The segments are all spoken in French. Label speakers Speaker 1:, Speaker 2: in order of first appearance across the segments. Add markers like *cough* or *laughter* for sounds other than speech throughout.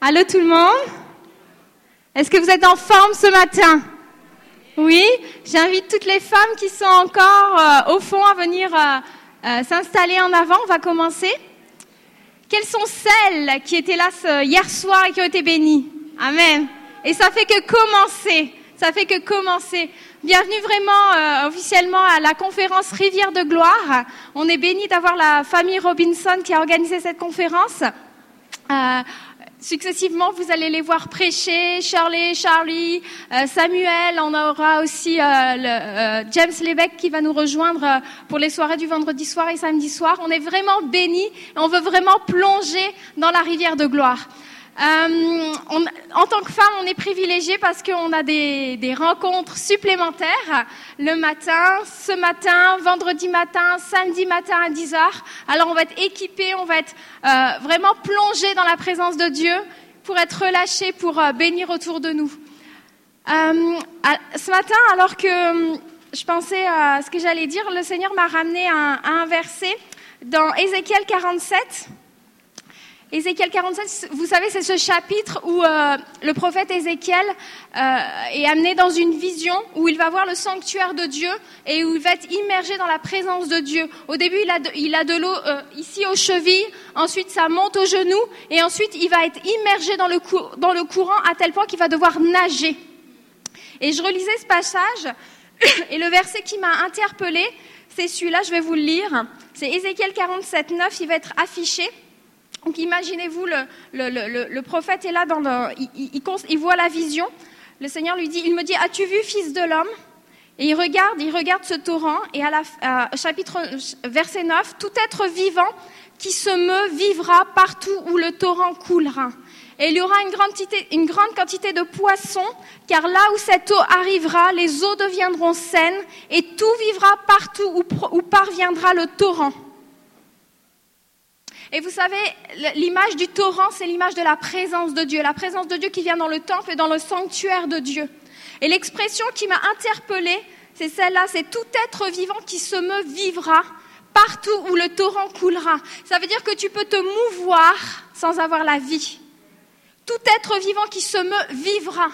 Speaker 1: Allô tout le monde Est-ce que vous êtes en forme ce matin Oui J'invite toutes les femmes qui sont encore euh, au fond à venir euh, euh, s'installer en avant. On va commencer. Quelles sont celles qui étaient là ce- hier soir et qui ont été bénies Amen. Et ça fait que commencer. Ça fait que commencer. Bienvenue vraiment euh, officiellement à la conférence Rivière de gloire. On est béni d'avoir la famille Robinson qui a organisé cette conférence. Euh, successivement, vous allez les voir prêcher, Shirley, Charlie, euh, Samuel. On aura aussi euh, le, euh, James Lévesque qui va nous rejoindre euh, pour les soirées du vendredi soir et samedi soir. On est vraiment bénis et on veut vraiment plonger dans la rivière de gloire. Euh, on- en tant que femme, on est privilégié parce qu'on a des, des rencontres supplémentaires le matin, ce matin, vendredi matin, samedi matin à 10h. Alors on va être équipé, on va être euh, vraiment plongé dans la présence de Dieu pour être relâché, pour euh, bénir autour de nous. Euh, à- ce matin, alors que hum, je pensais à ce que j'allais dire, le Seigneur m'a ramené à, un- à un verset dans Ézéchiel 47. Ézéchiel 47, vous savez, c'est ce chapitre où euh, le prophète Ézéchiel euh, est amené dans une vision où il va voir le sanctuaire de Dieu et où il va être immergé dans la présence de Dieu. Au début, il a de, il a de l'eau euh, ici aux chevilles, ensuite ça monte aux genoux et ensuite il va être immergé dans le, cou- dans le courant à tel point qu'il va devoir nager. Et je relisais ce passage, *coughs* et le verset qui m'a interpellée, c'est celui-là, je vais vous le lire. C'est Ézéchiel 47, 9, il va être affiché. Donc imaginez-vous, le, le- le- le- le prophète est là, dans le- il, il- il cons- il voit la vision. Le Seigneur lui dit, il me dit, as-tu vu, fils de l'homme Et il regarde, il regarde ce torrent, et à la, f- à- au chapitre, verset 9, tout être vivant qui se meut vivra partout où le torrent coulera. Et il y aura une grande, quantité, une grande quantité de poissons, car là où cette eau arrivera, les eaux deviendront saines, et tout vivra partout où pro- où parviendra le torrent. Et vous savez, le- l'image du torrent, c'est l'image de la présence de Dieu, la présence de Dieu qui vient dans le temple et dans le sanctuaire de Dieu. Et l'expression qui m'a interpellée, c'est celle-là, c'est tout être vivant qui se meut vivra partout où le torrent coulera. Ça veut dire que tu peux te mouvoir sans avoir la vie. Tout être vivant qui se meut vivra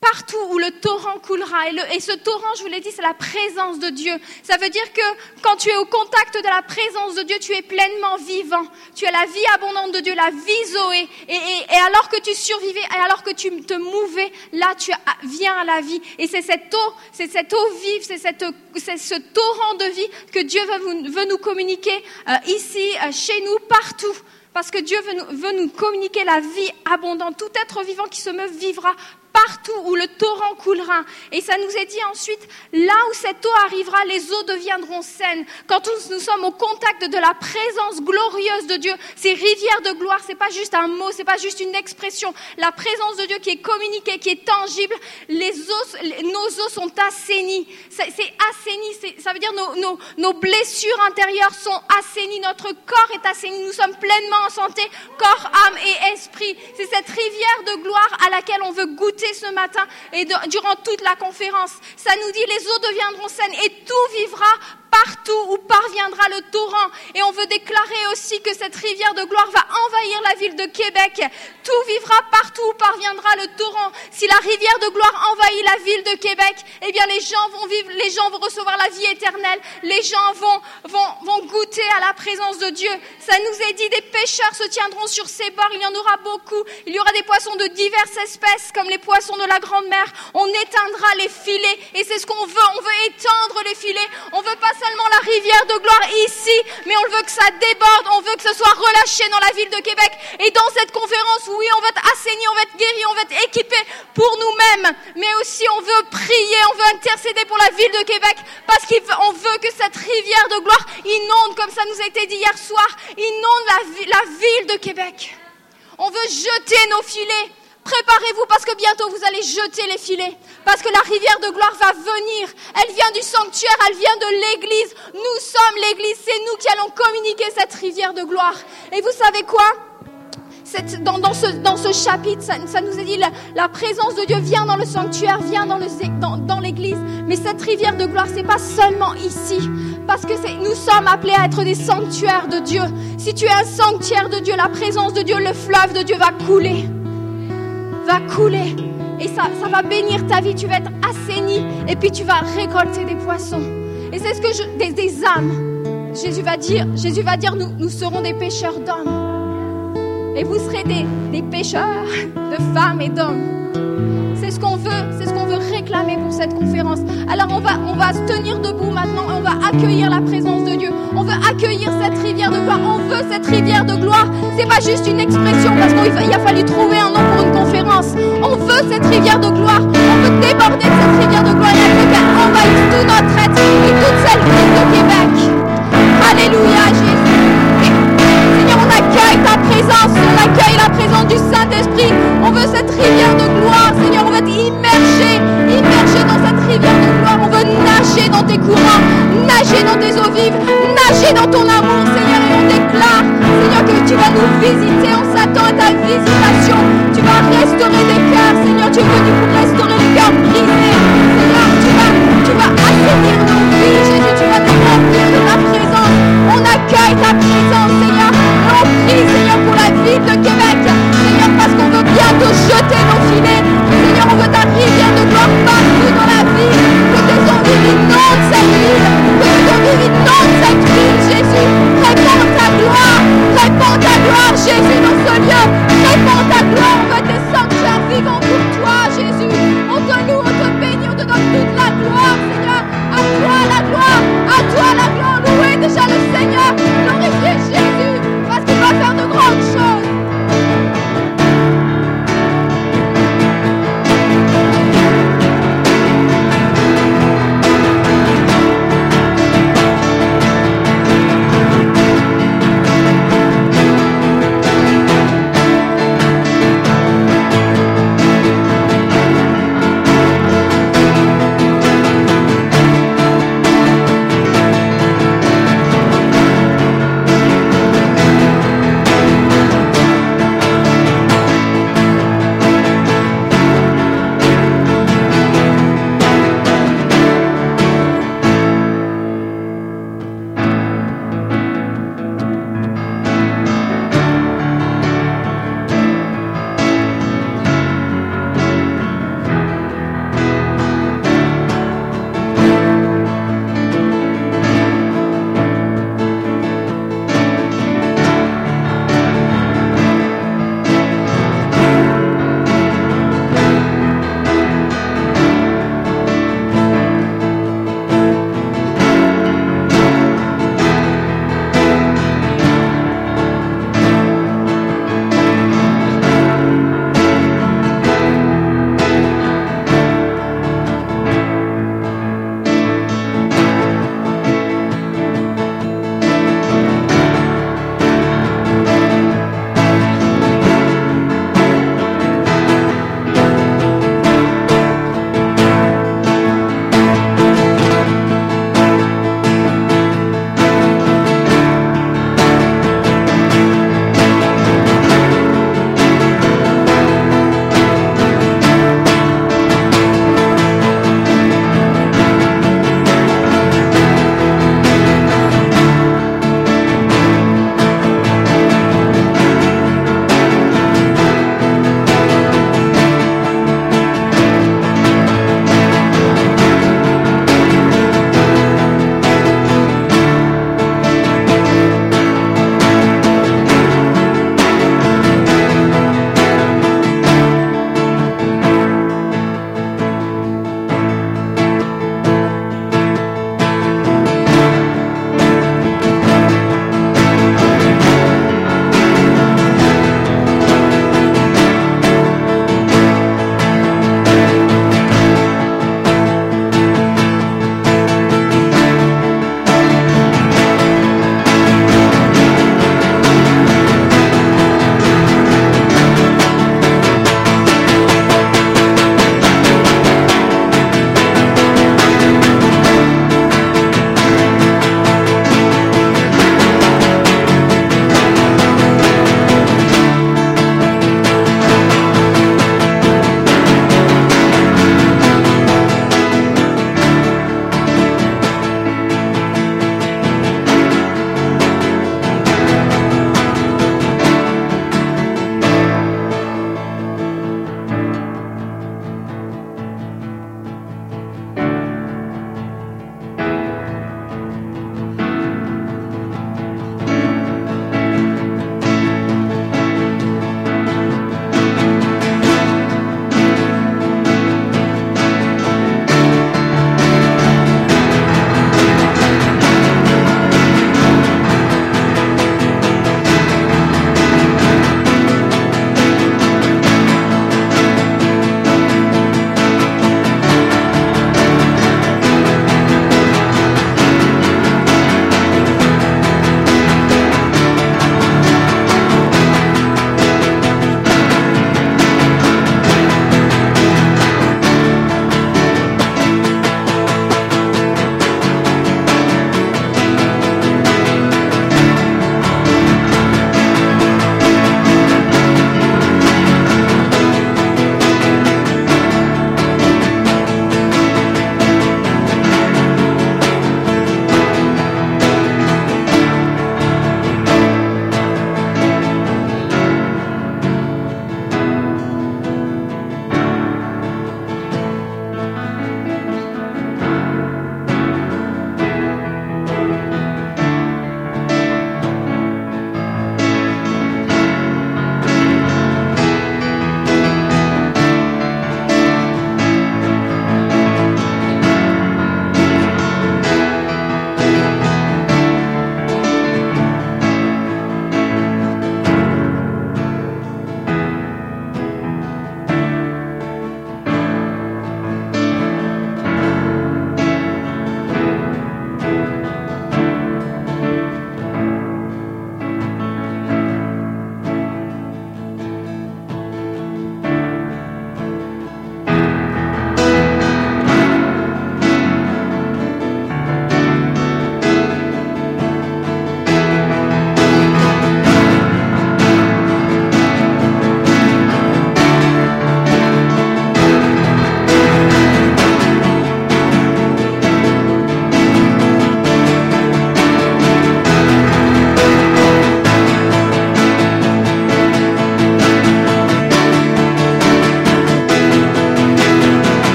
Speaker 1: partout où le torrent coulera. Et, le- et ce torrent, je vous l'ai dit, c'est la présence de Dieu. Ça veut dire que quand tu es au contact de la présence de Dieu, tu es pleinement vivant. Tu as la vie abondante de Dieu, la vie Zoé. Et, et- et alors que tu survivais, et alors que tu te mouvais, là, tu as- viens à la vie. Et c'est cette eau, c'est cette eau vive, c'est cette- c'est ce torrent de vie que Dieu veut, vous- veut nous communiquer euh, ici, euh, chez nous, partout. Parce que Dieu veut nous, veut nous communiquer la vie abondante. Tout être vivant qui se meut vivra partout où le torrent coulera. Et ça nous est dit ensuite, là où cette eau arrivera, les eaux deviendront saines. Quand nous, nous sommes au contact de la présence glorieuse de Dieu, ces rivières de gloire, c'est pas juste un mot, c'est pas juste une expression. La présence de Dieu qui est communiquée, qui est tangible, les eaux, les- nos eaux sont assainies. C'est c'est assaini, c'est- ça veut dire nos, nos- nos blessures intérieures sont assainies, notre corps est assaini, nous sommes pleinement en santé, corps, âme et esprit. C'est cette rivière de gloire à laquelle on veut goûter ce matin et de- durant toute la conférence. Ça nous dit les eaux deviendront saines et tout vivra partout où parviendra le torrent. Et on veut déclarer aussi que cette rivière de gloire va envahir la ville de Québec. Tout vivra partout où parviendra le torrent. Si la rivière de gloire envahit la ville de Québec, eh bien les gens vont vivre, les gens vont recevoir la vie éternelle, les gens vont, vont, vont goûter à la présence de Dieu. Ça nous est dit, des pêcheurs se tiendront sur ces bords, il y en aura beaucoup. Il y aura des poissons de diverses espèces, comme les poissons de la grande mer. On éteindra les filets, et c'est ce qu'on veut. On veut étendre les filets. On veut pas seulement la rivière de gloire ici, mais on veut que ça déborde. On veut que ce soit relâché dans la ville de Québec. Et dans cette conférence, oui, on va être assaini, on va être guéri, on va être équipé pour nous-mêmes. Mais aussi, on veut prier, on veut intercéder pour la ville de Québec. Parce qu'on veut que cette rivière de gloire inonde, comme ça nous a été dit hier soir, inonde la, vi- la ville de Québec. On veut jeter nos filets. Préparez-vous parce que bientôt vous allez jeter les filets. Parce que la rivière de gloire va venir. Elle vient du sanctuaire, elle vient de l'église. Nous sommes l'église, c'est nous qui allons communiquer cette rivière de gloire. Et vous savez quoi cette- dans, dans ce, dans ce chapitre, ça, ça nous est dit la, la présence de Dieu vient dans le sanctuaire, vient dans le- dans- dans l'église. Mais cette rivière de gloire, c'est pas seulement ici. Parce que c'est- nous sommes appelés à être des sanctuaires de Dieu. Si tu es un sanctuaire de Dieu, la présence de Dieu, le fleuve de Dieu va couler. Va couler. Et ça, ça va bénir ta vie. Tu vas être assaini. Et puis tu vas récolter des poissons. Et c'est ce que je. Des, des âmes. Jésus va dire, Jésus va dire nous, nous serons des pêcheurs d'hommes. Et vous serez des, des pêcheurs de femmes et d'hommes. C'est ce qu'on veut, c'est ce qu'on veut réclamer pour cette conférence. Alors on va, on va se tenir debout maintenant et on va accueillir la présence de Dieu. On veut accueillir cette rivière de gloire. On veut cette rivière de gloire. C'est pas juste une expression parce qu'il fa- il a fallu trouver un nom pour une conférence. On veut cette rivière de gloire. On veut déborder de cette rivière de gloire et elle veut qu'elle envahisse tout notre être et toute celle ville de Québec. Alléluia Jésus. Seigneur, on accueille ta présence, on accueille la présence du Saint-Esprit. On veut cette rivière de gloire, Seigneur, on veut être immergé, immergé dans cette rivière de gloire. On veut nager dans tes courants, nager dans tes eaux vives, nager dans ton amour, Seigneur. Et on déclare, Seigneur, que tu vas nous visiter. On s'attend à ta visitation. Tu vas restaurer des cœurs, Seigneur. Tu es venu pour restaurer les cœurs brisés. Seigneur, tu vas, tu vas assainir nos vies, Jésus. Tu vas nous remplir de ta présence. On accueille ta présence, Seigneur. Et on prie, Seigneur, pour la ville de Québec. Seigneur, parce qu'on veut bientôt jeter nos filets. Seigneur, on veut ta rivière de gloire partout dans la ville. Que tes envies inondent cette ville. Que tes envies inondent cette ville, Jésus. Répands ta gloire. Répands ta gloire, Jésus, dans ce lieu. Répands ta gloire. On veut tes sanctuaires vivants pour toi, Jésus. On te loue, on te bénit, on te donne toute la gloire, Seigneur. À toi la gloire, à toi la gloire. Louez déjà le Seigneur. Glorifiez Jésus.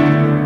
Speaker 2: Thank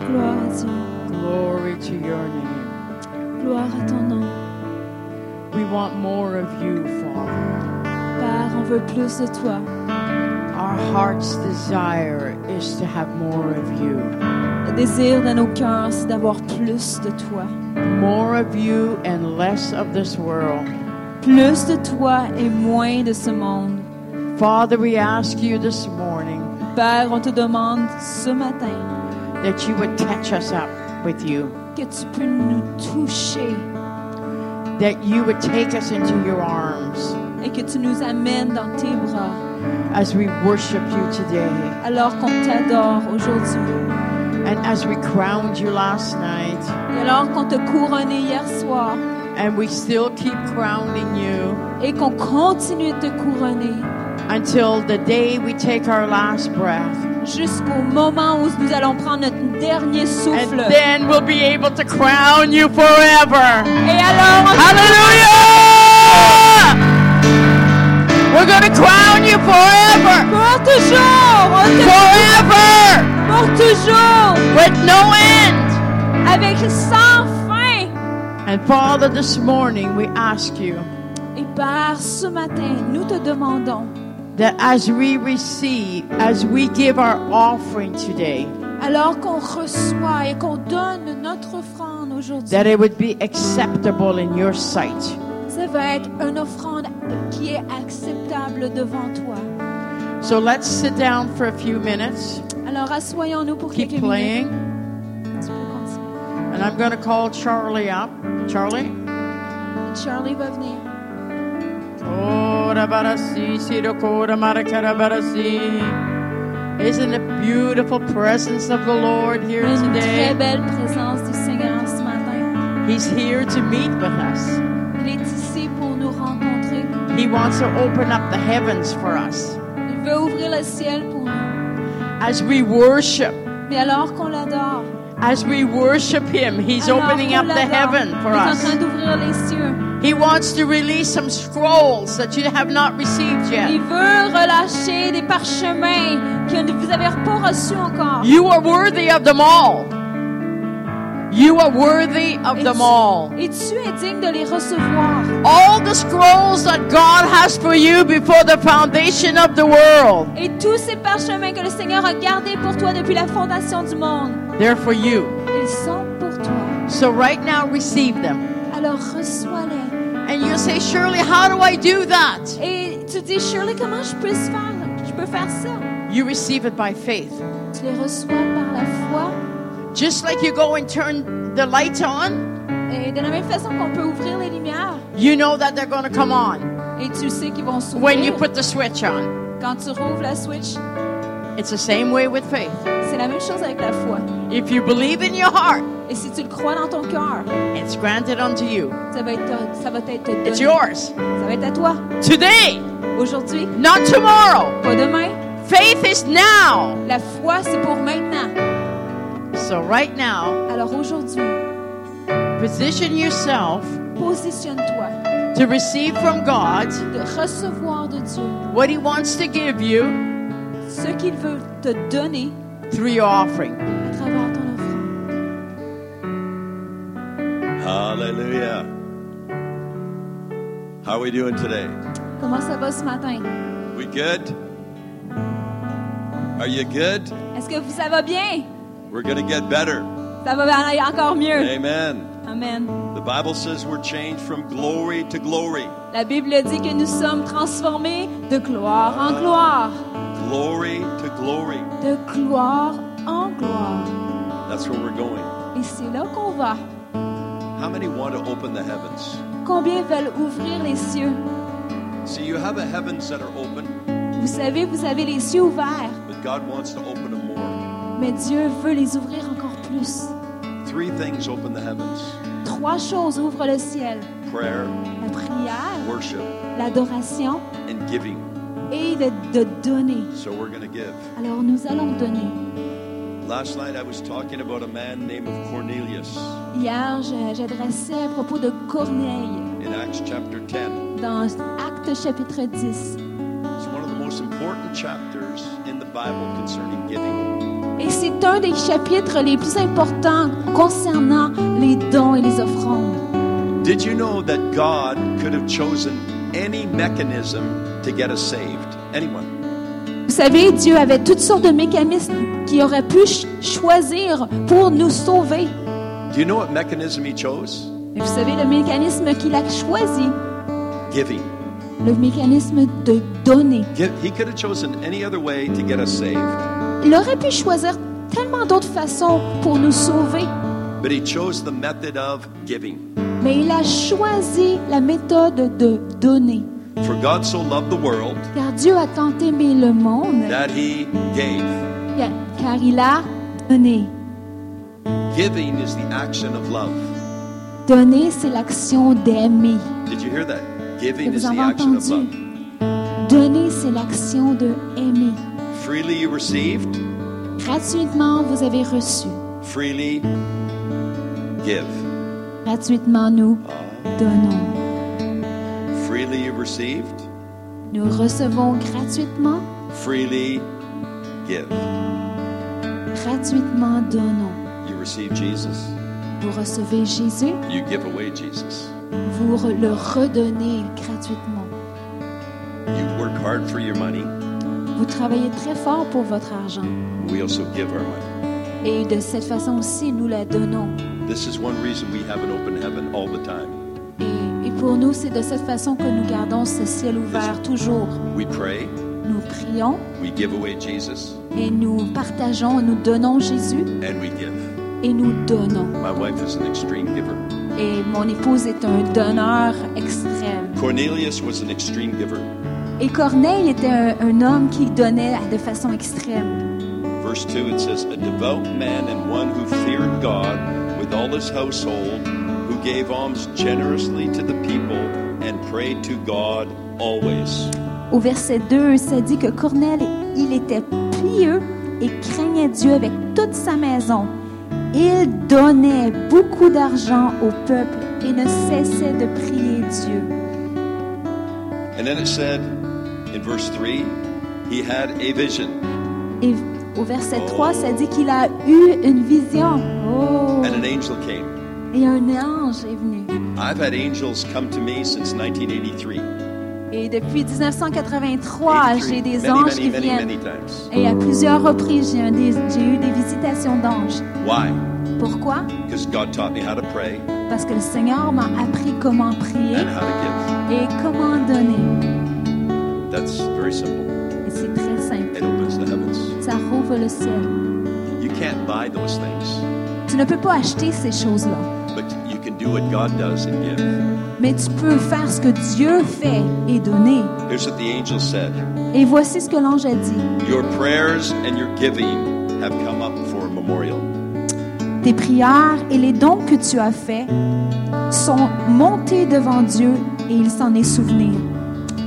Speaker 2: Gloire à Dieu.
Speaker 3: Glory to your name.
Speaker 2: Gloire à ton nom.
Speaker 3: We want more of you, Father.
Speaker 2: Père, on veut plus de toi.
Speaker 3: Our heart's desire is to have more of you.
Speaker 2: Le désir de nos cœurs, c'est d'avoir plus de toi.
Speaker 3: More of you and less of this world.
Speaker 2: Plus de toi et moins de ce monde.
Speaker 3: Father, we ask you this morning
Speaker 2: Père, on te demande ce matin
Speaker 3: that you would touch us up with you,
Speaker 2: que tu peux nous toucher
Speaker 3: that you would take us into your arms
Speaker 2: et que tu nous amènes dans tes bras
Speaker 3: as we worship you today.
Speaker 2: alors qu'on t'adore aujourd'hui
Speaker 3: And as we crowned you last night,
Speaker 2: et alors qu'on te couronnait hier soir
Speaker 3: and we still keep crowning you
Speaker 2: et qu'on continue de te couronner
Speaker 3: until the day we take our last breath.
Speaker 2: jusqu'au moment où nous allons prendre notre dernier
Speaker 3: And
Speaker 2: souffle.
Speaker 3: then we'll be able to crown you forever.
Speaker 2: Et alors, on-
Speaker 3: Hallelujah! We're going to crown you forever,
Speaker 2: pour toujours, on te-
Speaker 3: forever,
Speaker 2: pour toujours,
Speaker 3: with no end.
Speaker 2: avec sans fin.
Speaker 3: And Father, this morning we ask you
Speaker 2: Et Père, ce matin, nous te demandons,
Speaker 3: that as we receive, as we give our offering today,
Speaker 2: alors qu'on reçoit et qu'on donne notre offrande aujourd'hui,
Speaker 3: that it would be acceptable in your sight.
Speaker 2: ça va être une offrande qui est acceptable devant toi.
Speaker 3: So let's sit down for a few minutes,
Speaker 2: Alors, assoyons-nous pour
Speaker 3: keep
Speaker 2: quelques minutes.
Speaker 3: playing,
Speaker 2: Tu peux continuer.
Speaker 3: and I'm going to call Charlie up. Charlie?
Speaker 2: Charlie va venir.
Speaker 3: Ora barasi, sirokora marakara barasi. Isn't it beautiful presence of the Lord here
Speaker 2: Une très
Speaker 3: today?
Speaker 2: belle présence du Seigneur ce matin.
Speaker 3: He's here to meet with us.
Speaker 2: Il est ici pour nous rencontrer.
Speaker 3: He wants to open up the heavens for us.
Speaker 2: Il veut ouvrir le ciel pour nous.
Speaker 3: As we worship,
Speaker 2: Mais alors qu'on l'adore,
Speaker 3: as we worship Him, He's
Speaker 2: alors
Speaker 3: opening
Speaker 2: qu'on
Speaker 3: up the
Speaker 2: l'adore,
Speaker 3: heaven for
Speaker 2: il est en *laughs* train
Speaker 3: us.
Speaker 2: d'ouvrir les cieux.
Speaker 3: He wants to release some scrolls that you have not received
Speaker 2: Il
Speaker 3: yet.
Speaker 2: veut relâcher des parchemins que vous n'avez pas reçus encore.
Speaker 3: You are worthy of them all. You are worthy of
Speaker 2: Et
Speaker 3: them
Speaker 2: tu-
Speaker 3: all.
Speaker 2: Et tu es digne de les recevoir.
Speaker 3: All the scrolls that God has for you before the foundation of the world,
Speaker 2: Et tous ces parchemins que le Seigneur a gardés pour toi depuis la fondation du monde,
Speaker 3: they're for you.
Speaker 2: ils sont pour toi.
Speaker 3: So right now, receive them.
Speaker 2: Alors reçois-les.
Speaker 3: And you say, Shirley, how do I do that?
Speaker 2: Et tu dis, Shirley, comment je peux se faire? Je peux faire ça.
Speaker 3: You receive it by faith.
Speaker 2: Tu les reçois par la foi.
Speaker 3: Just like you go and turn the lights on.
Speaker 2: Et de la même façon qu'on peut ouvrir les lumières.
Speaker 3: You know that they're going to come on
Speaker 2: Et tu sais qu'ils vont
Speaker 3: when you
Speaker 2: s'ouvrir.
Speaker 3: put the switch on.
Speaker 2: Quand tu rouvres la switch,
Speaker 3: It's the same way with faith.
Speaker 2: c'est la même chose avec la foi.
Speaker 3: If you believe in your heart,
Speaker 2: Et si tu le crois dans ton cœur,
Speaker 3: it's granted unto you.
Speaker 2: ça va être, ça va être donné.
Speaker 3: It's yours.
Speaker 2: Ça va être à toi.
Speaker 3: Today,
Speaker 2: Aujourd'hui,
Speaker 3: not tomorrow.
Speaker 2: pas demain.
Speaker 3: Faith is now.
Speaker 2: La foi, c'est pour maintenant.
Speaker 3: So, right now,
Speaker 2: Alors aujourd'hui,
Speaker 3: position yourself
Speaker 2: positionne-toi
Speaker 3: to receive from God
Speaker 2: de recevoir de Dieu
Speaker 3: what He wants to give you
Speaker 2: ce qu'il veut te donner
Speaker 3: through your offering.
Speaker 2: à travers ton offrande.
Speaker 4: Hallelujah. How are we doing today?
Speaker 2: Comment ça va ce matin?
Speaker 4: We good? Are you good?
Speaker 2: Est-ce que ça va bien?
Speaker 4: We're going to get better.
Speaker 2: Ça va aller encore mieux.
Speaker 4: Amen.
Speaker 2: Amen.
Speaker 4: The Bible says we're changed from glory to glory.
Speaker 2: La Bible dit que nous sommes transformés de gloire en gloire.
Speaker 4: Glory to glory.
Speaker 2: De gloire en gloire.
Speaker 4: That's where we're going.
Speaker 2: Et c'est là qu'on va.
Speaker 4: How many want to open the heavens?
Speaker 2: Combien veulent ouvrir les cieux?
Speaker 4: See, you have a heavens that are open,
Speaker 2: Vous savez, vous avez les cieux ouverts,
Speaker 4: but God wants to open them more.
Speaker 2: mais Dieu veut les ouvrir encore plus.
Speaker 4: Three things open the heavens
Speaker 2: Trois choses ouvrent le ciel.
Speaker 4: prayer,
Speaker 2: La prière,
Speaker 4: worship,
Speaker 2: l'adoration
Speaker 4: and giving.
Speaker 2: et de, de donner.
Speaker 4: So we're going to give.
Speaker 2: Alors nous allons donner.
Speaker 4: Last night I was talking about a man named Cornelius
Speaker 2: Hier, je- j'adressais à propos de Corneille
Speaker 4: in Acts chapter 10.
Speaker 2: dans Actes chapitre 10.
Speaker 4: It's one of the most important chapters in the Bible concerning giving.
Speaker 2: Et c'est un des chapitres les plus importants concernant les dons et les offrandes.
Speaker 4: Did you know that God could have chosen any mechanism to get us saved? Anyone.
Speaker 2: Vous savez, Dieu avait toutes sortes de mécanismes qu'il aurait pu ch- choisir pour nous sauver.
Speaker 4: Do you know what mechanism he chose?
Speaker 2: Mais vous savez, le mécanisme qu'il a choisi,
Speaker 4: Giving.
Speaker 2: le mécanisme de donner.
Speaker 4: Give, he could have chosen any other way to get us saved,
Speaker 2: Il aurait pu choisir tellement d'autres façons pour nous sauver,
Speaker 4: but he chose the method of giving.
Speaker 2: mais il a choisi la méthode de donner.
Speaker 4: For God so loved the world
Speaker 2: Car Dieu a tant aimé le monde,
Speaker 4: that he gave.
Speaker 2: car il a donné.
Speaker 4: Giving is the action of love.
Speaker 2: Donner, c'est l'action d'aimer.
Speaker 4: Did you hear that?
Speaker 2: Et
Speaker 4: Giving is
Speaker 2: vous
Speaker 4: the
Speaker 2: avez
Speaker 4: action of
Speaker 2: entendu?
Speaker 4: love.
Speaker 2: Donner, c'est l'action de aimer.
Speaker 4: Freely you received,
Speaker 2: Gratuitement, vous avez reçu.
Speaker 4: freely give. Uh,
Speaker 2: Gratuitement, nous donnons.
Speaker 4: Freely you received,
Speaker 2: Nous recevons gratuitement.
Speaker 4: freely give.
Speaker 2: Gratuitement, donnons.
Speaker 4: You receive Jesus,
Speaker 2: Vous recevez Jésus,
Speaker 4: you give away Jesus.
Speaker 2: vous re- le redonnez gratuitement.
Speaker 4: You work hard for your money,
Speaker 2: Vous travaillez très fort pour votre argent.
Speaker 4: we also give our money.
Speaker 2: Et de cette façon aussi, nous la donnons.
Speaker 4: This is one reason we have an open heaven all the time.
Speaker 2: Et, et pour nous, c'est de cette façon que nous gardons ce ciel ouvert toujours.
Speaker 4: We pray,
Speaker 2: Nous prions
Speaker 4: we give away Jesus,
Speaker 2: et nous partageons, nous donnons Jésus
Speaker 4: and we give.
Speaker 2: et nous donnons.
Speaker 4: My wife is an extreme giver.
Speaker 2: Et mon épouse est un donneur extrême.
Speaker 4: Cornelius was an extreme giver.
Speaker 2: Et Corneille était un, un homme qui donnait à- de façon extrême.
Speaker 4: Verse 2 it says, A devout man and one who feared God with all his household, who gave alms generously to the people and prayed to God always.
Speaker 2: Au verset 2, ça dit que Corneille, il était pieux et craignait Dieu avec toute sa maison. Il donnait beaucoup d'argent au peuple et ne cessait de prier Dieu.
Speaker 4: And then it said in verse 3, he had a vision,
Speaker 2: Et au verset 3, ça dit qu'il a eu une vision. Oh!
Speaker 4: and an angel came.
Speaker 2: Et un ange est venu.
Speaker 4: I've had angels come to me since 1983.
Speaker 2: Et depuis 1983, j'ai
Speaker 4: 83,
Speaker 2: des
Speaker 4: many,
Speaker 2: anges
Speaker 4: many,
Speaker 2: qui
Speaker 4: many,
Speaker 2: viennent.
Speaker 4: many times.
Speaker 2: Et à plusieurs reprises, j'ai, un des- j'ai eu des visitations d'anges.
Speaker 4: Why?
Speaker 2: Pourquoi?
Speaker 4: Because God taught me how to pray
Speaker 2: Parce que le Seigneur m'a appris comment prier
Speaker 4: and how to
Speaker 2: et comment donner.
Speaker 4: give. That's very simple.
Speaker 2: Et c'est très simple.
Speaker 4: It opens the heavens.
Speaker 2: Ça rouvre le ciel.
Speaker 4: You can't buy those things,
Speaker 2: Tu ne peux pas acheter ces choses-là.
Speaker 4: but you can do what God does and give.
Speaker 2: Mais tu peux faire ce que Dieu fait et donner.
Speaker 4: Here's what the angel said
Speaker 2: Et voici ce que l'ange a dit.
Speaker 4: Your prayers and your giving have come up for a memorial.
Speaker 2: Tes prières et les dons que tu as faits sont montés devant Dieu et il s'en est souvenu.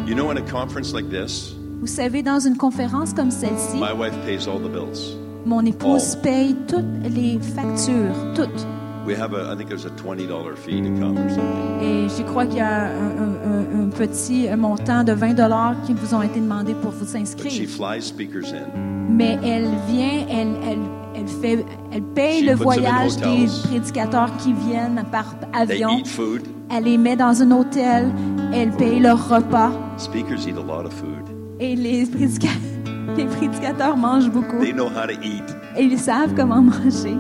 Speaker 4: You know, in a conference like this,
Speaker 2: Vous savez, dans une conférence comme celle-ci,
Speaker 4: my wife pays all the bills.
Speaker 2: mon épouse paye toutes les factures, toutes.
Speaker 4: We have a, I think there's a $20 fee to come or something.
Speaker 2: Et je crois qu'il y a un, un- un- un petit montant de 20 dollars qui vous ont été demandés pour vous
Speaker 4: But she
Speaker 2: inscrire.
Speaker 4: flies speakers in.
Speaker 2: Mais elle vient, elle, elle, elle fait, elle paye
Speaker 4: She
Speaker 2: le
Speaker 4: puts them in
Speaker 2: voyage des
Speaker 4: hotels.
Speaker 2: prédicateurs qui viennent par
Speaker 4: They
Speaker 2: avion.
Speaker 4: eat food.
Speaker 2: Elle les met dans un hôtel, elle paye leur repas.
Speaker 4: Speakers eat a lot of food.
Speaker 2: Et les, prédica- *laughs* les prédicateurs mangent beaucoup.
Speaker 4: They know how to eat.
Speaker 2: Et ils savent comment manger.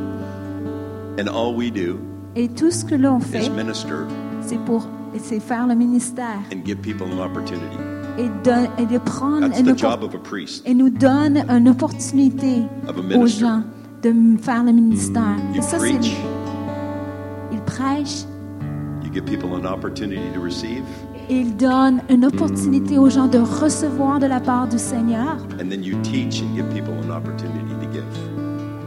Speaker 4: And all we do
Speaker 2: Et tout ce que l'on
Speaker 4: is
Speaker 2: fait,
Speaker 4: minister
Speaker 2: c'est pour c'est faire le ministère
Speaker 4: and give people an opportunity.
Speaker 2: et de, et de prendre
Speaker 4: That's
Speaker 2: une
Speaker 4: the
Speaker 2: oppor-
Speaker 4: job of a priest.
Speaker 2: et nous donne une opportunité
Speaker 4: Of a
Speaker 2: aux
Speaker 4: minister. Mm,
Speaker 2: gens de m- faire le ministère.
Speaker 4: You
Speaker 2: Et ça, c'est
Speaker 4: preach,
Speaker 2: il prêche
Speaker 4: you give people an opportunity to receive,
Speaker 2: et il donne une opportunité aux gens de recevoir de la part du Seigneur.
Speaker 4: and then you teach and give people an opportunity to give.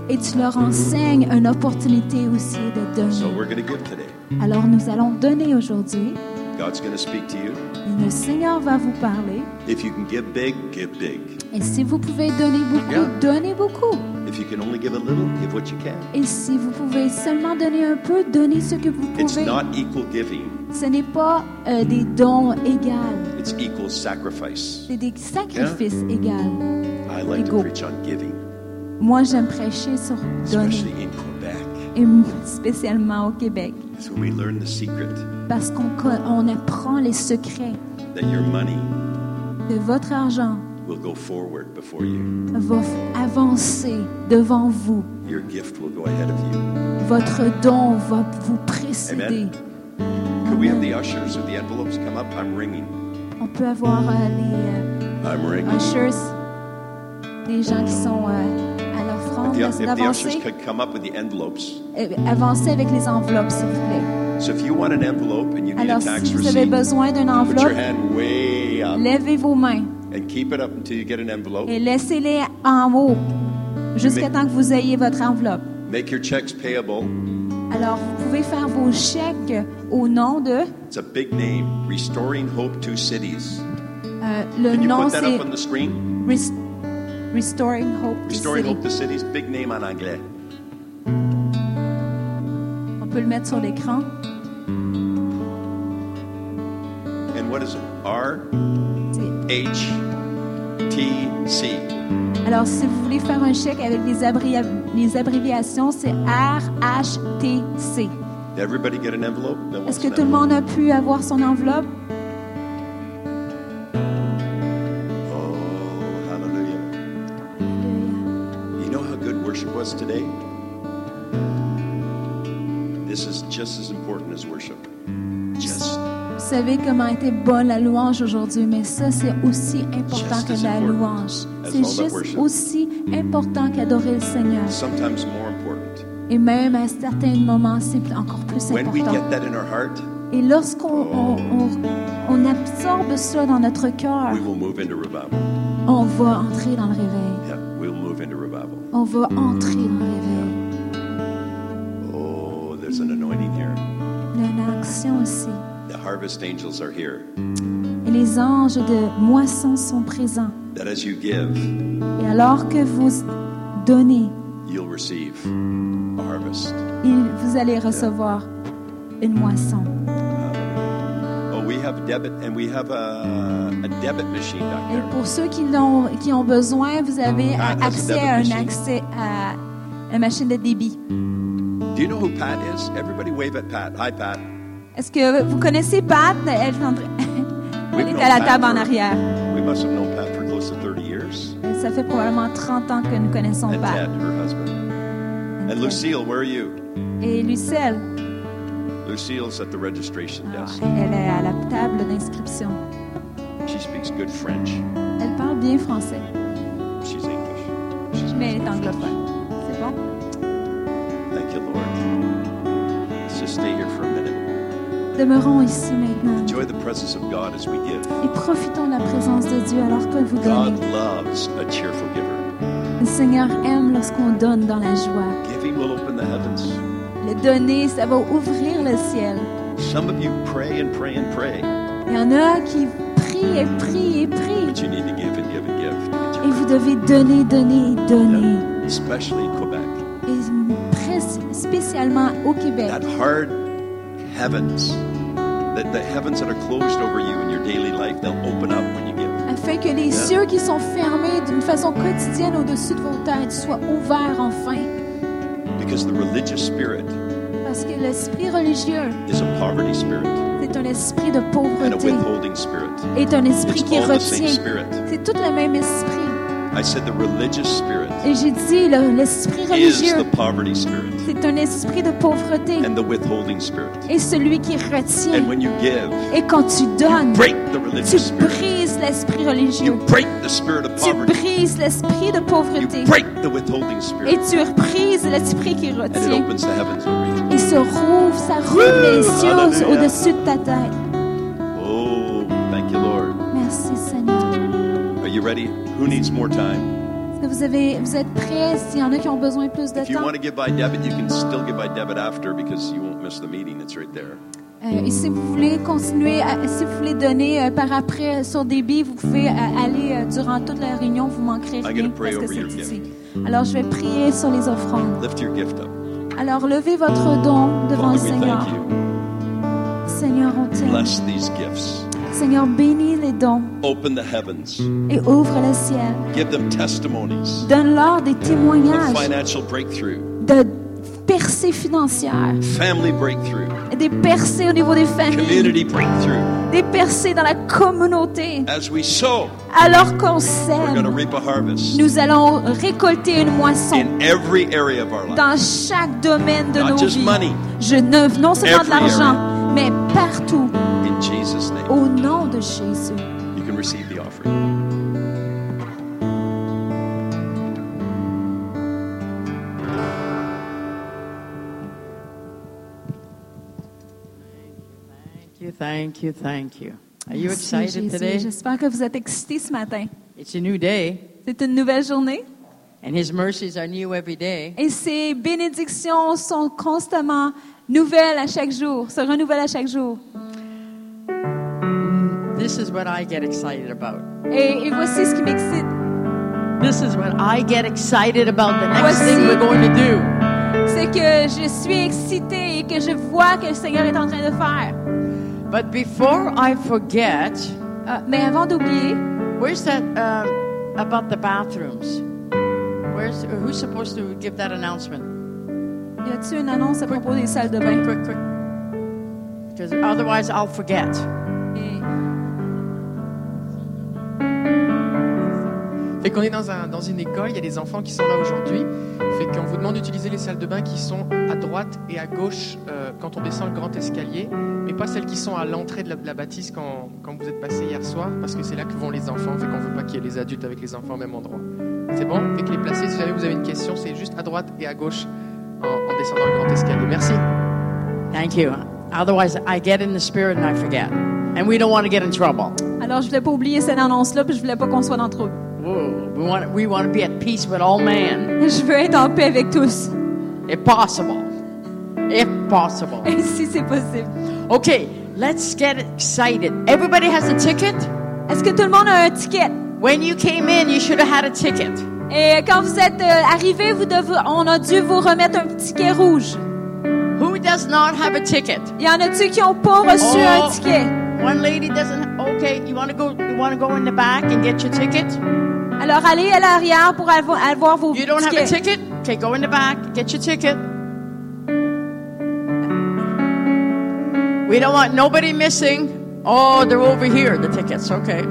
Speaker 2: Et tu leur enseignes une opportunité aussi de
Speaker 4: Mhm. So
Speaker 2: donner.
Speaker 4: we're going to give today.
Speaker 2: Alors nous allons donner aujourd'hui.
Speaker 4: God's going to speak to you.
Speaker 2: Et Le Seigneur va vous parler.
Speaker 4: If you can give big, give big.
Speaker 2: Et si vous pouvez donner beaucoup,
Speaker 4: Yeah.
Speaker 2: donnez beaucoup.
Speaker 4: If you can only give a little, give what you can.
Speaker 2: Et si vous pouvez seulement donner un peu, donnez ce que vous
Speaker 4: It's
Speaker 2: pouvez.
Speaker 4: not equal giving,
Speaker 2: Ce n'est pas euh, des dons égaux,
Speaker 4: it's equal sacrifice.
Speaker 2: c'est des sacrifices égaux.
Speaker 4: I like to
Speaker 2: Ego.
Speaker 4: preach on giving.
Speaker 2: Moi, j'aime prêcher sur donner,
Speaker 4: especially in Quebec.
Speaker 2: et m- spécialement au Québec,
Speaker 4: It's where we learn the secret
Speaker 2: parce qu'on co- on apprend les secrets
Speaker 4: that your money
Speaker 2: de votre argent
Speaker 4: will go forward before you,
Speaker 2: va f- avancer devant vous.
Speaker 4: your gift will go ahead of you.
Speaker 2: Votre don va vous précéder.
Speaker 4: Could we have the ushers or the envelopes come up? I'm ringing.
Speaker 2: On peut avoir euh, les
Speaker 4: I'm
Speaker 2: euh,
Speaker 4: ringing.
Speaker 2: ushers, des gens qui sont euh, à l'offrande.
Speaker 4: The- if
Speaker 2: Merci
Speaker 4: the
Speaker 2: d'avancer.
Speaker 4: ushers could come up with the envelopes.
Speaker 2: Euh, avancez avec les enveloppes, s'il vous plaît.
Speaker 4: So if you want an envelope and you need a
Speaker 2: Alors, si
Speaker 4: tax
Speaker 2: vous avez
Speaker 4: receipt,
Speaker 2: besoin d'une
Speaker 4: put your
Speaker 2: enveloppe,
Speaker 4: hand way up
Speaker 2: levez vos mains
Speaker 4: and keep it up until you get an envelope.
Speaker 2: et laissez-les en haut jusqu'à
Speaker 4: Mais-
Speaker 2: temps que vous ayez votre enveloppe.
Speaker 4: Make your checks payable.
Speaker 2: Alors, vous pouvez faire vos chèques au nom de...
Speaker 4: It's a big name, Restoring Hope to Cities.
Speaker 2: euh, le
Speaker 4: Can you
Speaker 2: nom,
Speaker 4: put that
Speaker 2: c'est
Speaker 4: up on the screen?
Speaker 2: Rest- Restoring Hope. to
Speaker 4: Restoring
Speaker 2: City.
Speaker 4: Hope to Cities, big name en anglais.
Speaker 2: On peut le mettre sur l'écran.
Speaker 4: And what is it? R
Speaker 2: C'est-
Speaker 4: H T C.
Speaker 2: Alors, si vous voulez faire un chèque avec les, abri- les abréviations, c'est RHTC.
Speaker 4: Did everybody get an envelope? No one's
Speaker 2: Est-ce que
Speaker 4: an
Speaker 2: tout le monde a pu avoir son enveloppe?
Speaker 4: envelope. Oh, hallelujah.
Speaker 2: Euh,
Speaker 4: You know how good worship was today? This is just as important as worship. Just,
Speaker 2: Vous savez comment était bonne la louange aujourd'hui, mais ça, c'est aussi important
Speaker 4: Just
Speaker 2: que
Speaker 4: as
Speaker 2: la
Speaker 4: important
Speaker 2: louange.
Speaker 4: as
Speaker 2: C'est
Speaker 4: all that
Speaker 2: juste
Speaker 4: worship.
Speaker 2: aussi important qu'adorer le Seigneur.
Speaker 4: sometimes more important.
Speaker 2: Et même à certains moments, c'est encore plus
Speaker 4: When we
Speaker 2: important.
Speaker 4: get that in our heart,
Speaker 2: Et lorsqu'on on, on- on absorbe ça dans notre cœur,
Speaker 4: we will move into revival.
Speaker 2: on va entrer dans le réveil.
Speaker 4: Yeah, we'll move into revival.
Speaker 2: On va entrer dans le réveil.
Speaker 4: Oh, there's an anointing here.
Speaker 2: Il y a une action aussi.
Speaker 4: The harvest angels are here.
Speaker 2: Et les anges de moisson sont présents.
Speaker 4: That as you give,
Speaker 2: Et alors que vous donnez,
Speaker 4: you'll receive a harvest.
Speaker 2: il- vous allez recevoir une moisson.
Speaker 4: Oh, we have debit and we have a, a debit machine back
Speaker 2: Et
Speaker 4: there.
Speaker 2: pour ceux qui, l'ont- qui ont besoin, vous avez
Speaker 4: Ah, that's
Speaker 2: accès
Speaker 4: a debit
Speaker 2: à un
Speaker 4: machine.
Speaker 2: accès à une machine de débit.
Speaker 4: Do you know who Pat is? Everybody wave at Pat. Hi, Pat.
Speaker 2: Est-ce que vous connaissez Pat? Elle, est en train- *laughs*
Speaker 4: We've
Speaker 2: Elle est
Speaker 4: known
Speaker 2: à la
Speaker 4: Pat
Speaker 2: table en
Speaker 4: for-
Speaker 2: arrière.
Speaker 4: We must have known Pat for close to 30 years.
Speaker 2: Ça fait probablement 30 ans que nous connaissons
Speaker 4: and
Speaker 2: Pat.
Speaker 4: Ted, her husband. And Lucille, where are you?
Speaker 2: Et Lucelle,
Speaker 4: Lucille's at the registration
Speaker 2: alors,
Speaker 4: desk.
Speaker 2: elle est à la table d'inscription.
Speaker 4: She speaks good French.
Speaker 2: Elle parle bien français,
Speaker 4: She's English. She
Speaker 2: mais elle
Speaker 4: speaks
Speaker 2: est
Speaker 4: good
Speaker 2: anglophone. C'est bon?
Speaker 4: French. Thank you, Lord. Let's just stay here for a minute.
Speaker 2: Demeurons ici maintenant
Speaker 4: Enjoy the presence of God as we give.
Speaker 2: et profitons de la présence de Dieu alors que vous
Speaker 4: God
Speaker 2: donnez.
Speaker 4: loves a cheerful giver.
Speaker 2: Le Seigneur aime lorsqu'on donne dans la joie.
Speaker 4: Giving will open the heavens.
Speaker 2: Le donner, ça va ouvrir le ciel.
Speaker 4: Some of you pray and pray and pray,
Speaker 2: Il y en a qui prient et prient et prient.
Speaker 4: but you need to give and give and give.
Speaker 2: Et vous devez donner, donner, donner.
Speaker 4: Yeah, Especially Quebec.
Speaker 2: Et pres- spécialement au Québec.
Speaker 4: That hard heavens, that the heavens that are closed over you in your daily life, they'll open up when you give.
Speaker 2: afin que les cieux qui sont fermés d'une façon quotidienne au-dessus de vos têtes soient ouverts enfin.
Speaker 4: Because the religious spirit
Speaker 2: Parce que l'esprit religieux,
Speaker 4: is a poverty spirit
Speaker 2: c'est un esprit de
Speaker 4: and a
Speaker 2: pauvreté,
Speaker 4: withholding spirit.
Speaker 2: est un esprit
Speaker 4: It's
Speaker 2: qui
Speaker 4: all the same
Speaker 2: retient.
Speaker 4: spirit.
Speaker 2: C'est tout le même esprit.
Speaker 4: I said the religious spirit
Speaker 2: Et j'ai dit, le- l'esprit
Speaker 4: is the
Speaker 2: religieux,
Speaker 4: poverty spirit
Speaker 2: c'est un esprit de pauvreté
Speaker 4: and the withholding spirit.
Speaker 2: et celui qui
Speaker 4: And
Speaker 2: retient.
Speaker 4: when you give,
Speaker 2: Et quand tu donnes,
Speaker 4: break the
Speaker 2: tu
Speaker 4: religious spirit.
Speaker 2: brises l'esprit
Speaker 4: You
Speaker 2: religieux.
Speaker 4: break the spirit of
Speaker 2: Tu
Speaker 4: poverty.
Speaker 2: brises l'esprit de
Speaker 4: You
Speaker 2: pauvreté.
Speaker 4: break the withholding
Speaker 2: Et
Speaker 4: spirit.
Speaker 2: tu brises l'esprit qui
Speaker 4: And it
Speaker 2: retient.
Speaker 4: opens the heavens over you.
Speaker 2: Et se rouvre, ça rouvre les cieux
Speaker 4: Alléluia.
Speaker 2: au-dessus de ta tête.
Speaker 4: Oh, thank you, Lord.
Speaker 2: Merci Seigneur.
Speaker 4: Are you ready? Who needs more time?
Speaker 2: Est-ce que vous, avez, vous êtes prêts? S'il y en a qui ont besoin de plus de
Speaker 4: If you
Speaker 2: temps,
Speaker 4: want to give by debit, you can still give by debit after because you won't miss the meeting. It's right there.
Speaker 2: Euh, et si vous voulez continuer, à- si vous voulez donner euh, par après euh, sur débit, vous pouvez euh, aller euh, durant toute la réunion, vous manquerez
Speaker 4: I'm
Speaker 2: rien
Speaker 4: gonna pray
Speaker 2: parce que
Speaker 4: over
Speaker 2: c'est ici.
Speaker 4: your
Speaker 2: Alors je vais prier sur les offrandes.
Speaker 4: Lift your gift up.
Speaker 2: Alors levez votre don devant le
Speaker 4: Father, we
Speaker 2: Seigneur.
Speaker 4: thank you.
Speaker 2: Seigneur, on t'aime.
Speaker 4: Bless these gifts.
Speaker 2: Seigneur, bénis les dons
Speaker 4: Open the heavens.
Speaker 2: et ouvre le ciel.
Speaker 4: Give them testimonies
Speaker 2: Donne-leur des
Speaker 4: of
Speaker 2: témoignages
Speaker 4: financial breakthrough,
Speaker 2: de percées financières,
Speaker 4: family breakthrough,
Speaker 2: des percées au niveau des familles,
Speaker 4: community breakthrough.
Speaker 2: des percées dans la communauté.
Speaker 4: As we sow,
Speaker 2: Alors qu'on
Speaker 4: we're going to
Speaker 2: sème,
Speaker 4: reap a harvest
Speaker 2: nous allons récolter une moisson
Speaker 4: in every area of our life.
Speaker 2: dans chaque domaine de
Speaker 4: Not
Speaker 2: nos
Speaker 4: just money.
Speaker 2: vies. Je ne, non seulement de
Speaker 4: Every
Speaker 2: l'argent, mais partout,
Speaker 4: In Jesus' name,
Speaker 2: au nom de Jésus.
Speaker 4: you can receive the offering.
Speaker 3: Thank you, thank you, thank you. Are you
Speaker 2: Merci,
Speaker 3: excited
Speaker 2: Jésus.
Speaker 3: today?
Speaker 2: J'espère que vous êtes excités ce matin.
Speaker 3: It's a new day,
Speaker 2: C'est une nouvelle journée
Speaker 3: and His mercies are new every day.
Speaker 2: et ces bénédictions sont constamment nouvelles à chaque jour, se renouvellent à chaque jour.
Speaker 3: This is what I get excited about.
Speaker 2: Et, et voici ce qui m'excite.
Speaker 3: This is what I get excited about. The next
Speaker 2: Voici-
Speaker 3: thing we're going to do.
Speaker 2: C'est que je suis excitée et que je vois que le Seigneur est en train de faire.
Speaker 3: But before I forget,
Speaker 2: Ah, mais avant d'oublier,
Speaker 3: where's that uh, about the bathrooms? Where's who's supposed to give that announcement?
Speaker 2: y a-t-il une annonce à propos des salles de
Speaker 3: Quick,
Speaker 2: bain?
Speaker 3: quick, quick. Because otherwise, I'll forget.
Speaker 2: Et-
Speaker 5: Fait qu'on est dans, un, dans une école, il y a des enfants qui sont là aujourd'hui. Fait qu'on vous demande d'utiliser les salles de bain qui sont à droite et à gauche euh, quand on descend le grand escalier, mais pas celles qui sont à l'entrée de la, de la bâtisse quand, quand vous êtes passé hier soir, parce que c'est là que vont les enfants. Fait qu'on veut pas qu'il y ait les adultes avec les enfants au même endroit. C'est bon Fait que les placer, si jamais vous avez une question, c'est juste à droite et à gauche en, en descendant le grand escalier. Merci.
Speaker 3: Thank you. Otherwise, I get in the spirit and I forget, and we don't want to get in trouble.
Speaker 2: Alors, je voulais pas oublier cette annonce-là, puis je voulais pas qu'on soit dans le trouble.
Speaker 3: Whoa. We want we want to be at peace with all man,
Speaker 2: Je veux être en paix avec tous, *laughs*
Speaker 3: if possible, if possible.
Speaker 2: si c'est possible.
Speaker 3: Okay, let's get excited. Everybody has a ticket.
Speaker 2: Est-ce que tout le monde a un ticket?
Speaker 3: When you came in, you should have had a ticket.
Speaker 2: Et quand vous êtes euh, arrivé, vous devez, on a dû vous remettre un ticket rouge.
Speaker 3: Who does not have a ticket?
Speaker 2: Il y en a-tu qui ont pas reçu
Speaker 3: Oh.
Speaker 2: un ticket?
Speaker 3: One lady doesn't. Okay, you want to go? You want to go in the back and get your ticket?
Speaker 2: Alors, allez à l'arrière pour avo- avoir vos
Speaker 3: You don't have a
Speaker 2: tickets.
Speaker 3: ticket? Okay, go in the back, get your ticket. We don't want nobody missing. Oh, they're over here, the tickets. Okay.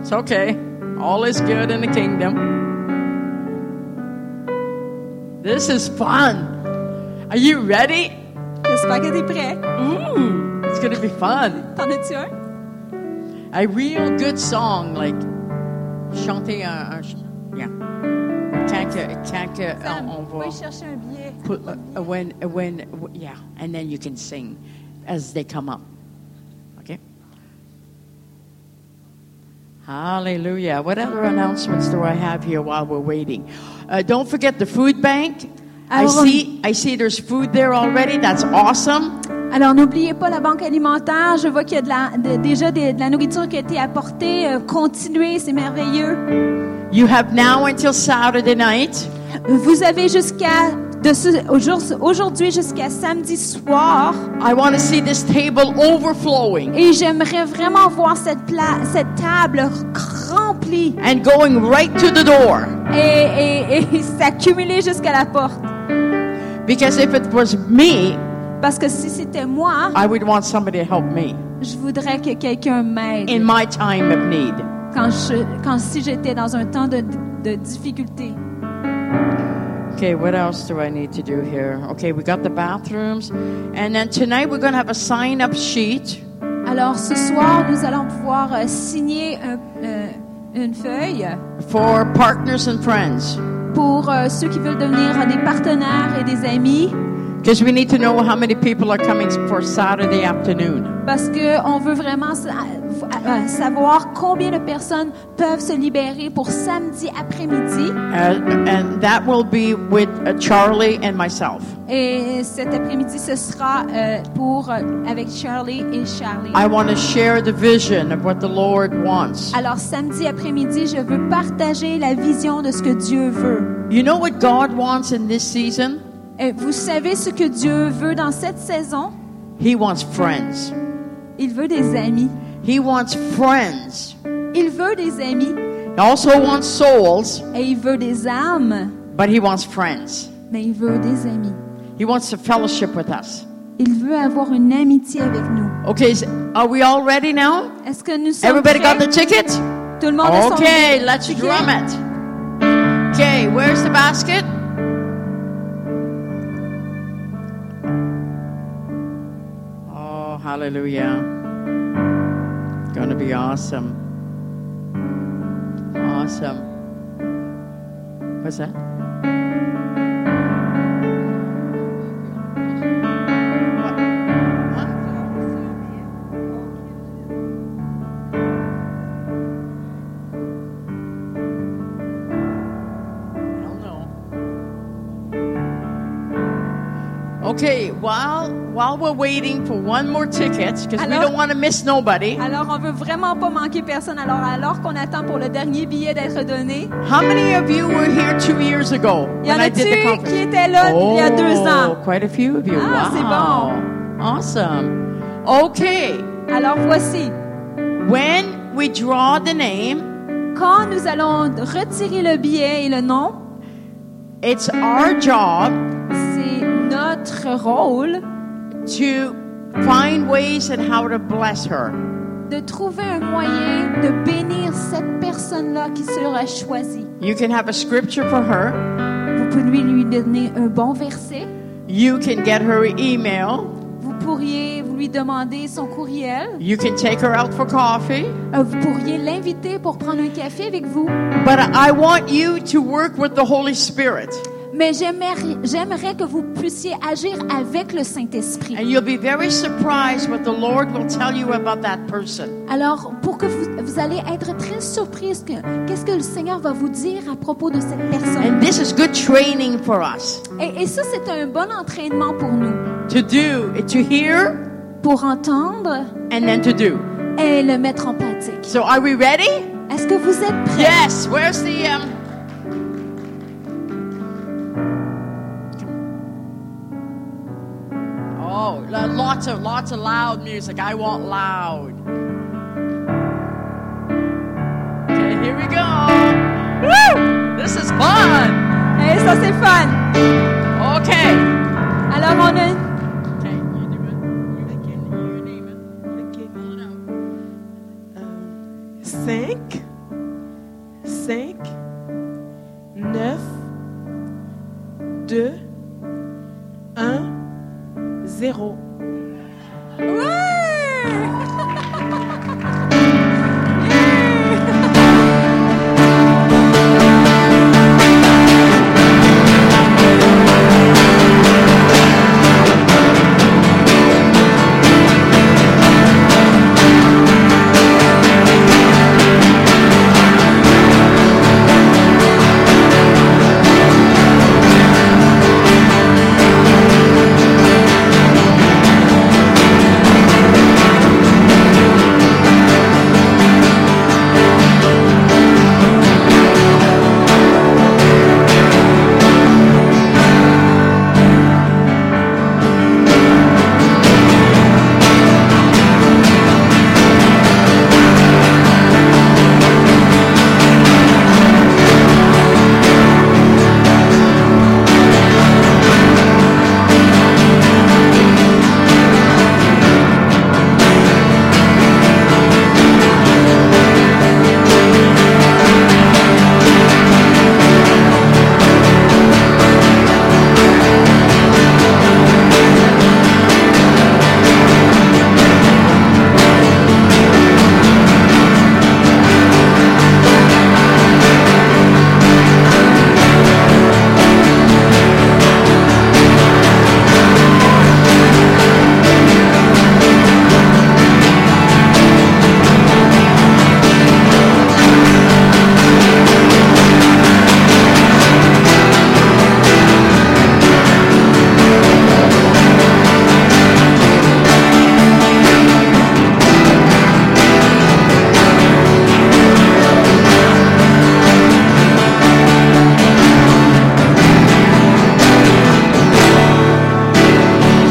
Speaker 3: It's okay. All is good in the kingdom. This is fun. Are you ready?
Speaker 2: J'espère que t'es prêt.
Speaker 3: Ooh, it's going to be fun.
Speaker 2: T'en as-tu un?
Speaker 3: A real good song, like chanter un. un ch- yeah. uh, Tant que, tant que
Speaker 2: Sam,
Speaker 3: on, on va.
Speaker 2: va y chercher un billet.
Speaker 3: put, uh, uh, when uh, when w- yeah, and then you can sing as they come up. Okay. Hallelujah. What other announcements do I have here while we're waiting? Uh, don't forget the food bank. I
Speaker 2: Alors, on-
Speaker 3: see. I see. There's food there already. That's awesome.
Speaker 2: Alors, n'oubliez pas la banque alimentaire. Je vois qu'il y a de la- de- déjà des- de la nourriture qui a été apportée. Euh, continuez, c'est merveilleux.
Speaker 3: You have now until Saturday night.
Speaker 2: Vous avez jusqu'à de ce- au jour- aujourd'hui jusqu'à samedi soir.
Speaker 3: I want to see this table overflowing
Speaker 2: Et j'aimerais vraiment voir cette, pla- cette table remplie
Speaker 3: and going right to the door.
Speaker 2: et, et, et *laughs* s'accumuler jusqu'à la porte.
Speaker 3: Because if it was me,
Speaker 2: Parce que si c'était moi,
Speaker 3: I would want somebody to help me
Speaker 2: je voudrais que quelqu'un m'aide
Speaker 3: in my time of need.
Speaker 2: quand, je, quand si j'étais dans un temps de, de difficulté.
Speaker 3: Okay, what else do I need to do here? Okay, we got the bathrooms. And then tonight we're going to have a sign up sheet.
Speaker 2: Alors ce soir, nous allons pouvoir euh, signer un- euh, une feuille
Speaker 3: For partners and friends,
Speaker 2: pour euh, ceux qui veulent devenir euh, des partenaires et des amis
Speaker 3: because we need to know how many people are coming for Saturday afternoon.
Speaker 2: parce que on veut vraiment sa- euh, savoir combien de personnes peuvent se libérer pour samedi après-midi.
Speaker 3: Uh, and that will be with uh, Charlie and myself.
Speaker 2: Et cet après-midi, ce sera euh, pour euh, avec Charlie et Charlie.
Speaker 3: I want to share the vision of what the Lord wants.
Speaker 2: Alors samedi après-midi, je veux partager la vision de ce que Dieu veut.
Speaker 3: You know what God wants in this season?
Speaker 2: Et vous savez ce que Dieu veut dans cette saison
Speaker 3: He wants friends.
Speaker 2: Il veut des amis.
Speaker 3: He wants friends.
Speaker 2: Il veut des amis
Speaker 3: He also wants souls,
Speaker 2: et il veut des âmes,
Speaker 3: but he wants friends.
Speaker 2: mais il veut des amis.
Speaker 3: He wants to fellowship with us.
Speaker 2: Il veut avoir une amitié avec nous.
Speaker 3: Okay, so are we all ready now?
Speaker 2: Est-ce que nous sommes
Speaker 3: Everybody got the
Speaker 2: prêts?
Speaker 3: ticket?
Speaker 2: Tout le monde a son
Speaker 3: Okay, let's
Speaker 2: ticket?
Speaker 3: drum it. Okay, where's the basket? Oh, hallelujah. Gonna be awesome. Awesome. What's that? Hell no. Okay, while while we're waiting for one more ticket, because we
Speaker 2: Alors-
Speaker 3: don't want to miss nobody.
Speaker 2: Alors, on veut vraiment pas manquer personne. Alors, alors qu'on attend pour le dernier billet d'être donné,
Speaker 3: How many of you were here two years ago
Speaker 2: il y en
Speaker 3: when I
Speaker 2: a-tu
Speaker 3: did the conference?
Speaker 2: qui étaient là il y a deux
Speaker 3: Oh,
Speaker 2: ans?
Speaker 3: quite a few of you.
Speaker 2: Ah, c'est
Speaker 3: wow. Awesome. Okay,
Speaker 2: Alors, voici.
Speaker 3: when we draw the name,
Speaker 2: Quand nous allons retirer le billet et le nom,
Speaker 3: it's our job
Speaker 2: c'est notre rôle
Speaker 3: to find ways and how to bless her.
Speaker 2: de trouver un moyen de bénir cette personne-là qui sera choisie.
Speaker 3: You can have a scripture for her.
Speaker 2: Vous pouvez lui donner un bon verset.
Speaker 3: You can get her email.
Speaker 2: Vous pourriez lui demander son courriel.
Speaker 3: You can take her out for coffee.
Speaker 2: Euh, Vous pourriez l'inviter pour prendre un café avec vous.
Speaker 3: But I want you to work with the Holy Spirit.
Speaker 2: Mais j'aimerais j'aimerais que vous puissiez agir avec le Saint-Esprit.
Speaker 3: And you'll be very surprised what the Lord will tell you about that person.
Speaker 2: Alors, pour que vous, vous allez être très surprise, que- qu'est-ce que le Seigneur va vous dire à propos de cette personne?
Speaker 3: And this is good training for us
Speaker 2: Et, et ça, c'est un bon entraînement pour nous,
Speaker 3: to do, to hear,
Speaker 2: pour entendre
Speaker 3: and then to do.
Speaker 2: et le mettre en pratique.
Speaker 3: So are we ready?
Speaker 2: Est-ce que vous êtes prêts?
Speaker 3: Yes. Where's the um? Oh, lo- lots of lots of loud music. I want loud. Okay, here we go. Woo! This is fun.
Speaker 2: Eh, ça, c'est fun!
Speaker 3: Okay.
Speaker 2: Alors, on a...
Speaker 3: Okay, you do it. You can- you name it. Okay, pull it out.
Speaker 6: 5, 5, 9, 2, 1, 0.
Speaker 3: Woo!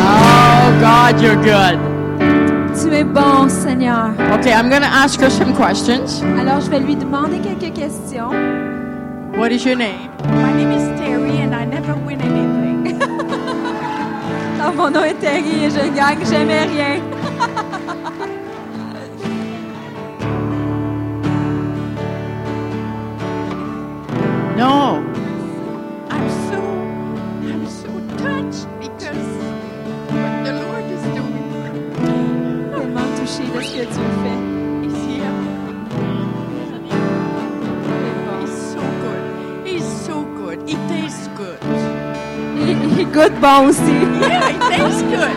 Speaker 3: Oh,
Speaker 2: es bon, Seigneur.
Speaker 3: Okay, I'm going to ask her some questions.
Speaker 2: Alors, je vais lui demander quelques questions.
Speaker 3: What is your name?
Speaker 7: My name is Terry, and I never win anything.
Speaker 2: Ah, mon nom est Terry et je gagne jamais rien.
Speaker 3: No.
Speaker 7: I'm so, I'm so touched because what the Lord is doing
Speaker 2: Tellement touchée de ce que Dieu fait.
Speaker 7: is here. He's so good. He's so good. It tastes good.
Speaker 2: Il, il goûte bon aussi.
Speaker 7: Yeah, it tastes good.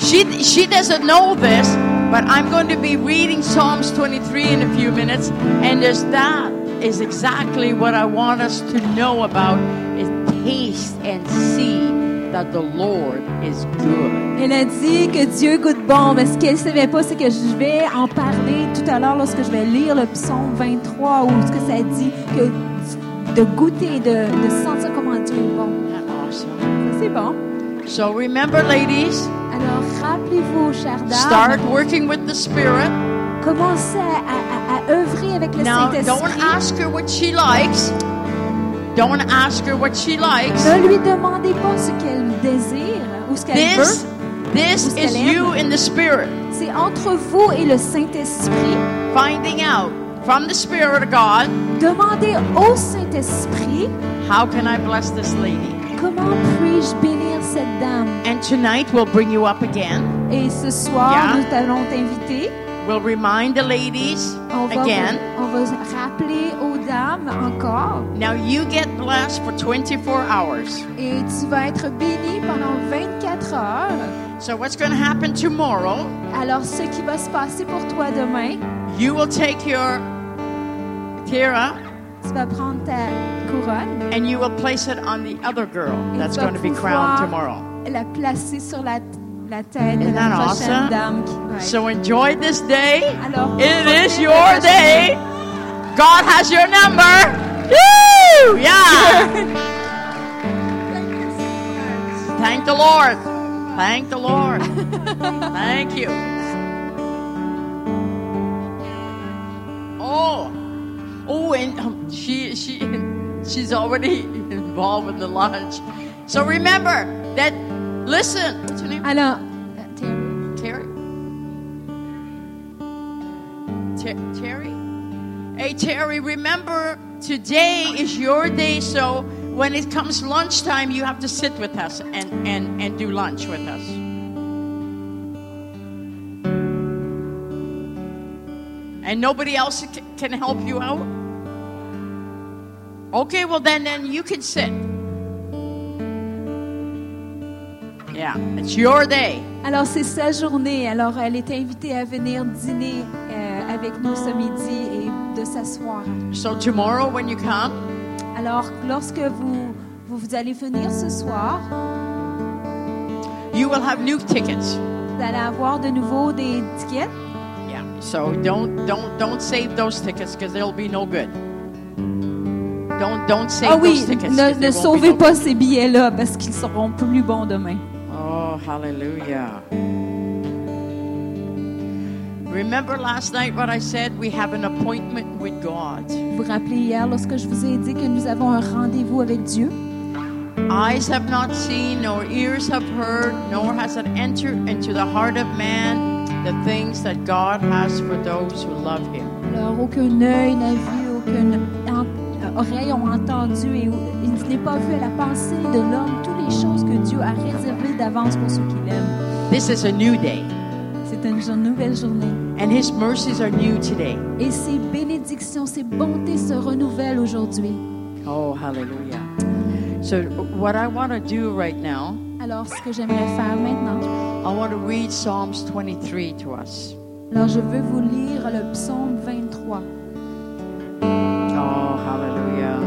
Speaker 3: She, she doesn't know this, but I'm going to be reading Psalms 23 in a few minutes, and there's that is exactly what I want us to know about is taste and see that the Lord is good.
Speaker 2: Elle a dit que Dieu goûte bon, mais ce qu'elle savait pas, c'est que je vais en parler tout à l'heure lorsque je vais lire le psaume 23, où ce que ça dit que de goûter, de, de sentir comment Dieu est bon.
Speaker 3: Isn't that awesome?
Speaker 2: Ça, c'est bon.
Speaker 3: So remember, ladies,
Speaker 2: Alors, rappelez-vous, chère dame,
Speaker 3: start working with the Spirit.
Speaker 2: commencez à, à- à œuvrer avec le
Speaker 3: Now, don't
Speaker 2: Saint-Esprit.
Speaker 3: ask her what she likes. Don't ask her what she likes.
Speaker 2: Ne lui demandez pas ce qu'elle désire ou ce qu'elle
Speaker 3: This,
Speaker 2: veut.
Speaker 3: this is you in the Spirit.
Speaker 2: C'est entre vous et le Saint-Esprit.
Speaker 3: finding out from the Spirit of God,
Speaker 2: Demandez au Saint-Esprit
Speaker 3: how can I bless this lady?
Speaker 2: comment puis-je bénir cette dame.
Speaker 3: And tonight we'll bring you up again.
Speaker 2: Et ce soir,
Speaker 3: Yeah.
Speaker 2: nous allons t'inviter.
Speaker 3: We'll remind the ladies
Speaker 2: On va,
Speaker 3: again.
Speaker 2: on va rappeler aux dames encore.
Speaker 3: Now you get blessed for 24 hours.
Speaker 2: Et tu vas être béni pendant 24 heures.
Speaker 3: So what's going to happen tomorrow?
Speaker 2: Alors, ce qui va se passer pour toi demain,
Speaker 3: You will take your tiara
Speaker 2: tu vas prendre ta couronne
Speaker 3: and you will place it on the other girl
Speaker 2: et
Speaker 3: that's
Speaker 2: tu vas
Speaker 3: going to be crowned
Speaker 2: pouvoir
Speaker 3: tomorrow.
Speaker 2: la placer sur la, la tête de
Speaker 3: Isn't
Speaker 2: la
Speaker 3: that
Speaker 2: prochaine
Speaker 3: awesome?
Speaker 2: dame qui va être-
Speaker 3: So enjoy this day.
Speaker 2: Alors,
Speaker 3: It is
Speaker 2: profitez de
Speaker 3: your
Speaker 2: la
Speaker 3: day. God has your number. Woo! Yeah. Thank the Lord. Thank the Lord. Thank you. Oh, oh, and um, she she she's already *laughs* involved with the lunch. So remember that. Listen. What's her name?
Speaker 2: Alors, euh,
Speaker 3: Terry? Ter- Terry? Hey, Terry, remember today is your day, so when it comes lunchtime, you have to sit with us and, and, and do lunch with us. And nobody else ca- can help you out? Okay, well, then, then you can sit. Yeah, it's your day.
Speaker 2: alors c'est sa journée. Alors, elle est invitée à venir dîner euh, avec nous ce midi et de s'asseoir.
Speaker 3: So tomorrow when you come,
Speaker 2: Alors, lorsque vous, vous, vous allez venir ce soir,
Speaker 3: you will have new tickets.
Speaker 2: vous allez avoir de nouveau des tickets.
Speaker 3: Yeah. So don't don't don't save those tickets because they'll be no good. Don't don't save
Speaker 2: Ah oui,
Speaker 3: those tickets.
Speaker 2: ne,
Speaker 3: 'cause they won't
Speaker 2: ne
Speaker 3: be
Speaker 2: sauvez
Speaker 3: no
Speaker 2: pas ces billets-là parce qu'ils seront plus bons demain.
Speaker 3: good. Oh, hallelujah. Remember last night what I said? We have an appointment with God.
Speaker 2: Vous vous rappelez hier lorsque je vous ai dit que nous avons un rendez-vous avec Dieu?
Speaker 3: Eyes have not seen, nor ears have heard, nor has it entered into the heart of man the things that God has for those who love him.
Speaker 2: Alors, aucun œil n'a vu, aucune en- euh, oreille n'a entendu et ou- il n'est pas vu à la pensée de l'homme toutes les choses que Dieu a réservées d'avance pour ceux qui l'aiment.
Speaker 3: This is a new day.
Speaker 2: C'est une jour- nouvelle journée.
Speaker 3: And his mercies are new today.
Speaker 2: Et ses bénédictions, ses bontés se renouvellent aujourd'hui.
Speaker 3: Oh, hallelujah. So, what I want to do right now,
Speaker 2: Alors, ce que j'aimerais faire maintenant,
Speaker 3: I want to read Psalms 23 to us.
Speaker 2: alors je veux vous lire le psaume 23.
Speaker 3: Oh, hallelujah.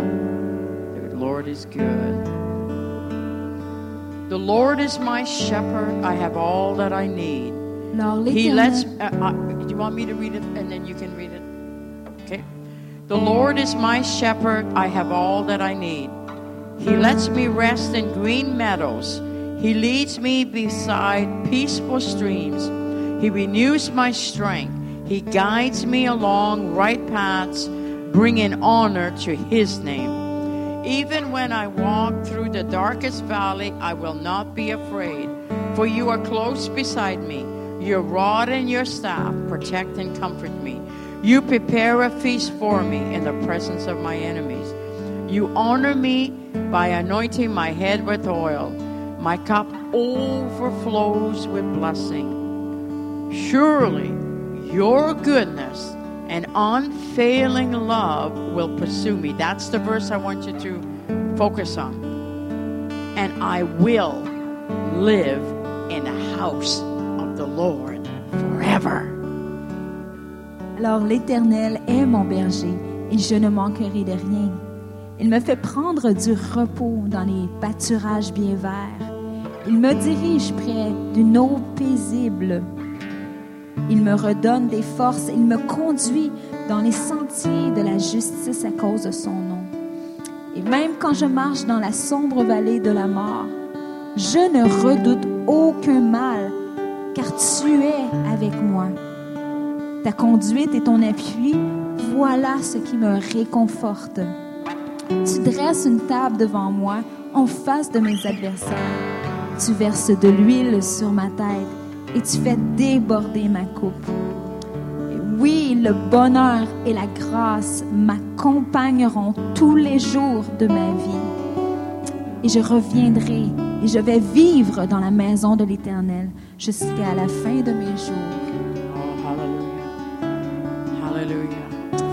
Speaker 3: The Lord is good. The Lord is my shepherd. I have all that I need.
Speaker 2: Alors,
Speaker 3: He lets.
Speaker 2: l'Éternel,
Speaker 3: Uh, uh, do you want me to read it and then you can read it? Okay. The Lord is my shepherd. I have all that I need. He lets me rest in green meadows. He leads me beside peaceful streams. He renews my strength. He guides me along right paths, bringing honor to His name. Even when I walk through the darkest valley, I will not be afraid, for you are close beside me. Your rod and your staff protect and comfort me. You prepare a feast for me in the presence of my enemies. You honor me by anointing my head with oil. My cup overflows with blessing. Surely your goodness and unfailing love will pursue me. That's the verse I want you to focus on. And I will live in the house of the Lord forever.
Speaker 2: Alors l'Éternel est mon berger et je ne manquerai de rien. Il me fait prendre du repos dans les pâturages bien verts. Il me dirige près d'une eau paisible. Il me redonne des forces. Il me conduit dans les sentiers de la justice à cause de son nom. Et même quand je marche dans la sombre vallée de la mort, je ne redoute aucun mal, car tu es avec moi. Ta conduite et ton appui, voilà ce qui me réconforte. Tu dresses une table devant moi en face de mes adversaires. Tu verses de l'huile sur ma tête et tu fais déborder ma coupe. Et oui, le bonheur et la grâce m'accompagneront tous les jours de ma vie. Et je reviendrai et je vais vivre dans la maison de l'Éternel jusqu'à la fin de mes jours.
Speaker 3: Oh, hallelujah. Hallelujah.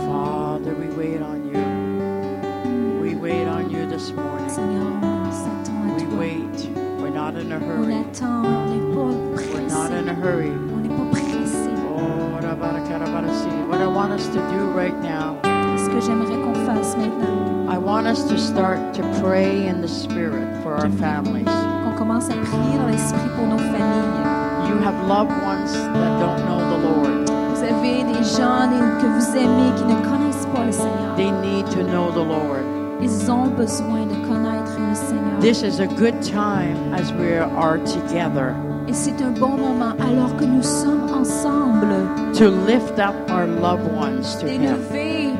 Speaker 3: Father, we wait on you. We wait on you this morning.
Speaker 2: Seigneur, on s'attend à
Speaker 3: We
Speaker 2: toi.
Speaker 3: wait. We're not in a
Speaker 2: On
Speaker 3: hurry.
Speaker 2: attend, on n'est pas
Speaker 3: We're not
Speaker 2: pressé.
Speaker 3: in a hurry.
Speaker 2: On n'est pas pressé.
Speaker 3: Oh, rabarakarabarasi. What I want us to do right now,
Speaker 2: Ce que j'aimerais qu'on fasse maintenant,
Speaker 3: I want us to start to pray in the Spirit for our families.
Speaker 2: qu'on commence à prier dans l'esprit pour nos familles.
Speaker 3: You have loved ones that don't know the Lord.
Speaker 2: Vous avez des gens des- que vous aimez qui ne connaissent pas le Seigneur.
Speaker 3: They need to know the Lord.
Speaker 2: Ils ont besoin de connaître le Seigneur.
Speaker 3: This is a good time as we are together
Speaker 2: Et c'est un bon moment, alors que nous sommes ensemble,
Speaker 3: to lift up our loved ones to Him.
Speaker 2: d'élever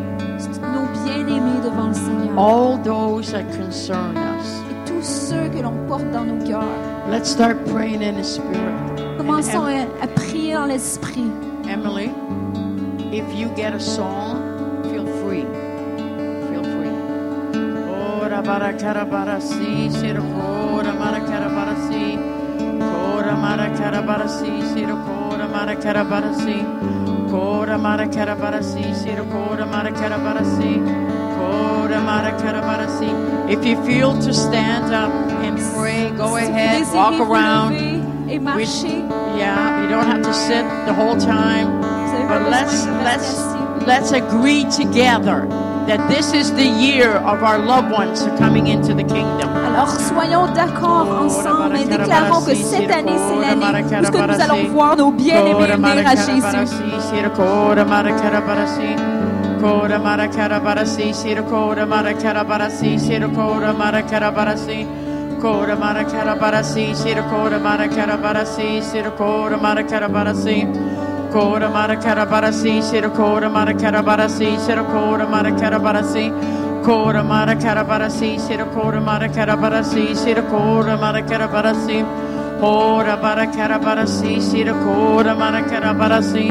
Speaker 2: nos bien-aimés devant le Seigneur.
Speaker 3: all those that concern us.
Speaker 2: Et tous ceux que l'on porte dans nos cœurs.
Speaker 3: Let's start praying in the Spirit.
Speaker 2: Commençons à, à prier dans l'esprit.
Speaker 3: Emily, if you get a song, feel free. Feel free. Ora bara cara bara si, siro cora mara cara bara si. Cora mara cara bara si, siro cora mara cara bara si. Cora mara cara bara si, siro cora mara cara bara si. Cora mara cara bara si. If you feel to stand up and pray, go
Speaker 2: Si vous
Speaker 3: ahead,
Speaker 2: désirez
Speaker 3: walk
Speaker 2: vous
Speaker 3: around.
Speaker 2: lever Et
Speaker 3: We-
Speaker 2: marcher.
Speaker 3: yeah, you don't have to sit the whole time.
Speaker 2: Vous avez pas
Speaker 3: But let's
Speaker 2: besoin de
Speaker 3: let's
Speaker 2: rester assis.
Speaker 3: let's agree together that this is the year of our loved ones who are coming into the kingdom.
Speaker 2: Alors soyons d'accord ensemble et déclarons que cette année, c'est l'année où ce que nous allons voir nos bien-aimés venir à Jésus.
Speaker 3: Kora mara kara bara si, sira kora mara kara bara si, sira kora mara kara bara si, kora mara kara bara si, sira kora mara kara bara si, sira kora mara kara bara si, ora bara kara bara si, sira kora mara kara bara si,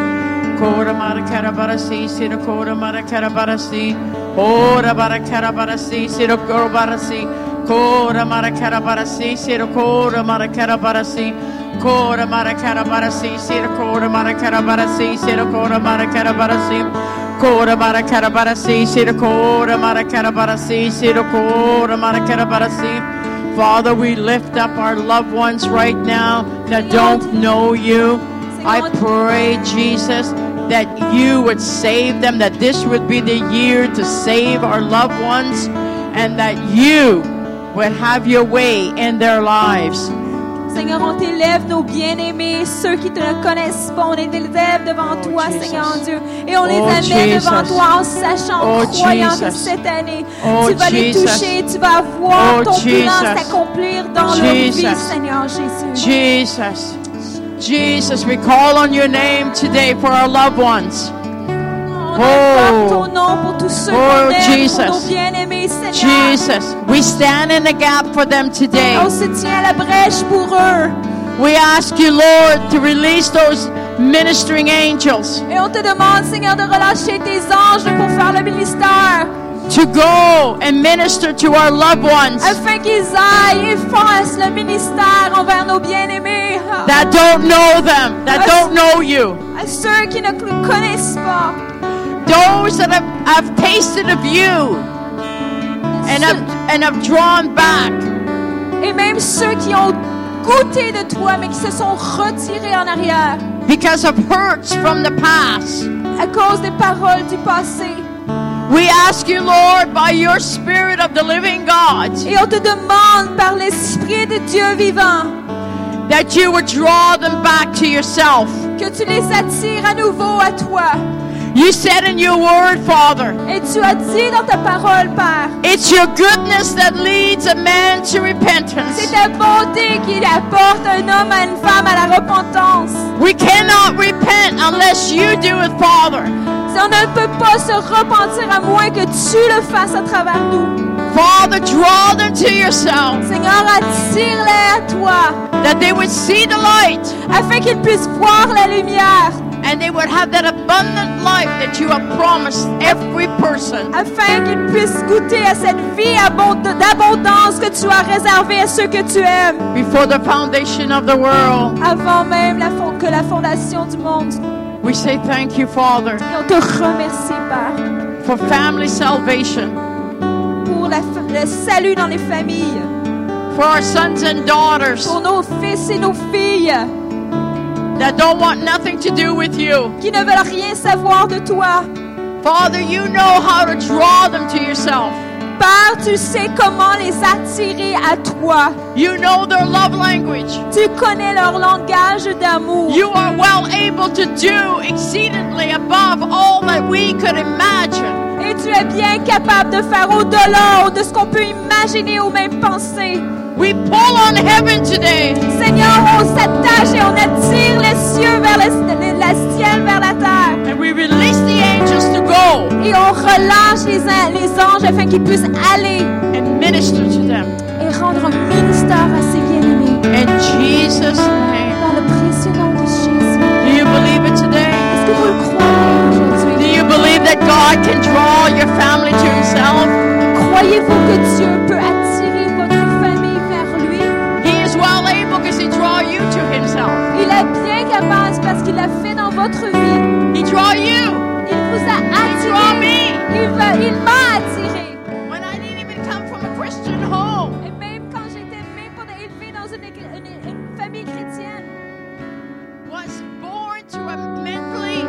Speaker 3: kora mara kara bara si, sira kora mara kara bara si, ora bara kara bara si, sira kora bara si. Kora mara kara bara si sir kora mara kara bara si kora mara kara bara si sir kora mara kara bara si sir kora mara kara bara si kora mara kara bara si sir kora mara kara bara si sir kora mara kara bara si Father, we lift up our loved ones right now that don't know you. I pray, Jesus, that you would save them, that this would be the year to save our loved ones, and that you would have your way in their lives.
Speaker 2: Seigneur, on t'élève nos bien-aimés, ceux qui te ne connaissent pas. On les élève devant
Speaker 3: Oh,
Speaker 2: toi,
Speaker 3: Jesus.
Speaker 2: Seigneur Dieu. Et on les
Speaker 3: Oh,
Speaker 2: amène
Speaker 3: Jesus.
Speaker 2: devant toi en sachant, en
Speaker 3: Oh,
Speaker 2: croyant que
Speaker 3: Jesus.
Speaker 2: cette année,
Speaker 3: Oh,
Speaker 2: tu vas les
Speaker 3: Jesus.
Speaker 2: toucher. Tu vas voir
Speaker 3: Oh,
Speaker 2: ton plan
Speaker 3: Jesus.
Speaker 2: s'accomplir dans leur vie,
Speaker 3: Jesus.
Speaker 2: Seigneur Jésus.
Speaker 3: Jesus, Jesus, we call on your name today for our loved ones.
Speaker 2: On
Speaker 3: Oh.
Speaker 2: invoque ton nom pour tous ceux
Speaker 3: Oh,
Speaker 2: qu'on aime, pour
Speaker 3: Jesus.
Speaker 2: nos bien-aimés, Seigneur.
Speaker 3: Jesus, we stand in the gap for them today.
Speaker 2: On se tient à la brèche pour eux.
Speaker 3: We ask you, Lord, to release those ministering angels
Speaker 2: Et on te demande, Seigneur, de relâcher tes anges pour faire le ministère,
Speaker 3: to go and minister to our loved ones
Speaker 2: afin qu'ils aillent et fassent le ministère envers nos bien-aimés,
Speaker 3: that don't know them, that don't know you,
Speaker 2: à ceux qui ne te connaissent pas,
Speaker 3: those that have, have tasted of you and have, and have drawn back.
Speaker 2: et même ceux qui ont goûté de toi, mais qui se sont retirés en arrière
Speaker 3: Because of hurts from the past.
Speaker 2: à cause des paroles du passé.
Speaker 3: We ask you, Lord, by your Spirit of the living God,
Speaker 2: Et on te demande, par l'Esprit de Dieu vivant,
Speaker 3: that you would draw them back to yourself.
Speaker 2: que tu les attires à nouveau à toi.
Speaker 3: You said in your word, Father,
Speaker 2: Et tu as dit dans ta parole, Père,
Speaker 3: it's your goodness that leads a man to repentance.
Speaker 2: C'est ta bonté qui apporte un homme à une femme à la repentance.
Speaker 3: We cannot repent unless you do it, Father.
Speaker 2: On ne peut pas se repentir à moins que tu le fasses à travers nous.
Speaker 3: Father, draw them to yourself,
Speaker 2: Seigneur, attire-les à toi,
Speaker 3: that they would see the light
Speaker 2: afin qu'ils puissent voir la lumière,
Speaker 3: and they would have that abundant life that you have promised every person.
Speaker 2: afin qu'ils puissent goûter à cette vie abond- d'abondance que tu as réservée à ceux que tu aimes,
Speaker 3: Before the foundation of the world,
Speaker 2: avant même la fon- que la fondation du monde.
Speaker 3: we say thank you, Father,
Speaker 2: Et on te remercie, Père,
Speaker 3: for family salvation.
Speaker 2: pour la f- le salut dans les familles,
Speaker 3: for our sons and daughters
Speaker 2: pour nos fils et nos filles.
Speaker 3: that don't want nothing to do with you.
Speaker 2: qui ne veulent rien savoir de toi.
Speaker 3: Father, you know how to draw them to yourself.
Speaker 2: Père, tu sais comment les attirer à toi.
Speaker 3: You know their love language.
Speaker 2: Tu connais leur langage d'amour.
Speaker 3: You are well able to do exceedingly above all that we could imagine.
Speaker 2: Et tu es bien capable de faire au-delà de ce qu'on peut imaginer ou même penser.
Speaker 3: We pull on heaven today
Speaker 2: Seigneur, on s'attache et on attire les cieux vers le, le- le ciel, vers la terre.
Speaker 3: and we release the angels to go
Speaker 2: Et on relâche les, an- les anges afin qu'ils puissent aller
Speaker 3: and minister to them.
Speaker 2: et rendre un ministère à ses bien-aimés.
Speaker 3: In Jesus' name.
Speaker 2: Dans le précieux nom de Jésus.
Speaker 3: Do you believe it today?
Speaker 2: Est-ce que vous le croyez
Speaker 3: Do
Speaker 2: aujourd'hui?
Speaker 3: you believe that God can draw your family to Himself?
Speaker 2: Croyez-vous que Dieu peut attirer votre famille vers lui?
Speaker 3: He is well able because He draw you to Himself.
Speaker 2: Il est bien capable parce qu'il l'a fait dans votre vie.
Speaker 3: He draw you.
Speaker 2: Il vous a
Speaker 3: Draw
Speaker 2: attiré.
Speaker 3: me.
Speaker 2: Il, veut- il m'a attiré.
Speaker 3: When I didn't even come from a Christian home,
Speaker 2: Et même quand j'étais même pas élevée dans une, église- une- une famille chrétienne,
Speaker 3: was born to a mentally,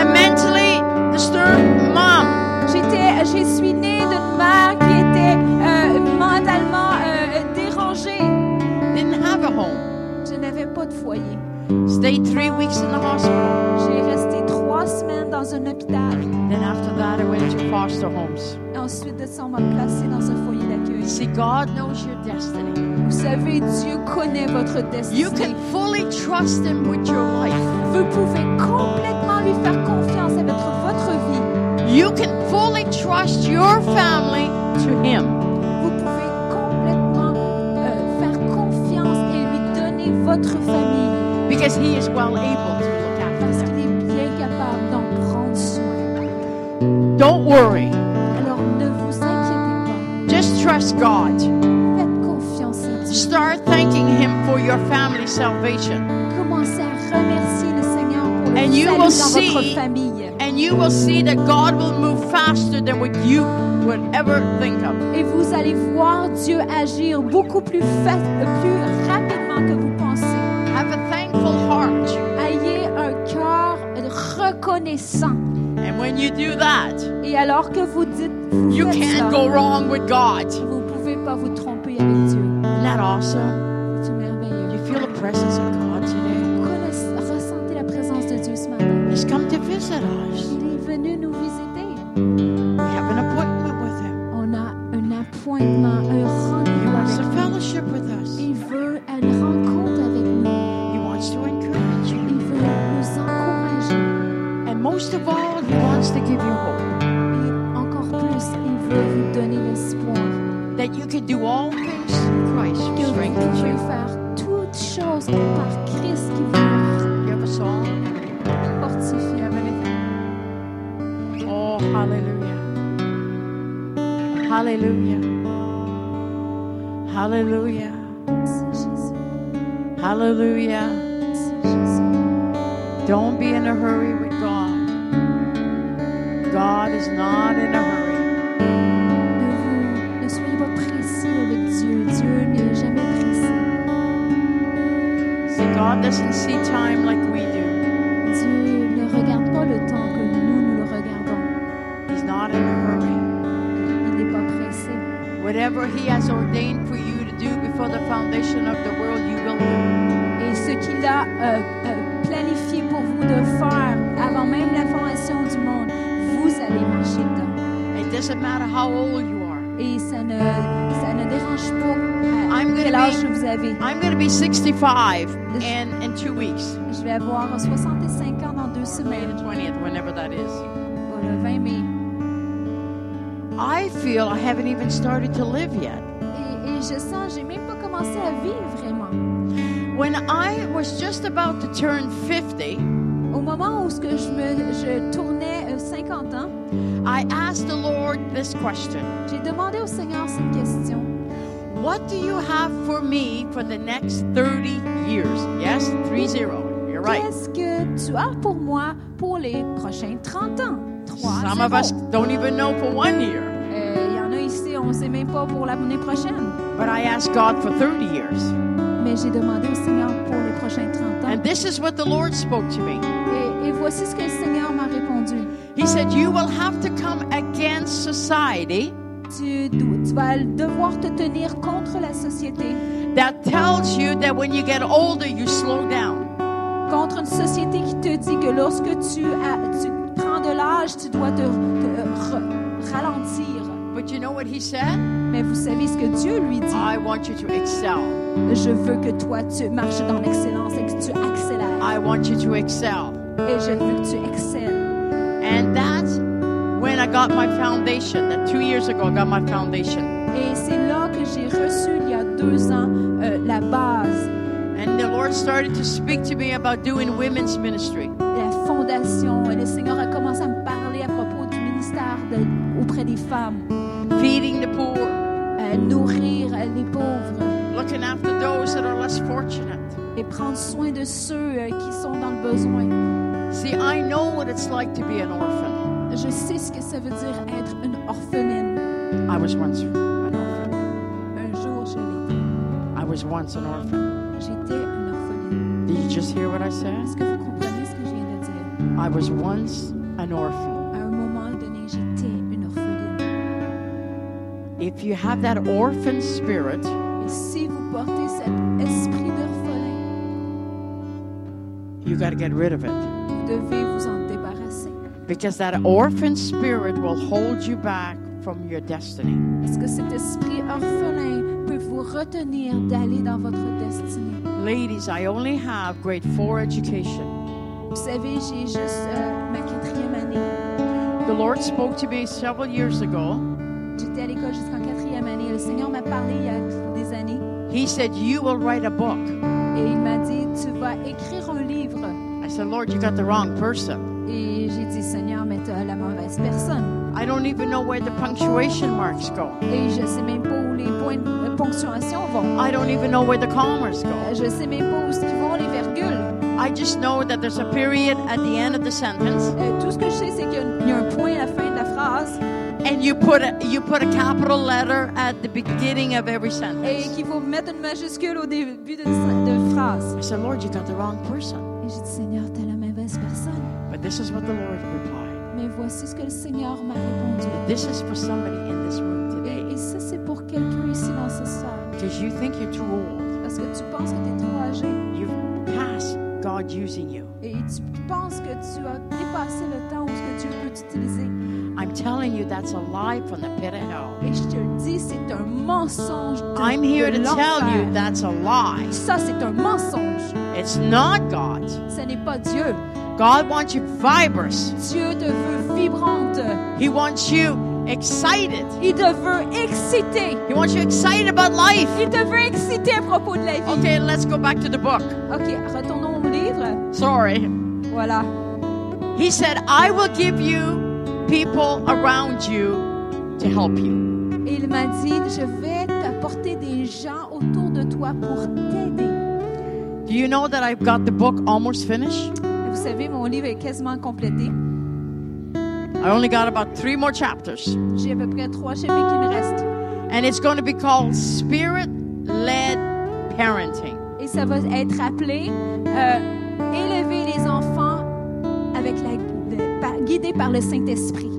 Speaker 3: a mentally disturbed mom.
Speaker 2: j'étais, je suis née d'une mère qui était euh, mentalement euh, dérangée.
Speaker 3: Didn't have a home.
Speaker 2: Je n'avais pas de foyer.
Speaker 3: Stayed three weeks in the hospital.
Speaker 2: J'ai resté trois semaines dans un hôpital.
Speaker 3: Then after that, I went to foster homes.
Speaker 2: Et ensuite de ça, on m'a placée dans un foyer d'accueil.
Speaker 3: See, God knows your destiny.
Speaker 2: Vous savez, Dieu connaît votre destin.
Speaker 3: You can fully trust Him with your life.
Speaker 2: Vous pouvez complètement lui faire confiance avec votre vie.
Speaker 3: You can fully trust your family to Him.
Speaker 2: Vous pouvez complètement euh, faire confiance et lui donner votre famille
Speaker 3: Because He is well able to look after
Speaker 2: parce
Speaker 3: them.
Speaker 2: qu'il est bien capable d'en prendre soin.
Speaker 3: Don't worry.
Speaker 2: Alors ne vous inquiétez
Speaker 3: Just trust God.
Speaker 2: pas. Faites confiance à Dieu.
Speaker 3: Start thanking Him for your family salvation.
Speaker 2: Commencez à remercier le Seigneur pour le
Speaker 3: And you
Speaker 2: salut
Speaker 3: will
Speaker 2: dans
Speaker 3: see-
Speaker 2: votre famille.
Speaker 3: And you will see that God will move faster than what you would ever think of.
Speaker 2: Et vous allez voir Dieu agir beaucoup plus, fa- plus rapidement que vous pensez.
Speaker 3: Have a thankful heart.
Speaker 2: Ayez un cœur reconnaissant.
Speaker 3: And when you do that,
Speaker 2: Et alors que vous dites, vous
Speaker 3: you
Speaker 2: faites
Speaker 3: can't
Speaker 2: ça,
Speaker 3: go wrong with God.
Speaker 2: vous pouvez pas vous tromper avec Dieu.
Speaker 3: Isn't that awesome?
Speaker 2: C'est merveilleux.
Speaker 3: You feel the presence of God today.
Speaker 2: Connaiss- Ressentez la présence de Dieu ce matin.
Speaker 3: He's come to visit us.
Speaker 2: Il est venu nous visiter.
Speaker 3: We have an appointment with Him.
Speaker 2: On a un appointement, un
Speaker 3: He
Speaker 2: rendez-vous.
Speaker 3: wants
Speaker 2: avec
Speaker 3: to
Speaker 2: nous.
Speaker 3: fellowship with us.
Speaker 2: Il veut une rencontre avec nous.
Speaker 3: He wants to encourage of all, He wants to give you hope
Speaker 2: Et encore plus, il veut vous donner l'espoir
Speaker 3: that you can do all things through Christ
Speaker 2: que
Speaker 3: who
Speaker 2: vous
Speaker 3: strengthens
Speaker 2: pouvez
Speaker 3: you.
Speaker 2: faire toutes choses par Christ qui vous
Speaker 3: You have a song?
Speaker 2: fortifie.
Speaker 3: You have anything? Oh, hallelujah. Hallelujah. Hallelujah.
Speaker 2: Merci, Jésus.
Speaker 3: Hallelujah.
Speaker 2: Merci, Jésus.
Speaker 3: Don't be in a hurry with God. God is not in a hurry.
Speaker 2: Ne, vous, ne soyez pas précis avec Dieu. Dieu n'est jamais précis.
Speaker 3: See, God doesn't see time like we do.
Speaker 2: Dieu ne regarde pas le temps que nous, nous le regardons.
Speaker 3: He's not in a hurry.
Speaker 2: Il n'est pas pressé.
Speaker 3: Whatever He has ordained for you to do before the foundation of the world, you will do.
Speaker 2: Et ce qu'il a euh, euh, planifié pour vous de faire avant même la formation du monde, vous allez marcher dedans.
Speaker 3: It doesn't matter how old you are.
Speaker 2: Et ça ne, ça ne dérange pas à
Speaker 3: I'm gonna
Speaker 2: quel âge
Speaker 3: be-
Speaker 2: vous avez.
Speaker 3: I'm going to be 65 in, in two weeks.
Speaker 2: Je vais avoir 65 ans dans deux
Speaker 3: May the
Speaker 2: semaines,
Speaker 3: 20th, whenever that is.
Speaker 2: pas le 20 mai.
Speaker 3: I feel I haven't even started to live yet.
Speaker 2: Et, et je sens, j'ai même pas commencé à vivre vraiment.
Speaker 3: When I was just about to turn 50,
Speaker 2: Au moment où ce que je, me, je tournais euh, 50 ans,
Speaker 3: I asked the Lord this question.
Speaker 2: j'ai demandé au Seigneur cette question.
Speaker 3: What do you have for me for the next 30 years? Yes, 30. You're right.
Speaker 2: Qu'est-ce que tu as pour moi pour les prochains 30 ans? 3
Speaker 3: Some of us don't even know for one year.
Speaker 2: Euh, Il y en a ici, on ne sait même pas pour l'année prochaine.
Speaker 3: But I asked God for 30 years.
Speaker 2: Mais j'ai demandé au Seigneur pour les prochains 30 ans.
Speaker 3: And this is what the Lord spoke to me.
Speaker 2: Et, et voici ce que le Seigneur m'a répondu.
Speaker 3: He said, You will have to come against society
Speaker 2: Tu, dois- tu vas devoir te tenir contre la société,
Speaker 3: that tells you that when you get older, you slow down.
Speaker 2: contre une société qui te dit que lorsque tu, as- tu prends de l'âge, tu dois te, te re- ralentir.
Speaker 3: But you know what He said?
Speaker 2: Mais vous savez ce que Dieu lui dit.
Speaker 3: I want you to excel.
Speaker 2: Je veux que toi, tu marches dans l'excellence et que tu accélères.
Speaker 3: I want you to excel.
Speaker 2: Et je veux que tu excelles.
Speaker 3: And that's when I got my foundation. That two years ago, I got my foundation.
Speaker 2: Et c'est là que j'ai reçu, il y a deux ans, euh, la base,
Speaker 3: And the Lord started to speak to me about doing women's ministry.
Speaker 2: la fondation. Et le Seigneur a commencé à me parler à propos du ministère de- auprès des femmes.
Speaker 3: Feeding the poor,
Speaker 2: Euh, nourrir euh, les pauvres
Speaker 3: looking after those that are less fortunate.
Speaker 2: et prendre soin de ceux euh, qui sont dans le besoin.
Speaker 3: See, I know what it's like to be an orphan.
Speaker 2: Je sais ce que ça veut dire être une orpheline.
Speaker 3: I was once an orphan.
Speaker 2: Un jour, je l'ai
Speaker 3: I was once an orphan.
Speaker 2: été. J'étais une orpheline.
Speaker 3: Did you just hear what I said?
Speaker 2: Est-ce que vous comprenez ce que je viens de dire?
Speaker 3: I was once an orphan.
Speaker 2: À un moment donné, j'étais une orpheline.
Speaker 3: If you have that orphan spirit,
Speaker 2: Et si vous portez cet esprit d'orphelin,
Speaker 3: you got to get rid of it.
Speaker 2: vous devez vous en débarrasser.
Speaker 3: Because that orphan spirit will hold you back from your destiny.
Speaker 2: Parce que cet esprit orphelin peut vous retenir d'aller dans votre destinée.
Speaker 3: Ladies, I only have grade four education.
Speaker 2: Vous savez, j'ai juste euh, ma quatrième année.
Speaker 3: The Lord spoke to me several years ago.
Speaker 2: J'étais à l'école jusqu'en quatrième année. Le Seigneur m'a parlé il y a des années
Speaker 3: He said, You will write a book.
Speaker 2: et il m'a dit, tu vas écrire un livre.
Speaker 3: I said, Lord, you got the wrong person.
Speaker 2: Et j'ai dit, Seigneur, mais tu la mauvaise personne.
Speaker 3: I don't even know where the punctuation marks go.
Speaker 2: Et je sais même pas où les points de ponctuation vont.
Speaker 3: I don't even know where the commas go.
Speaker 2: Je sais même pas où ce qu'ils vont les virgules.
Speaker 3: I just know that there's a period at the end of the sentence,
Speaker 2: Euh, tout ce que je sais, c'est qu'il y a une- il y, a un point à la fin de la phrase
Speaker 3: and you put a, you put a capital letter at the beginning of every
Speaker 2: et
Speaker 3: sentence.
Speaker 2: qu'il faut mettre une majuscule au début de, de phrase.
Speaker 3: I said, Lord, you got the wrong person.
Speaker 2: Et j'ai dit, Seigneur, t'es la mauvaise personne.
Speaker 3: But this is what the Lord replied.
Speaker 2: Mais voici ce que le Seigneur m'a répondu.
Speaker 3: This is for somebody in this room
Speaker 2: Et,
Speaker 3: today
Speaker 2: et ça, c'est pour quelqu'un ici dans ce salle.
Speaker 3: because you think you're too old.
Speaker 2: Parce que tu penses que t'es trop âgé
Speaker 3: You've passed God using you.
Speaker 2: et tu penses que tu as dépassé le temps où ce que Dieu peut t'utiliser.
Speaker 3: I'm telling you, that's a lie from the pit of hell.
Speaker 2: Et je te le dis, c'est un mensonge. De,
Speaker 3: I'm here
Speaker 2: de
Speaker 3: to tell
Speaker 2: l'enfer.
Speaker 3: you that's a lie.
Speaker 2: Ça, c'est un mensonge.
Speaker 3: It's not God.
Speaker 2: Ce n'est pas Dieu.
Speaker 3: God wants you vibrous.
Speaker 2: Dieu te veut vibrante.
Speaker 3: He wants you excited.
Speaker 2: Il te veut excité.
Speaker 3: He wants you excited about life.
Speaker 2: Il te veut excité à propos de la vie.
Speaker 3: Okay, let's go back to the book.
Speaker 2: OK, retournons au livre.
Speaker 3: Sorry.
Speaker 2: Voilà.
Speaker 3: He said, I will give you people around you to help you.
Speaker 2: Et il m'a dit, je vais t'apporter des gens autour de toi pour t'aider.
Speaker 3: Do you know that I've got the book almost finished?
Speaker 2: Vous savez, mon livre est quasiment complété.
Speaker 3: I only got about three more chapters.
Speaker 2: J'ai à peu près trois chapitres qui me restent.
Speaker 3: And it's going to be called Spirit Led Parenting.
Speaker 2: Et ça va être appelé euh, Élever les enfants avec la, de- par- guidés par le Saint-Esprit.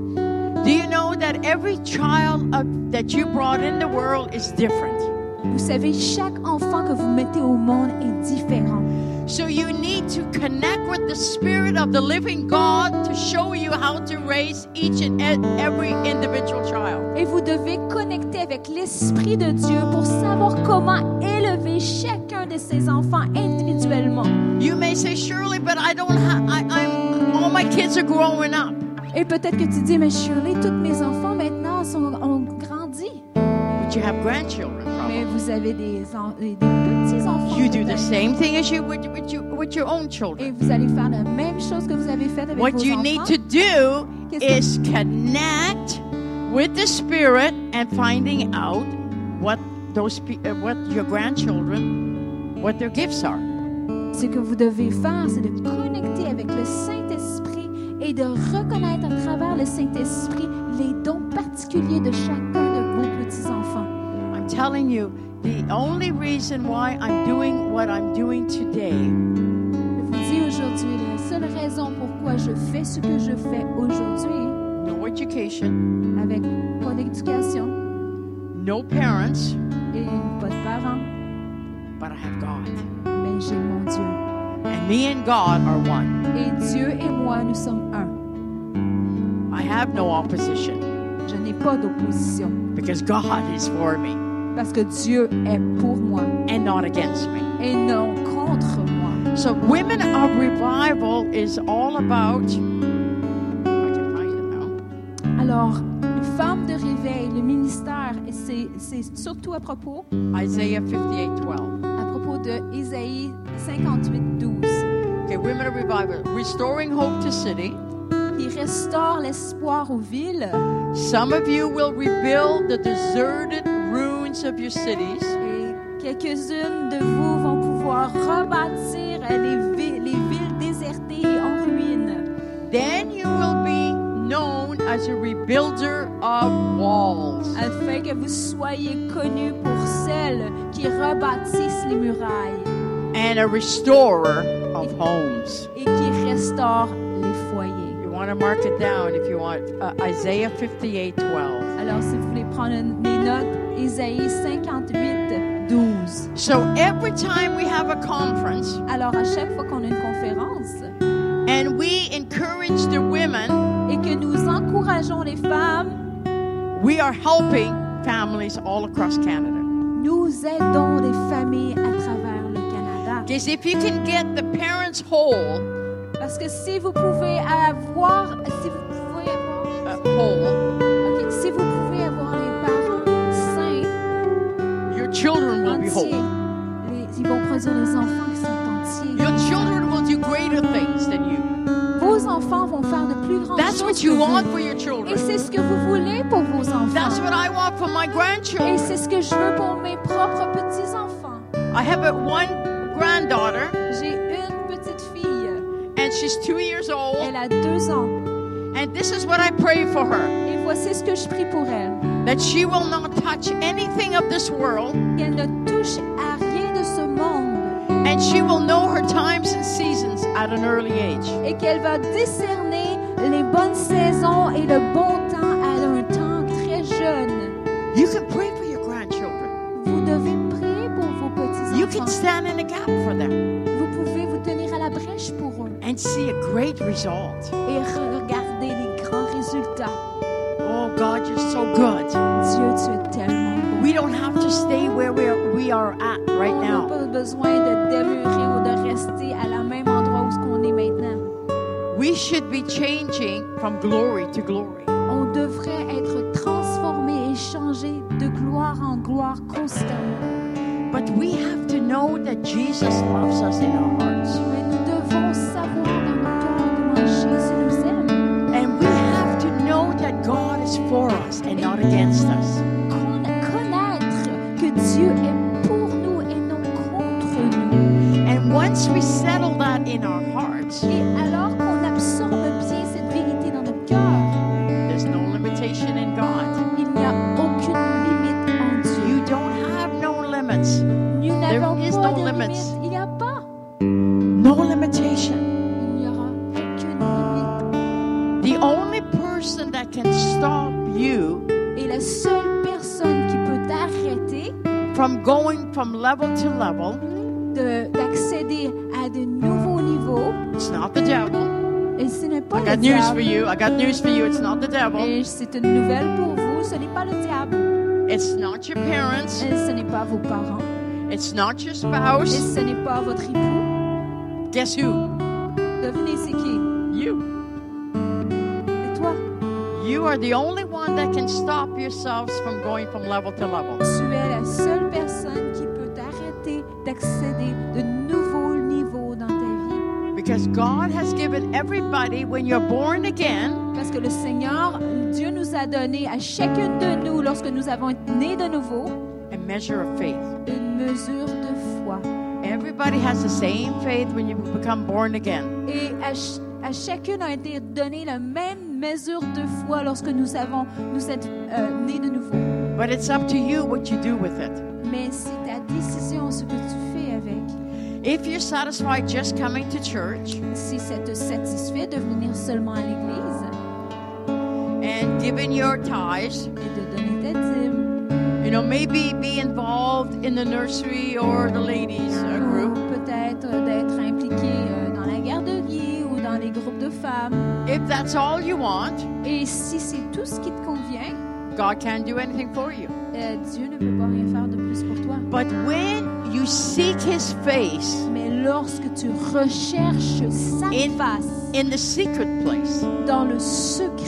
Speaker 3: Do you know that every child uh, that you brought in the world is different?
Speaker 2: Vous savez, chaque enfant que vous mettez au monde est différent.
Speaker 3: So you need to connect with the Spirit of the living God to show you how to raise each and e- every individual child.
Speaker 2: Et vous devez connecter avec l'Esprit de Dieu pour savoir comment élever chacun de ces enfants individuellement.
Speaker 3: You may say, Surely, but I don't have, I, I'm, all my kids are growing up.
Speaker 2: Et peut-être que tu dis, mais Shirley, tous mes enfants maintenant sont, ont grandi.
Speaker 3: But you have grandchildren, probably.
Speaker 2: Mais vous avez des, en- des petits-enfants.
Speaker 3: You do the
Speaker 2: peut-être.
Speaker 3: same thing as you would with, you, with your own children.
Speaker 2: Et vous allez faire la même chose que vous avez faite avec vos
Speaker 3: What you
Speaker 2: enfants.
Speaker 3: need to do is connect with the spirit and finding out what those pe- uh, what your grandchildren what their gifts are.
Speaker 2: Ce que vous devez faire, c'est de connecter avec le Saint-Esprit et de reconnaître à travers le Saint-Esprit les dons particuliers de chacun de vos petits-enfants.
Speaker 3: I'm telling you, the only reason why I'm doing what I'm doing today
Speaker 2: Je vous dis aujourd'hui, la seule raison pourquoi je fais ce que je fais aujourd'hui,
Speaker 3: no education,
Speaker 2: avec pas d'éducation
Speaker 3: no parents,
Speaker 2: et pas de parents,
Speaker 3: but I have God.
Speaker 2: ben j'ai mon Dieu.
Speaker 3: And me and God are one.
Speaker 2: Et Dieu et moi, nous sommes un.
Speaker 3: I have no opposition
Speaker 2: Je n'ai pas d'opposition
Speaker 3: because *laughs* God is for me
Speaker 2: parce que Dieu est pour moi
Speaker 3: and not against me.
Speaker 2: et non contre moi.
Speaker 3: So, Women of Revival is all about. If I can find it now.
Speaker 2: Alors, les femmes de réveil, le ministère, et c'est c'est surtout à propos,
Speaker 3: Isaiah 58 12.
Speaker 2: à propos de Isaïe 58, 12,
Speaker 3: Okay, Women of Revival. Restoring hope to city.
Speaker 2: qui restaure l'espoir aux villes.
Speaker 3: Some of you will rebuild the deserted ruins of your cities.
Speaker 2: Et quelques-unes de vous vont pouvoir rebâtir les, vi- les villes désertées et en ruine.
Speaker 3: Then you will be known as a rebuilder of walls.
Speaker 2: Afin que vous soyez connus pour celles qui rebâtissent les murailles
Speaker 3: And a restorer of homes.
Speaker 2: et qui restaurent les foyers.
Speaker 3: You want to mark it down if you want. Uh, Isaiah 58 12.
Speaker 2: Alors, si vous voulez prendre une- mes notes, Isaïe 58, 12.
Speaker 3: So every time we have a conference,
Speaker 2: Alors, à chaque fois qu'on a une conférence
Speaker 3: and we encourage the women,
Speaker 2: et que nous encourageons les femmes,
Speaker 3: we are helping families all across Canada.
Speaker 2: nous aidons les familles à travers le Canada.
Speaker 3: Because if you can get the parents whole,
Speaker 2: Parce que si vous pouvez avoir, si vous pouvez avoir,
Speaker 3: uh, whole,
Speaker 2: ok, si vous pouvez avoir les parents sains,
Speaker 3: your children will be
Speaker 2: entiers,
Speaker 3: whole.
Speaker 2: les- ils vont produire des enfants qui sont entiers.
Speaker 3: Your children will do greater things than you.
Speaker 2: Vos enfants vont faire de plus grandes
Speaker 3: That's
Speaker 2: choses.
Speaker 3: what you
Speaker 2: que vous.
Speaker 3: want for your
Speaker 2: Et
Speaker 3: children.
Speaker 2: c'est ce que vous voulez pour vos
Speaker 3: That's
Speaker 2: enfants.
Speaker 3: what I want for my
Speaker 2: Et
Speaker 3: grandchildren.
Speaker 2: c'est ce que je veux pour mes propres petits-enfants.
Speaker 3: I have a one granddaughter,
Speaker 2: J'ai une petite fille.
Speaker 3: and she's two years old,
Speaker 2: Elle a deux ans.
Speaker 3: and this is what I pray for her
Speaker 2: Et voici ce que je prie pour elle.
Speaker 3: that she will not touch anything of this world,
Speaker 2: Qu'elle ne touche à rien de ce monde.
Speaker 3: and she will know her times and seasons at an early age.
Speaker 2: Et qu'elle va discerner les bonnes saisons et le bon temps à un temps très jeune.
Speaker 3: You can pray for your grandchildren.
Speaker 2: Vous devez prier pour vos
Speaker 3: You can
Speaker 2: petits-enfants.
Speaker 3: stand in the gap for them
Speaker 2: Vous pouvez vous tenir à la brèche pour eux
Speaker 3: and see a great result.
Speaker 2: et regarder les grands résultats.
Speaker 3: Oh God, you're so good.
Speaker 2: Dieu, tu es tellement bon.
Speaker 3: We don't have to stay where we are, we are at right
Speaker 2: On n'a
Speaker 3: now.
Speaker 2: pas besoin de demeurer ou de rester à la même endroit où ce qu'on est maintenant.
Speaker 3: should be changing from glory to glory.
Speaker 2: On devrait être transformé et changé de gloire en gloire constamment.
Speaker 3: But we have to know that Jesus loves us in our hearts.
Speaker 2: Mais nous devons savoir dans notre cœur comment Jésus nous aime.
Speaker 3: And we have to know that God is for us and not against us.
Speaker 2: Con- Connaître que Dieu est pour nous et non contre nous.
Speaker 3: And once we settle that in our hearts,
Speaker 2: Et alors qu'on absorbe bien cette vérité dans notre cœur,
Speaker 3: there's no limitation in God.
Speaker 2: il n'y a aucune limite en Dieu.
Speaker 3: You don't have no limits.
Speaker 2: Nous n'avons
Speaker 3: There is
Speaker 2: pas
Speaker 3: no
Speaker 2: de
Speaker 3: limits.
Speaker 2: limite. Il n'y a pas.
Speaker 3: No limitation.
Speaker 2: Il n'y aura aucune limite.
Speaker 3: The only person that can stop you
Speaker 2: Et la seule personne qui peut t'arrêter
Speaker 3: from going from level to level,
Speaker 2: de- d'accéder à de nouveaux niveaux,
Speaker 3: it's not the devil.
Speaker 2: et ce n'est pas
Speaker 3: I
Speaker 2: le
Speaker 3: got news for
Speaker 2: diable.
Speaker 3: you. I got news for you. It's not the devil.
Speaker 2: Et c'est une nouvelle pour vous, ce n'est pas le diable,
Speaker 3: It's not your parents.
Speaker 2: et ce n'est pas vos parents,
Speaker 3: It's not your
Speaker 2: et
Speaker 3: spouse.
Speaker 2: ce n'est pas votre époux.
Speaker 3: Guess who?
Speaker 2: Devinez c'est qui?
Speaker 3: You.
Speaker 2: C'est toi.
Speaker 3: You are the only one that can stop yourselves from going from level to level.
Speaker 2: Tu es la seule personne qui peut t'arrêter d'accéder de nouveaux niveaux dans ta vie.
Speaker 3: Because God has given everybody, when you're born again,
Speaker 2: Parce que le Seigneur, Dieu nous a donné à chacune de nous, lorsque nous avons été nés de nouveau,
Speaker 3: a measure of faith.
Speaker 2: une mesure de foi.
Speaker 3: Everybody has the same faith when you become born again.
Speaker 2: Et à, ch- à chacune a été donnée la même mesure de foi lorsque nous avons, nous sommes nés de nouveau.
Speaker 3: But it's up to you what you do with it.
Speaker 2: Mais c'est ta décision ce que tu fais avec.
Speaker 3: If you're satisfied just coming to church
Speaker 2: Si ça te satisfait de venir seulement à l'église
Speaker 3: and giving your tithes,
Speaker 2: et de donner ta dîme,
Speaker 3: you know, maybe be involved in the nursery or the ladies uh,
Speaker 2: ou
Speaker 3: group.
Speaker 2: peut-être d'être impliqué euh, dans la garderie ou dans les groupes de femmes.
Speaker 3: If that's all you want,
Speaker 2: Et si c'est tout ce qui te convient,
Speaker 3: God can't do anything for you.
Speaker 2: euh, Dieu ne peut pas rien faire de plus pour toi.
Speaker 3: But when you seek His face
Speaker 2: Mais lorsque tu recherches sa
Speaker 3: Et-
Speaker 2: face
Speaker 3: in the secret place,
Speaker 2: dans le secret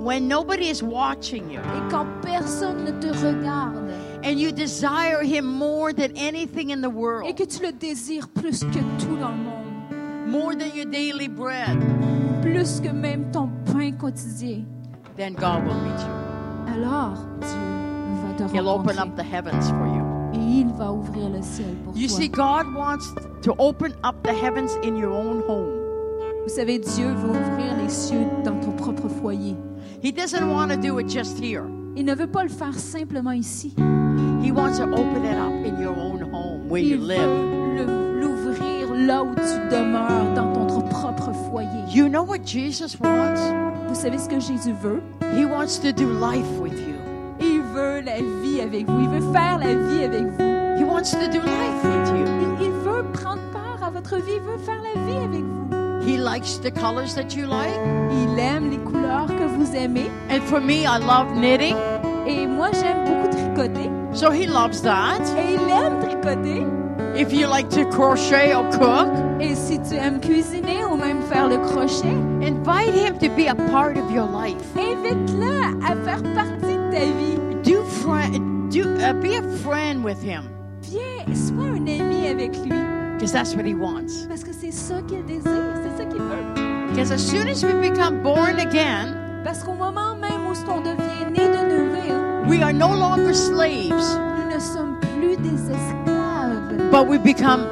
Speaker 3: when nobody is watching you,
Speaker 2: et quand personne ne te regarde
Speaker 3: and you desire him more than anything in the
Speaker 2: et
Speaker 3: world,
Speaker 2: que tu le désires plus que tout dans le monde,
Speaker 3: more than your daily bread,
Speaker 2: plus que même ton pain quotidien,
Speaker 3: then God will meet you.
Speaker 2: alors Dieu va te
Speaker 3: He'll open up
Speaker 2: rencontrer
Speaker 3: the heavens for you.
Speaker 2: et il va ouvrir le ciel pour
Speaker 3: You
Speaker 2: toi.
Speaker 3: see, God wants to open up the heavens in your own home.
Speaker 2: Vous savez, Dieu veut ouvrir les cieux dans ton propre foyer.
Speaker 3: He doesn't want to do it just here.
Speaker 2: Il ne veut pas le faire simplement ici.
Speaker 3: He wants to open it up in your own home where you
Speaker 2: Il
Speaker 3: live.
Speaker 2: veut le- l'ouvrir là où tu demeures, dans ton propre foyer.
Speaker 3: You know what Jesus wants?
Speaker 2: Vous savez ce que Jésus veut?
Speaker 3: He wants to do life with you.
Speaker 2: Il veut la vie avec vous. Il veut faire la vie avec vous.
Speaker 3: He wants to do life with you.
Speaker 2: Il, il veut prendre part à votre vie. Il veut faire la vie avec vous.
Speaker 3: He likes the colors that you like.
Speaker 2: Il aime les couleurs que vous aimez.
Speaker 3: And for me, I love knitting.
Speaker 2: Et moi, j'aime beaucoup tricoter.
Speaker 3: So he loves that.
Speaker 2: Et il aime tricoter.
Speaker 3: If you like to crochet or cook,
Speaker 2: Et si tu aimes cuisiner ou même faire le crochet,
Speaker 3: invite him to be a part of your life.
Speaker 2: Invite-le à faire partie de ta vie.
Speaker 3: Do friend, do uh, be a friend with him
Speaker 2: Viens, sois un ami avec lui.
Speaker 3: because that's what he wants.
Speaker 2: Parce que c'est ça qu'il désire, c'est ça qu'il veut.
Speaker 3: Because as soon as we become born again,
Speaker 2: Parce qu'au moment même où on devient né de nouveau,
Speaker 3: we are no longer slaves,
Speaker 2: nous ne sommes plus des esclaves.
Speaker 3: but we become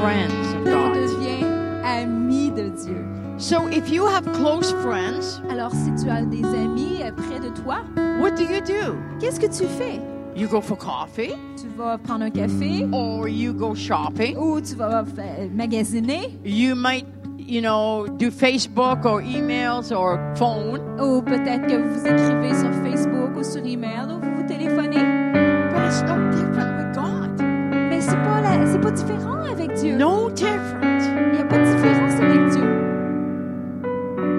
Speaker 3: friends of
Speaker 2: Mais On
Speaker 3: God.
Speaker 2: devient amis de Dieu.
Speaker 3: So if you have close friends,
Speaker 2: Alors si tu as des amis euh, près de toi,
Speaker 3: what do you do?
Speaker 2: qu'est-ce que tu fais?
Speaker 3: You go for coffee,
Speaker 2: Tu vas prendre un café
Speaker 3: or you go shopping.
Speaker 2: ou tu vas euh, magasiner
Speaker 3: You might, you know, do Facebook or emails or phone,
Speaker 2: ou peut-être que vous écrivez sur Facebook ou sur email ou vous vous téléphonez.
Speaker 3: but it's no different with God.
Speaker 2: Mais c'est pas, la- c'est pas différent avec Dieu.
Speaker 3: no different.
Speaker 2: Il n'y a pas de différence avec Dieu.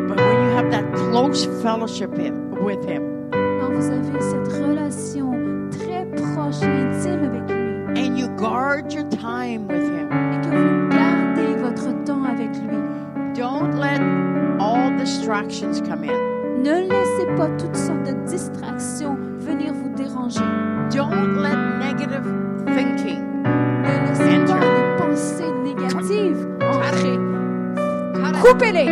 Speaker 3: But when you have that close fellowship him, with Him
Speaker 2: Quand vous avez cette relation très proche et intime avec lui
Speaker 3: and you guard your time with Him,
Speaker 2: et que vous gardez votre temps avec lui,
Speaker 3: don't let distractions come in.
Speaker 2: Ne laissez pas toutes sortes de distractions venir vous déranger.
Speaker 3: Don't let negative thinking
Speaker 2: Ne laissez pas les pensées négatives entrer. Coupez-les,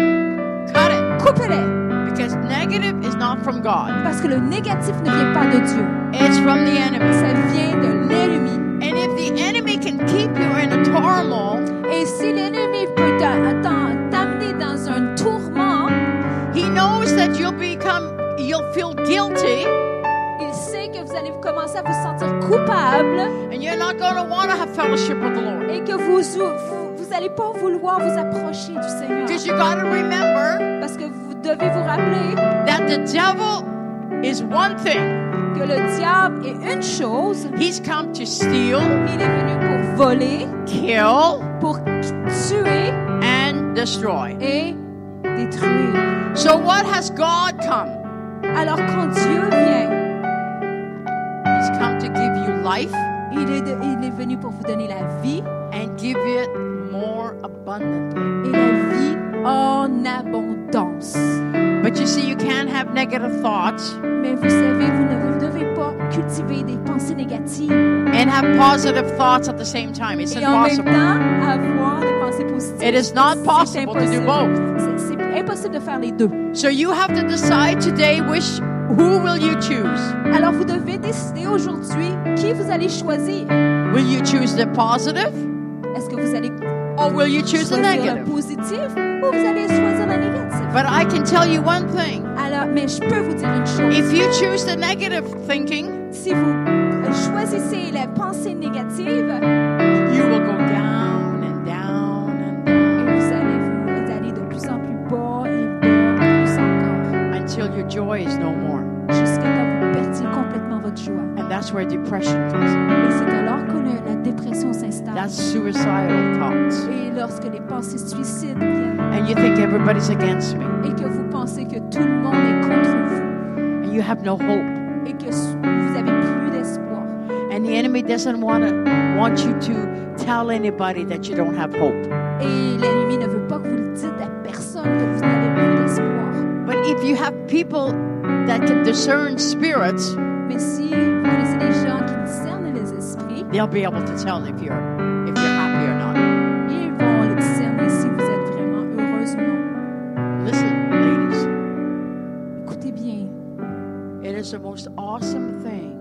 Speaker 3: cut it
Speaker 2: coupez-les,
Speaker 3: because negative is not from God.
Speaker 2: parce que le négatif ne vient pas de Dieu.
Speaker 3: It's from the enemy.
Speaker 2: Ça vient de l'ennemi.
Speaker 3: And if the enemy can keep you in a turmoil,
Speaker 2: Et si l'ennemi peut t'a- t'a- t'amener dans un tourment,
Speaker 3: he knows that you'll become you'll feel guilty
Speaker 2: il sait que vous allez commencer à vous sentir coupable
Speaker 3: and you're not going to want to have fellowship with the Lord.
Speaker 2: et que vous vous, vous allez pas vouloir vous approcher du Seigneur.
Speaker 3: Because you got to remember
Speaker 2: Parce que vous devez vous rappeler
Speaker 3: that the devil is one thing.
Speaker 2: que le diable est une chose.
Speaker 3: He's come to steal,
Speaker 2: Il est venu pour voler,
Speaker 3: kill,
Speaker 2: pour tuer
Speaker 3: and destroy.
Speaker 2: et détruire.
Speaker 3: So what has God come?
Speaker 2: Alors quand Dieu vient,
Speaker 3: He's come to give you life
Speaker 2: il est, de- il est venu pour vous donner la vie
Speaker 3: and give it more abundantly.
Speaker 2: et la vie en abondance.
Speaker 3: But you see, you can't have negative thoughts
Speaker 2: Mais vous savez, vous ne vous devez pas cultiver des pensées négatives
Speaker 3: and have positive thoughts at the same time. It's
Speaker 2: et en même
Speaker 3: impossible.
Speaker 2: temps avoir des pensées positives.
Speaker 3: It is not
Speaker 2: C'est
Speaker 3: possible to do
Speaker 2: impossible.
Speaker 3: both.
Speaker 2: C'est- C'est impossible de faire les deux.
Speaker 3: So you have to decide today which who will you choose?
Speaker 2: Alors vous devez décider aujourd'hui qui vous allez choisir.
Speaker 3: Will you choose the positive
Speaker 2: Est-ce que vous allez
Speaker 3: or will you choose the
Speaker 2: choisir le
Speaker 3: negative?
Speaker 2: positif ou vous allez choisir le négatif?
Speaker 3: But I can tell you one thing.
Speaker 2: Alors, mais je peux vous dire une chose.
Speaker 3: If you choose the negative thinking,
Speaker 2: Si vous euh, choisissez la pensée négative,
Speaker 3: you will go down and down and down
Speaker 2: vous allez vous aller de plus en plus bas et bas, plus encore,
Speaker 3: until your joy is no more.
Speaker 2: jusqu'à temps que vous perdiez complètement votre joie.
Speaker 3: And that's where depression comes in.
Speaker 2: Et c'est alors que le- la dépression s'installe
Speaker 3: That's suicidal thoughts.
Speaker 2: et lorsque les pensées suicides viennent
Speaker 3: And you think everybody's against me.
Speaker 2: et que vous pensez que tout le monde est contre
Speaker 3: And you have no hope.
Speaker 2: vous et que s- vous avez plus d'espoir.
Speaker 3: And the enemy doesn't want to want you to tell anybody that you don't have hope.
Speaker 2: Et l'ennemi ne veut pas que vous le dites à personne que vous n'avez plus d'espoir.
Speaker 3: But if you have people that can discern spirits,
Speaker 2: Mais si vous connaissez des gens qui discernent les esprits,
Speaker 3: they'll be able to tell if you're if you're happy or not.
Speaker 2: ils vont le discerner si vous êtes vraiment heureuse ou non.
Speaker 3: Listen, ladies,
Speaker 2: Écoutez bien,
Speaker 3: it is the most awesome thing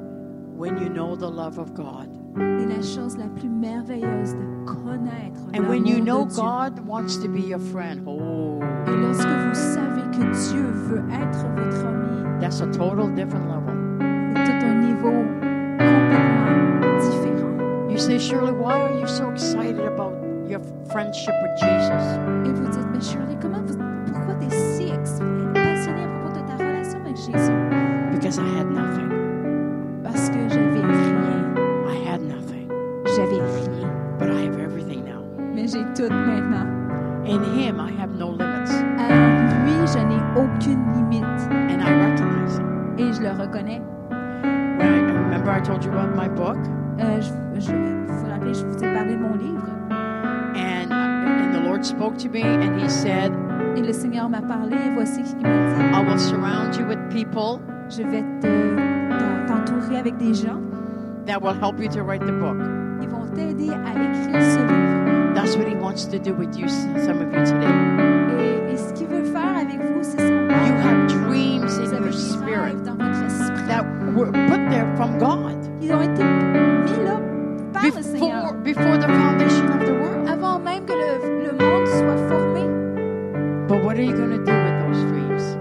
Speaker 3: when you know the love of God.
Speaker 2: c'est la chose la plus merveilleuse de connaître
Speaker 3: And when you know
Speaker 2: l'amour de Dieu.
Speaker 3: God wants to be your friend, oh,
Speaker 2: Et lorsque vous savez que Dieu veut être votre ami,
Speaker 3: that's a total different level.
Speaker 2: c'est tout un niveau complètement différent.
Speaker 3: You say, Shirley, why are you so excited about your friendship with Jesus?
Speaker 2: Et vous dites, mais Shirley, comment vous, pourquoi t'es si ex- passionnée à propos de ta relation avec Jésus?
Speaker 3: Because I had nothing.
Speaker 2: Parce que j'avais rien.
Speaker 3: I had nothing.
Speaker 2: J'avais rien,
Speaker 3: But I have everything now.
Speaker 2: mais j'ai tout maintenant.
Speaker 3: In Him, I have no limits.
Speaker 2: En lui, je n'ai aucune limite
Speaker 3: And I recognize it.
Speaker 2: et je le reconnais.
Speaker 3: When I, I remember I told you about my book,
Speaker 2: Euh, je, je- vous vous rappelez, je vous ai parlé de mon livre.
Speaker 3: and, and the Lord spoke to me, and He said,
Speaker 2: Et le Seigneur m'a parlé et voici qu'il m'a dit
Speaker 3: I will surround you with people
Speaker 2: Je vais te- t'entourer avec des gens
Speaker 3: that will help you to write the book.
Speaker 2: ils vont t'aider à écrire ce livre.
Speaker 3: That's what He wants to do with you, s- some of you today.
Speaker 2: Et, et ce qu'il veut faire avec vous, c'est ça.
Speaker 3: You have dreams
Speaker 2: Vous
Speaker 3: in
Speaker 2: avez
Speaker 3: your
Speaker 2: des rêves
Speaker 3: spirit
Speaker 2: dans votre esprit.
Speaker 3: that were put there from God
Speaker 2: Ils ont été mis là par le
Speaker 3: before,
Speaker 2: Seigneur
Speaker 3: before the foundation of the world.
Speaker 2: avant même que le, le monde soit formé.
Speaker 3: But what are you going to do with those dreams?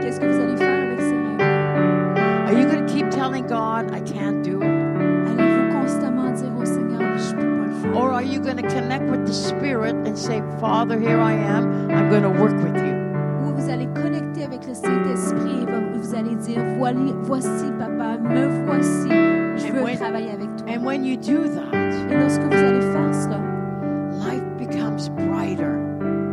Speaker 2: Qu'est-ce que vous allez faire avec ces rêves?
Speaker 3: Are you going to keep telling God, I can't do it?
Speaker 2: Allez-vous constamment dire au Seigneur, je peux pas le faire?
Speaker 3: Or are you going to connect with the Spirit and say, Father, here I am. I'm going to work with you.
Speaker 2: Ou vous allez connecter avec le Saint-Esprit et va- vous allez dire, Voili- voici papa, me voici, je
Speaker 3: And
Speaker 2: veux
Speaker 3: when-
Speaker 2: travailler avec toi.
Speaker 3: And when you do that,
Speaker 2: Et lorsque vous allez faire cela,
Speaker 3: life becomes brighter.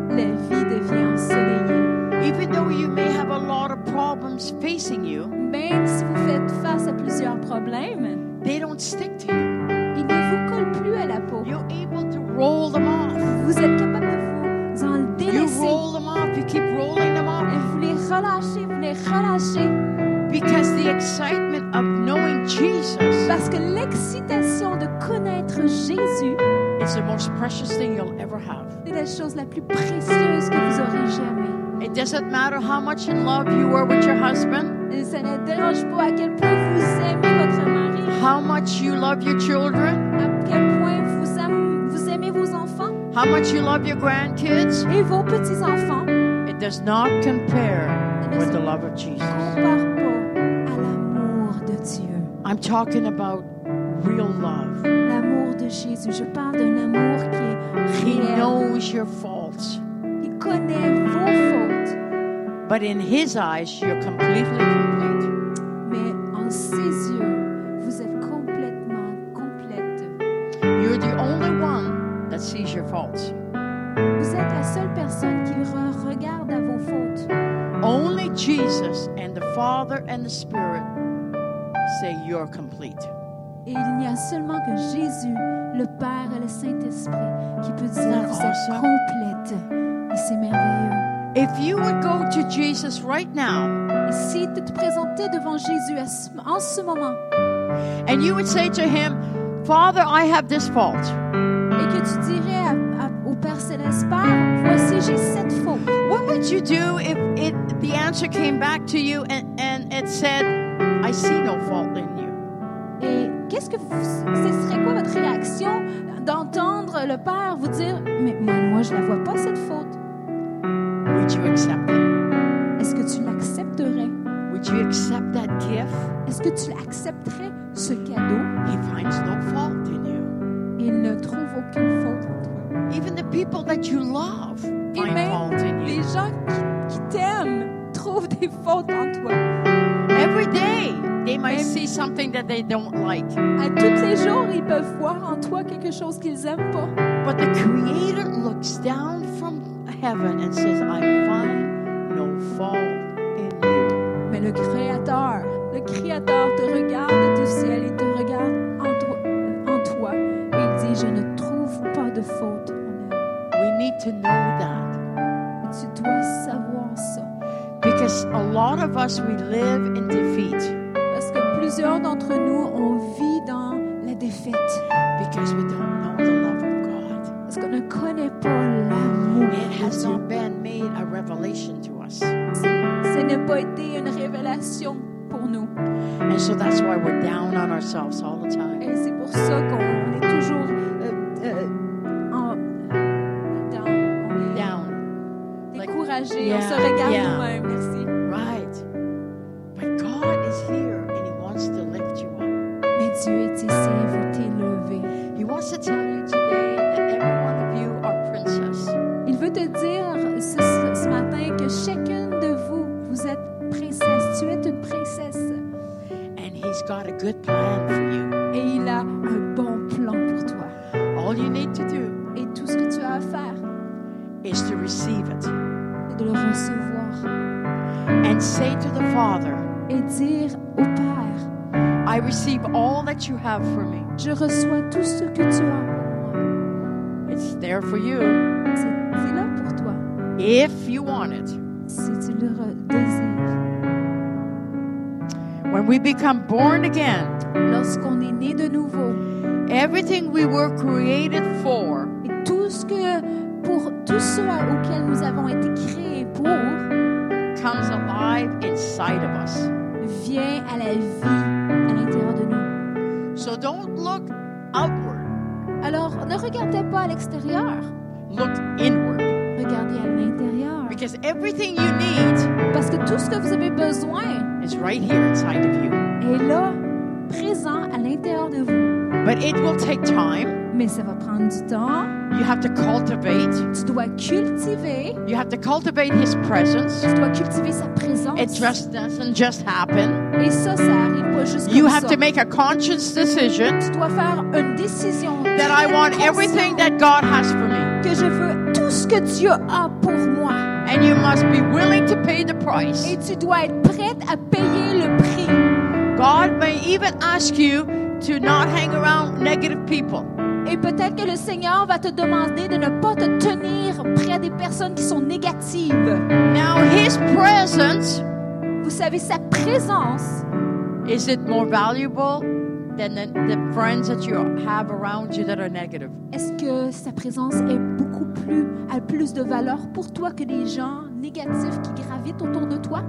Speaker 2: la vie devient ensoleillée.
Speaker 3: Even though you may have a lot of problems facing you,
Speaker 2: Même si vous faites face à plusieurs problèmes,
Speaker 3: they don't stick to you.
Speaker 2: ils ne vous collent plus à la peau.
Speaker 3: You're able to roll them off.
Speaker 2: Vous êtes capable de vous en
Speaker 3: You
Speaker 2: délaisser
Speaker 3: roll them off. You keep rolling them
Speaker 2: et
Speaker 3: off.
Speaker 2: vous les relâcher, vous les relâcher.
Speaker 3: because the excitement of knowing Jesus
Speaker 2: Parce que l'excitation de connaître Jésus,
Speaker 3: is the most precious thing you'll ever have.
Speaker 2: c'est la chose la plus précieuse que vous aurez jamais.
Speaker 3: It doesn't matter how much in love you were with your husband,
Speaker 2: Et ça ne dérange pas à quel point vous aimez votre mari,
Speaker 3: how much you love your children,
Speaker 2: à quel point vous, aime- vous aimez vos enfants
Speaker 3: how much you love your grandkids.
Speaker 2: et vos petits-enfants.
Speaker 3: It does not compare
Speaker 2: It
Speaker 3: with
Speaker 2: doesn't-
Speaker 3: the love of Jesus.
Speaker 2: Compare pas à l'amour de Dieu,
Speaker 3: I'm talking about real love.
Speaker 2: l'amour de Jésus. Je parle d'un amour qui
Speaker 3: He
Speaker 2: est réel.
Speaker 3: knows your faults,
Speaker 2: Il connaît vos fautes.
Speaker 3: but in His eyes, you're completely complete.
Speaker 2: Mais en ses yeux, vous êtes complètement complète.
Speaker 3: You're the only one that sees your faults.
Speaker 2: Vous êtes la seule personne qui re- regarde à vos fautes.
Speaker 3: Only Jesus and the Father and the Spirit say you're complete.
Speaker 2: Et il n'y a seulement que Jésus, le Père et le Saint-Esprit qui peut dire vous êtes
Speaker 3: Awesome.
Speaker 2: complète. Et c'est merveilleux.
Speaker 3: If you would go to Jesus right now
Speaker 2: Et si tu te présentais devant Jésus à ce- en ce moment
Speaker 3: and you would say to him, Father, I have this fault.
Speaker 2: et que tu dirais à- à- au Père Céleste, Père, voici j'ai cette faute,
Speaker 3: What would you do if it, the answer came back to you and, and it said, I see no fault in you?
Speaker 2: Et qu'est-ce que vous, ce serait quoi votre réaction d'entendre le Père vous dire Mais moi, moi je la vois pas cette faute.
Speaker 3: Would you accept it?
Speaker 2: Est-ce que tu l'accepterais
Speaker 3: Would you accept that gift?
Speaker 2: Est-ce que tu accepterais ce cadeau
Speaker 3: He finds no fault in you.
Speaker 2: Il ne trouve aucune faute en toi.
Speaker 3: Even the people that you love find
Speaker 2: Et même
Speaker 3: fault in
Speaker 2: les
Speaker 3: you.
Speaker 2: gens qui, qui t'aiment trouvent des fautes en toi.
Speaker 3: Every day they might see something that they don't like.
Speaker 2: À tous les jours, ils peuvent voir en toi quelque chose qu'ils aiment pas.
Speaker 3: But the Creator looks down from heaven and says, I find no fault in you.
Speaker 2: Mais le Créateur, le Créateur te regarde du ciel et te regarde en toi, en toi. et il dit, je ne trouve pas de faute en elle.
Speaker 3: We need to know that
Speaker 2: Et Tu dois savoir ça.
Speaker 3: because a lot of us, we live in defeat
Speaker 2: Parce que plusieurs d'entre nous, on vit dans la défaite.
Speaker 3: because we don't know the love of God.
Speaker 2: Parce qu'on ne connaît pas l'amour.
Speaker 3: It
Speaker 2: de
Speaker 3: has
Speaker 2: Dieu.
Speaker 3: not been made a revelation to us.
Speaker 2: Ce n'a pas été une révélation pour nous.
Speaker 3: And so that's why we're down on ourselves all the time.
Speaker 2: Et c'est pour ça qu'on on est toujours euh, euh, en, dans- on est
Speaker 3: Down.
Speaker 2: découragé.
Speaker 3: Yeah,
Speaker 2: on se regarde
Speaker 3: yeah.
Speaker 2: nous-mêmes. Merci.
Speaker 3: Right. But God is here and He wants to lift you up.
Speaker 2: Mais Dieu est ici il veut t'élever.
Speaker 3: He wants to tell you today that every one of you are princess.
Speaker 2: Il veut te dire ce, ce- ce matin que chacune de vous, vous êtes princesse. Tu es une princesse.
Speaker 3: and he's got a good plan for
Speaker 2: Et il a un bon plan pour toi.
Speaker 3: you. All you need to do
Speaker 2: Et tout ce que tu as à faire,
Speaker 3: is to receive it
Speaker 2: c'est de le recevoir.
Speaker 3: and say to the Father,
Speaker 2: Et dire au Père,
Speaker 3: I receive all that you have for me.
Speaker 2: je reçois tout ce que tu as pour moi.
Speaker 3: It's there for you
Speaker 2: C'est c'est là pour toi.
Speaker 3: if you want it.
Speaker 2: Si tu le re- désires.
Speaker 3: When we become born again,
Speaker 2: Lorsqu'on est né de nouveau,
Speaker 3: everything we were created for
Speaker 2: et tout ce que, pour tous ceux auxquels nous avons été créés pour,
Speaker 3: comes alive inside of us.
Speaker 2: vient à la vie à l'intérieur de nous.
Speaker 3: So don't look outward,
Speaker 2: Alors, ne regardez pas à l'extérieur,
Speaker 3: look inward
Speaker 2: regardez à l'intérieur.
Speaker 3: because everything you need
Speaker 2: Parce que tout ce que vous avez besoin
Speaker 3: is right here inside of you.
Speaker 2: est là, présent à l'intérieur de vous.
Speaker 3: But it will take time.
Speaker 2: Mais ça va prendre du temps.
Speaker 3: You have to cultivate.
Speaker 2: Tu dois cultiver.
Speaker 3: You have to cultivate His presence.
Speaker 2: Tu dois cultiver sa présence.
Speaker 3: It just doesn't just happen.
Speaker 2: Et ça, ça arrive pas juste
Speaker 3: You
Speaker 2: comme
Speaker 3: have
Speaker 2: ça.
Speaker 3: to make a conscious decision
Speaker 2: Tu dois faire une décision.
Speaker 3: that I
Speaker 2: très
Speaker 3: want
Speaker 2: consciente
Speaker 3: everything that God has for me.
Speaker 2: que je veux tout ce que Dieu a pour moi.
Speaker 3: And you must be willing to pay the price.
Speaker 2: Et tu dois être prête à payer le prix.
Speaker 3: God may even ask you to not hang around negative people.
Speaker 2: Et peut-être que le Seigneur va te demander de ne pas te tenir près des des personnes qui sont négatives.
Speaker 3: Now, His presence
Speaker 2: Vous savez, sa présence,
Speaker 3: is it more valuable than the, the friends that you have around you that are negative?
Speaker 2: est-ce que sa présence est beaucoup plus, a plus de valeur pour toi que des gens négatifs qui gravitent autour de toi?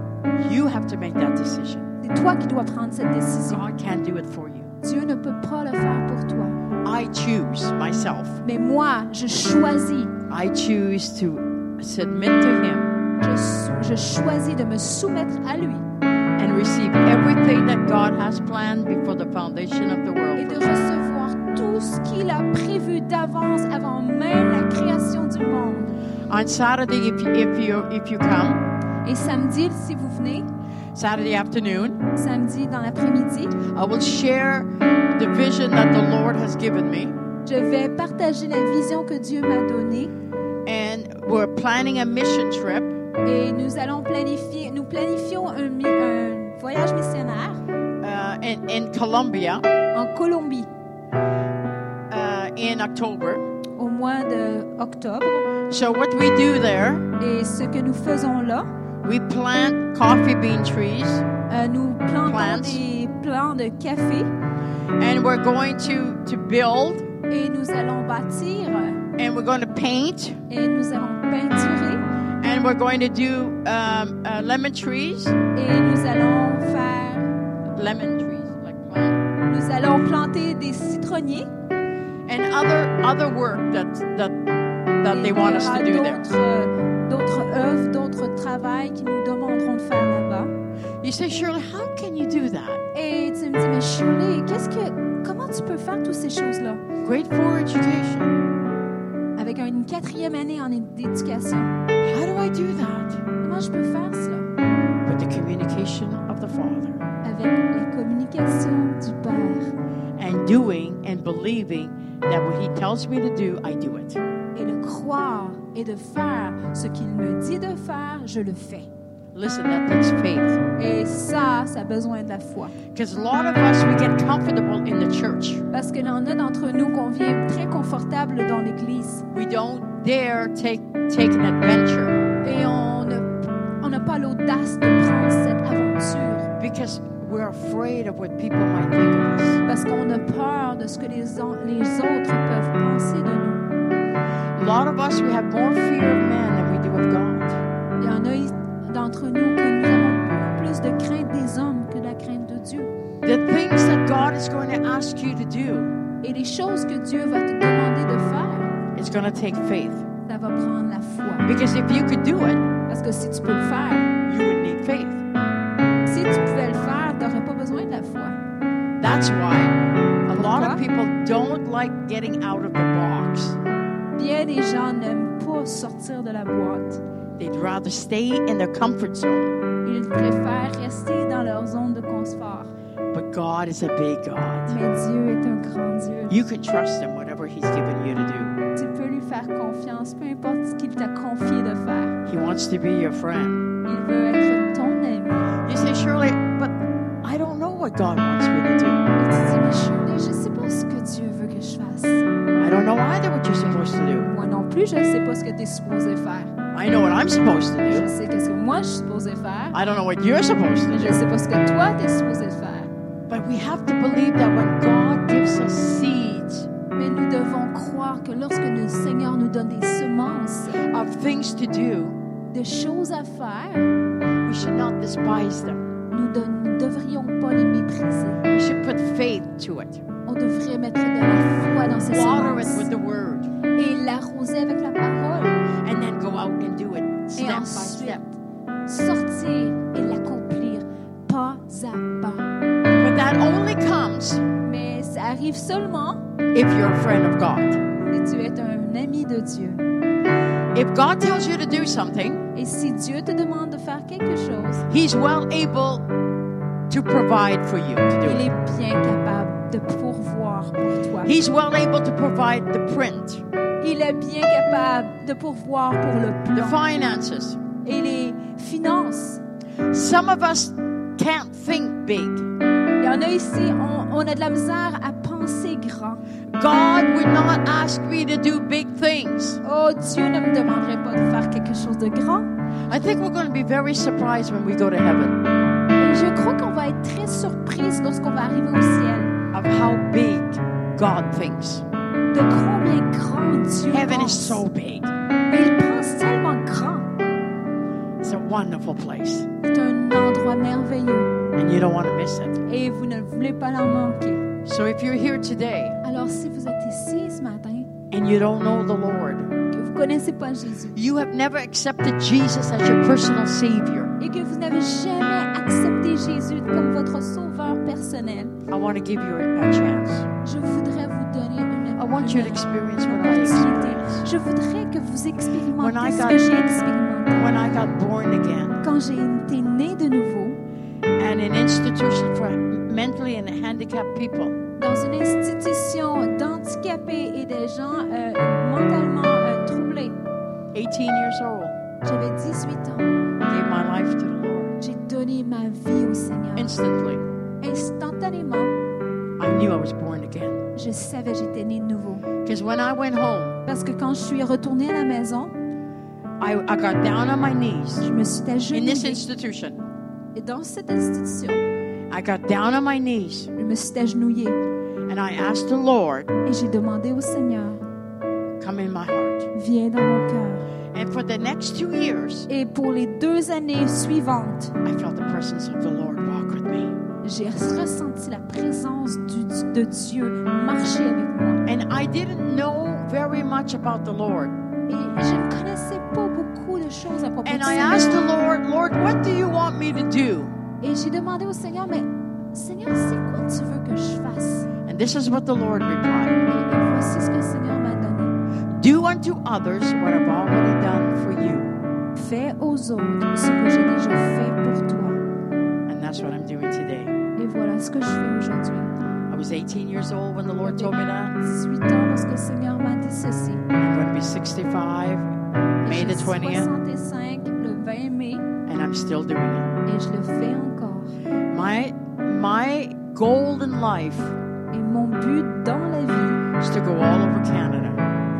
Speaker 3: You have to make that decision.
Speaker 2: C'est toi qui dois prendre cette décision.
Speaker 3: God can't do it for you.
Speaker 2: Dieu ne peut pas le faire pour toi.
Speaker 3: I choose myself.
Speaker 2: Mais moi, je choisis.
Speaker 3: I choose to submit to Him
Speaker 2: Je, sou- je choisis de me soumettre à lui
Speaker 3: and receive everything that God has planned before the foundation of the
Speaker 2: et
Speaker 3: world.
Speaker 2: de recevoir tout ce qu'il a prévu d'avance avant même la création du monde.
Speaker 3: On Saturday, if you, if you if you come
Speaker 2: Et samedi, si vous venez,
Speaker 3: Saturday afternoon,
Speaker 2: samedi dans l'après-midi,
Speaker 3: I will share the vision that the Lord has given me,
Speaker 2: je vais partager la vision que Dieu m'a donnée
Speaker 3: and we're planning a mission trip.
Speaker 2: et nous allons planifier, nous planifions un, mi- un voyage missionnaire
Speaker 3: uh, in, in Colombia
Speaker 2: en Colombie
Speaker 3: uh, in October.
Speaker 2: au mois de octobre.
Speaker 3: So what we do there,
Speaker 2: Et ce que nous faisons là,
Speaker 3: we plant coffee bean trees,
Speaker 2: euh, nous plantons
Speaker 3: Plants.
Speaker 2: des plants de café
Speaker 3: and we're going to to build,
Speaker 2: et nous allons bâtir
Speaker 3: and we're going to paint,
Speaker 2: et nous allons peinturer
Speaker 3: and we're going to do um, uh, lemon trees,
Speaker 2: et nous allons faire,
Speaker 3: lemon trees like plant,
Speaker 2: nous allons planter des citronniers.
Speaker 3: and other other work that that that
Speaker 2: Et
Speaker 3: they
Speaker 2: il y
Speaker 3: want us
Speaker 2: aura
Speaker 3: to do there.
Speaker 2: d'autres- euh, D'autres œuvres, d'autres travails qui nous demanderont de faire là-bas.
Speaker 3: You say, Shirley, how can you do that?
Speaker 2: Et tu me dis, mais Shirley, qu'est-ce que, comment tu peux faire toutes ces choses-là
Speaker 3: Grade four education.
Speaker 2: avec une quatrième année en é- d'éducation?
Speaker 3: How do I do that?
Speaker 2: Comment je peux faire cela
Speaker 3: With the communication of the Father.
Speaker 2: avec les communications du Père
Speaker 3: and doing and believing that what he tells me to do, I do it.
Speaker 2: et de croire et de faire ce qu'il me dit de faire, je le fais.
Speaker 3: Listen, that takes faith.
Speaker 2: Et ça, ça a besoin de la foi.
Speaker 3: Because a lot of us, we get comfortable in the church.
Speaker 2: Parce qu'il y en a d'entre nous qu'on vient très confortable dans l'Église
Speaker 3: We don't dare take, take an adventure
Speaker 2: et on ne- on n'a pas l'audace de prendre cette aventure
Speaker 3: because we're afraid of what people might think of us.
Speaker 2: parce qu'on a peur de ce que les, en- les autres peuvent penser de nous.
Speaker 3: A lot of us, we have more fear of man than we do of God.
Speaker 2: Il y en a ici- d'entre nous que nous avons plus de crainte des hommes que de la crainte de Dieu.
Speaker 3: The things that God is going to ask you to do,
Speaker 2: Et les choses que Dieu va te demander de faire,
Speaker 3: it's going to take faith.
Speaker 2: ça va prendre la foi.
Speaker 3: Because if you could do it,
Speaker 2: Parce que si tu peux le faire,
Speaker 3: you would need faith.
Speaker 2: si tu pouvais le faire, tu n'aurais pas besoin de la foi.
Speaker 3: That's why a lot
Speaker 2: Pourquoi?
Speaker 3: of people don't like getting out of the box.
Speaker 2: Bien des gens n'aiment pas sortir de la boîte.
Speaker 3: They'd rather stay in their comfort zone.
Speaker 2: Ils préfèrent rester dans leur zone de confort.
Speaker 3: But God is a big God.
Speaker 2: Mais Dieu est un grand Dieu.
Speaker 3: You can trust Him, whatever He's given you to
Speaker 2: Tu peux lui faire confiance, peu importe ce qu'il t'a confié de faire.
Speaker 3: do. He wants to be your friend.
Speaker 2: Il veut être ton ami.
Speaker 3: You say, Shirley, but I don't know what God wants me to do.
Speaker 2: Et tu dis, mais Shirley, je sais pas ce que Dieu veut que je fasse.
Speaker 3: I don't know either what you're supposed to do.
Speaker 2: Moi non plus, je ne sais pas ce que tu es supposé faire.
Speaker 3: I know what I'm supposed to
Speaker 2: Je
Speaker 3: do.
Speaker 2: sais qu'est-ce que moi je suis supposé faire.
Speaker 3: I don't know what you're supposed to
Speaker 2: Je
Speaker 3: do.
Speaker 2: sais pas ce que toi tu es supposé faire.
Speaker 3: But we have to believe that when God gives us seeds
Speaker 2: Mais nous devons croire que lorsque le Seigneur nous donne des semences,
Speaker 3: of things to do,
Speaker 2: de choses à faire,
Speaker 3: we should not despise them.
Speaker 2: nous de- ne devrions pas les mépriser.
Speaker 3: We should put faith to it.
Speaker 2: On devrait mettre de la foi dans ces
Speaker 3: Water it
Speaker 2: semences
Speaker 3: with the word.
Speaker 2: et l'arroser avec la parole
Speaker 3: And then go out and do it
Speaker 2: et
Speaker 3: step by
Speaker 2: ensuite
Speaker 3: step.
Speaker 2: sortir et l'accomplir pas à pas.
Speaker 3: But that only comes
Speaker 2: Mais ça arrive seulement
Speaker 3: if you're a friend of God.
Speaker 2: et tu es un ami de Dieu.
Speaker 3: If God tells you to do something,
Speaker 2: Et si Dieu te demande de faire quelque chose,
Speaker 3: He's well able to provide for you to
Speaker 2: il
Speaker 3: do it.
Speaker 2: est bien capable de pourvoir pour toi.
Speaker 3: He's well able to provide the print,
Speaker 2: Il est bien capable de pourvoir pour le
Speaker 3: the
Speaker 2: plan
Speaker 3: finances.
Speaker 2: et les finances.
Speaker 3: Some of us can't think big.
Speaker 2: Il y en a ici, on, on a de la misère à penser grand.
Speaker 3: God would not ask me to do big things.
Speaker 2: Oh, Dieu ne me demanderait pas de faire quelque chose de grand.
Speaker 3: I think we're going to be very surprised when we go to heaven
Speaker 2: Et je crois qu'on va être très surprise lorsqu'on va arriver au ciel
Speaker 3: of how big God thinks.
Speaker 2: de combien grand Dieu
Speaker 3: Heaven is
Speaker 2: pense.
Speaker 3: so big.
Speaker 2: Mais il pense tellement grand.
Speaker 3: It's a wonderful place,
Speaker 2: C'est un endroit merveilleux
Speaker 3: and you don't want to miss it.
Speaker 2: et vous ne voulez pas l'en manquer.
Speaker 3: So if you're here today
Speaker 2: Alors si vous êtes ici ce matin,
Speaker 3: and you don't know the Lord,
Speaker 2: que vous connaissez pas Jésus
Speaker 3: you have never accepted Jesus as your personal Savior,
Speaker 2: et que vous n'avez jamais accepté Jésus comme votre sauveur personnel,
Speaker 3: I want to give you a a chance.
Speaker 2: je voudrais vous donner une
Speaker 3: I want you to experience what I
Speaker 2: opportunité.
Speaker 3: experienced.
Speaker 2: Je voudrais que vous
Speaker 3: When I
Speaker 2: expérimentiez ce
Speaker 3: got-
Speaker 2: que j'ai expérimenté.
Speaker 3: When I got born again
Speaker 2: Quand j'ai été née de nouveau
Speaker 3: and an institution for mentally and handicapped people,
Speaker 2: dans une institution d'handicapés et des gens euh, mentalement euh, troublés,
Speaker 3: 18 years old,
Speaker 2: j'avais 18 ans.
Speaker 3: gave my life to the Lord.
Speaker 2: J'ai donné ma vie au Seigneur.
Speaker 3: Instantly,
Speaker 2: Instantanément,
Speaker 3: I knew I was born again.
Speaker 2: je savais que j'étais née de nouveau.
Speaker 3: Because when I went home,
Speaker 2: Parce que quand je suis retournée à la maison,
Speaker 3: I, I got down on my knees
Speaker 2: je me suis
Speaker 3: in this
Speaker 2: agenouillée.
Speaker 3: institution.
Speaker 2: Et dans cette institution,
Speaker 3: I got down on my knees
Speaker 2: je me suis agenouillée
Speaker 3: and I asked the Lord,
Speaker 2: et j'ai demandé au Seigneur,
Speaker 3: come in my heart.
Speaker 2: viens dans mon cœur.
Speaker 3: And for the next two years,
Speaker 2: Et pour les deux années suivantes,
Speaker 3: I felt the presence of the Lord walk with me.
Speaker 2: j'ai ressenti la présence du- de Dieu marcher avec moi.
Speaker 3: And I didn't know very much about the Lord.
Speaker 2: Et je ne connaissais pas beaucoup de choses à propos
Speaker 3: And
Speaker 2: du
Speaker 3: I asked
Speaker 2: Seigneur.
Speaker 3: the Lord, Lord, what do you want me to do?
Speaker 2: Et j'ai demandé au Seigneur, mais Seigneur, c'est quoi tu veux que je fasse?
Speaker 3: And this is what the Lord replied
Speaker 2: Et, et voici ce que le Seigneur m'a donné.
Speaker 3: Do unto others what I've already done for you.
Speaker 2: Fais aux autres ce que j'ai déjà fait pour toi.
Speaker 3: And that's what I'm doing today.
Speaker 2: Et voilà ce que je fais aujourd'hui.
Speaker 3: I was 18 years old when the Lord told me that.
Speaker 2: 18 ans lorsque le Seigneur m'a dit ceci.
Speaker 3: I'm going to be 65,
Speaker 2: Et
Speaker 3: May
Speaker 2: j'ai
Speaker 3: the 20th,
Speaker 2: 65 le 20 mai
Speaker 3: and I'm still doing it.
Speaker 2: et je le fais encore.
Speaker 3: My my goal in life
Speaker 2: Et mon but dans la vie
Speaker 3: is to go all over Canada.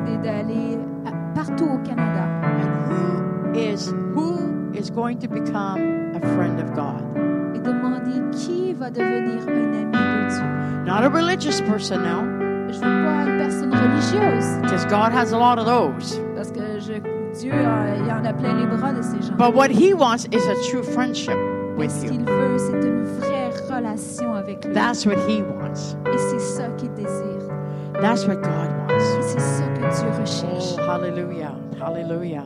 Speaker 2: est d'aller à- partout au Canada.
Speaker 3: And who is who is going to become a friend of God?
Speaker 2: Et demander qui va devenir un ami de Dieu.
Speaker 3: Not a religious person now,
Speaker 2: Je veux pas une personne religieuse
Speaker 3: because God has a lot of those.
Speaker 2: parce que je- Dieu a- il en a plein les bras de ces gens.
Speaker 3: But what He wants is a true friendship
Speaker 2: Mais
Speaker 3: with
Speaker 2: ce
Speaker 3: you.
Speaker 2: qu'il veut, c'est une vraie relation avec lui.
Speaker 3: That's what He wants.
Speaker 2: Et c'est ça qu'il désire.
Speaker 3: That's what God
Speaker 2: Et
Speaker 3: wants.
Speaker 2: c'est ça que Dieu recherche.
Speaker 3: Oh, hallelujah! Hallelujah!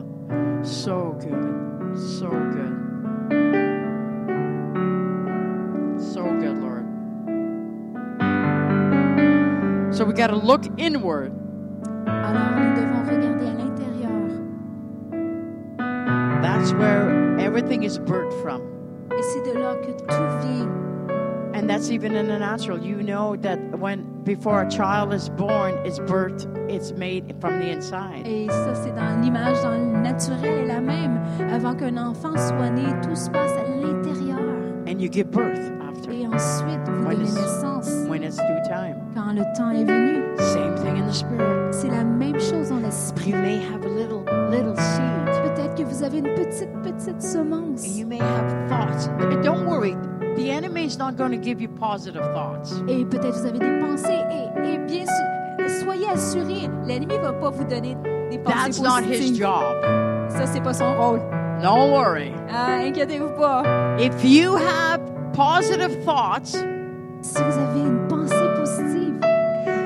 Speaker 3: So good, so good, so good, Lord. So we got to look inward.
Speaker 2: Alors nous devons regarder à l'intérieur.
Speaker 3: That's where everything is birthed from,
Speaker 2: Et c'est de là que tout vient.
Speaker 3: and that's even in the natural. You know that when before a child is born, it's birthed, it's made from the inside.
Speaker 2: Et ça, c'est dans l'image, dans le naturel est la même. Avant qu'un enfant soit né, tout se passe à l'intérieur.
Speaker 3: and you give birth after
Speaker 2: Et ensuite, vous
Speaker 3: Moi,
Speaker 2: donnez
Speaker 3: les-
Speaker 2: naissance
Speaker 3: when it's due time.
Speaker 2: quand le temps est venu.
Speaker 3: Same thing in the spirit.
Speaker 2: C'est la même chose dans l'esprit.
Speaker 3: You may have a little little seed.
Speaker 2: Peut-être que vous avez une petite, petite
Speaker 3: And
Speaker 2: semence.
Speaker 3: you may have thoughts. And don't worry, the enemy is not going to give you positive thoughts.
Speaker 2: Et peut-être vous avez des pensées. Et, et bien sûr, soyez assurés, l'ennemi ne va pas vous donner des
Speaker 3: That's
Speaker 2: pensées
Speaker 3: not his
Speaker 2: positives.
Speaker 3: job.
Speaker 2: Ça, c'est pas son rôle.
Speaker 3: Don't worry.
Speaker 2: Ah, Inquiétez-vous pas.
Speaker 3: If you have positive thoughts,
Speaker 2: Si vous avez une pensée positive,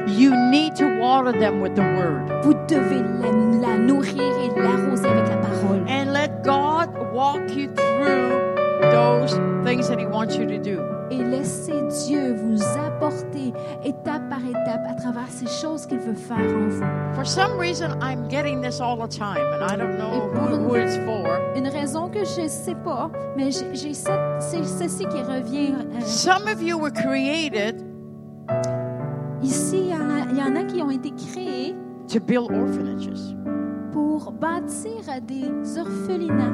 Speaker 3: you need to water them with the word
Speaker 2: vous devez la, la nourrir et l'arroser avec la parole.
Speaker 3: and let God walk you through those things that he wants you to do.
Speaker 2: Et laissez Dieu vous apporter étape par étape à travers ces choses qu'il veut faire en vous.
Speaker 3: For some reason, I'm getting this all the time, and I don't know who, who it's for.
Speaker 2: Une raison que je ne sais pas, mais j'ai j'ai cette- c'est ceci qui revient. euh,
Speaker 3: Some of you were created
Speaker 2: ici, il y, en a, il y en a qui ont été créés
Speaker 3: to build orphanages.
Speaker 2: pour bâtir des orphelinats.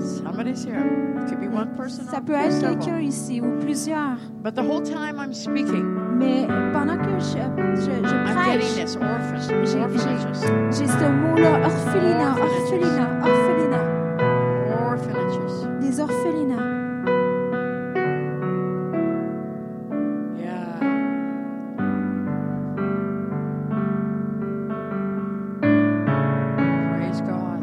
Speaker 3: Somebody is here. It could be one person
Speaker 2: Ça
Speaker 3: or
Speaker 2: peut être
Speaker 3: several.
Speaker 2: quelqu'un ici ou plusieurs.
Speaker 3: But the whole time I'm speaking,
Speaker 2: Mais pendant que je, je, je
Speaker 3: I'm getting
Speaker 2: prêche,
Speaker 3: this orphans,
Speaker 2: J'ai-
Speaker 3: orphanages,
Speaker 2: j'ai ce mot-là, orphelinat, orphelinat, orphelinat,
Speaker 3: orphanages.
Speaker 2: des orphelinats.
Speaker 3: Yeah. Praise God.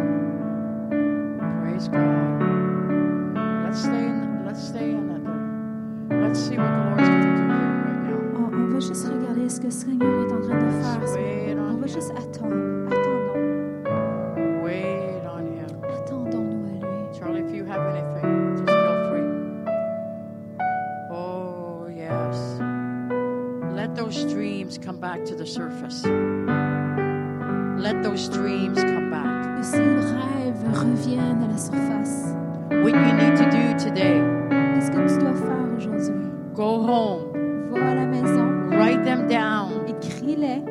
Speaker 3: Praise God. Let's stay in. Let's stay in it. Let's see what the Lord's going to do here right now.
Speaker 2: Oh, On, on va juste regarder ce que le Seigneur est en train de
Speaker 3: Just
Speaker 2: faire.
Speaker 3: wait
Speaker 2: On
Speaker 3: on Him.
Speaker 2: va juste attendre. Attendons.
Speaker 3: Wait on Him.
Speaker 2: Attendons-nous à lui.
Speaker 3: Charlie, if you have anything, just feel free. Oh, yes. Let those dreams come back to the surface. Let those dreams come back.
Speaker 2: Que ces rêves reviennent à la surface.
Speaker 3: What you need to do today,
Speaker 2: Qu'est-ce que tu dois faire aujourd'hui?
Speaker 3: go home,
Speaker 2: Va à la maison,
Speaker 3: write them down,
Speaker 2: écris-les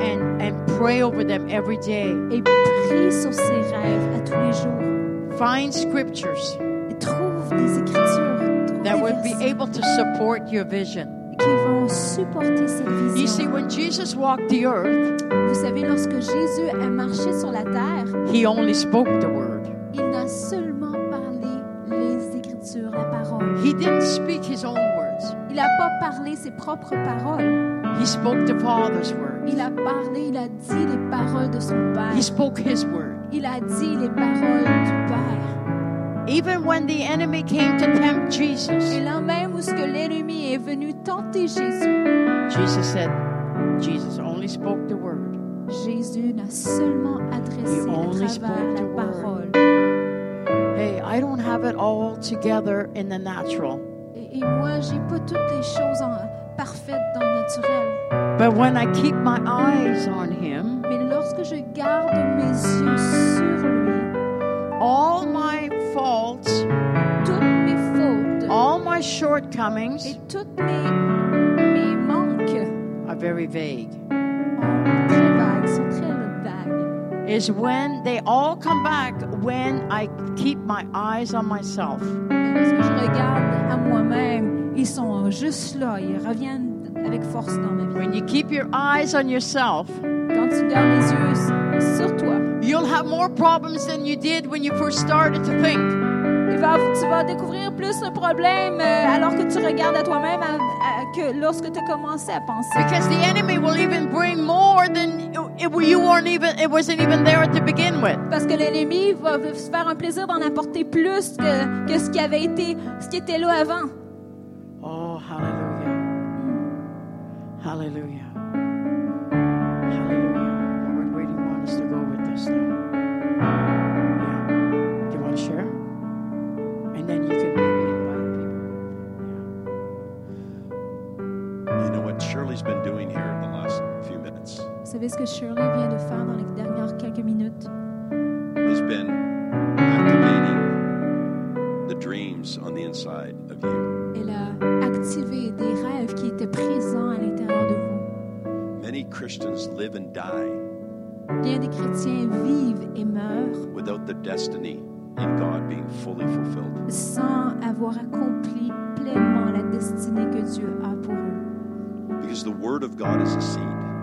Speaker 3: and, and pray over them every day.
Speaker 2: et prie sur ces rêves à tous les jours.
Speaker 3: Find scriptures
Speaker 2: Et trouve des écritures, trouve
Speaker 3: that
Speaker 2: des
Speaker 3: would be
Speaker 2: versets
Speaker 3: able to support your vision.
Speaker 2: qui vont supporter cette
Speaker 3: You see,
Speaker 2: vision.
Speaker 3: when Jesus walked the earth,
Speaker 2: Vous savez, lorsque Jésus a marché sur la terre,
Speaker 3: he only spoke the word.
Speaker 2: il n'a seulement parlé les écritures, la parole.
Speaker 3: He didn't speak his own words.
Speaker 2: Il n'a pas parlé ses propres paroles.
Speaker 3: He spoke the Father's word.
Speaker 2: Il a parlé, il a dit les paroles de son Père.
Speaker 3: He spoke his word.
Speaker 2: Il a dit les paroles du Père.
Speaker 3: Even when the enemy came to tempt
Speaker 2: Et
Speaker 3: Jesus,
Speaker 2: là même où ce que l'ennemi est venu tenter Jésus,
Speaker 3: Jesus said, Jesus only spoke the word.
Speaker 2: Jésus n'a seulement adressé
Speaker 3: He only
Speaker 2: à travers
Speaker 3: spoke the
Speaker 2: la
Speaker 3: word.
Speaker 2: parole.
Speaker 3: Hey, I don't have it all together in the natural.
Speaker 2: Et, et moi, j'ai pas toutes les choses en- parfaites dans le naturel.
Speaker 3: But when I keep my eyes on him,
Speaker 2: Mais lorsque je garde mes yeux sur lui,
Speaker 3: all my faults,
Speaker 2: toutes mes fautes
Speaker 3: all my
Speaker 2: et
Speaker 3: shortcomings
Speaker 2: toutes mes, mes manques
Speaker 3: are very vague.
Speaker 2: sont très vagues, sont très vagues.
Speaker 3: Is when they all come back when I keep my eyes on myself.
Speaker 2: Et lorsque je regarde à moi-même, ils sont juste là, ils reviennent avec force dans ma vie.
Speaker 3: When you keep your eyes on yourself,
Speaker 2: Quand tu gardes les yeux sur toi,
Speaker 3: You'll have more problems than you did when you first started to think.
Speaker 2: Il va- tu vas découvrir plus le problème euh, alors que tu regardes à toi-même à- à- que lorsque tu as commencé à penser.
Speaker 3: Because the enemy will even bring more than it, it- you weren't even it wasn't even there to begin with.
Speaker 2: Parce que l'ennemi va va se faire un plaisir d'en apporter plus que, que ce qui avait été, ce qui était là avant.
Speaker 3: Oh, hallelujah. Hallelujah. Hallelujah. Lord, where do you want us to go with this now? Yeah. Do you want to share? And then you can maybe invite people.
Speaker 4: You know what Shirley's been doing here in the last few minutes
Speaker 2: Vous savez ce que Shirley vient de faire dans les dernières quelques minutes?
Speaker 4: has been activating the dreams on the inside of you.
Speaker 2: Elle a activé des rêves qui étaient présents à l'intérieur de vous.
Speaker 4: Many Christians live and die
Speaker 2: Bien des chrétiens vivent et meurent
Speaker 4: without their destiny in God being fully fulfilled.
Speaker 2: sans avoir accompli pleinement la destinée que Dieu a pour eux.
Speaker 4: Because the Word of God is a seed.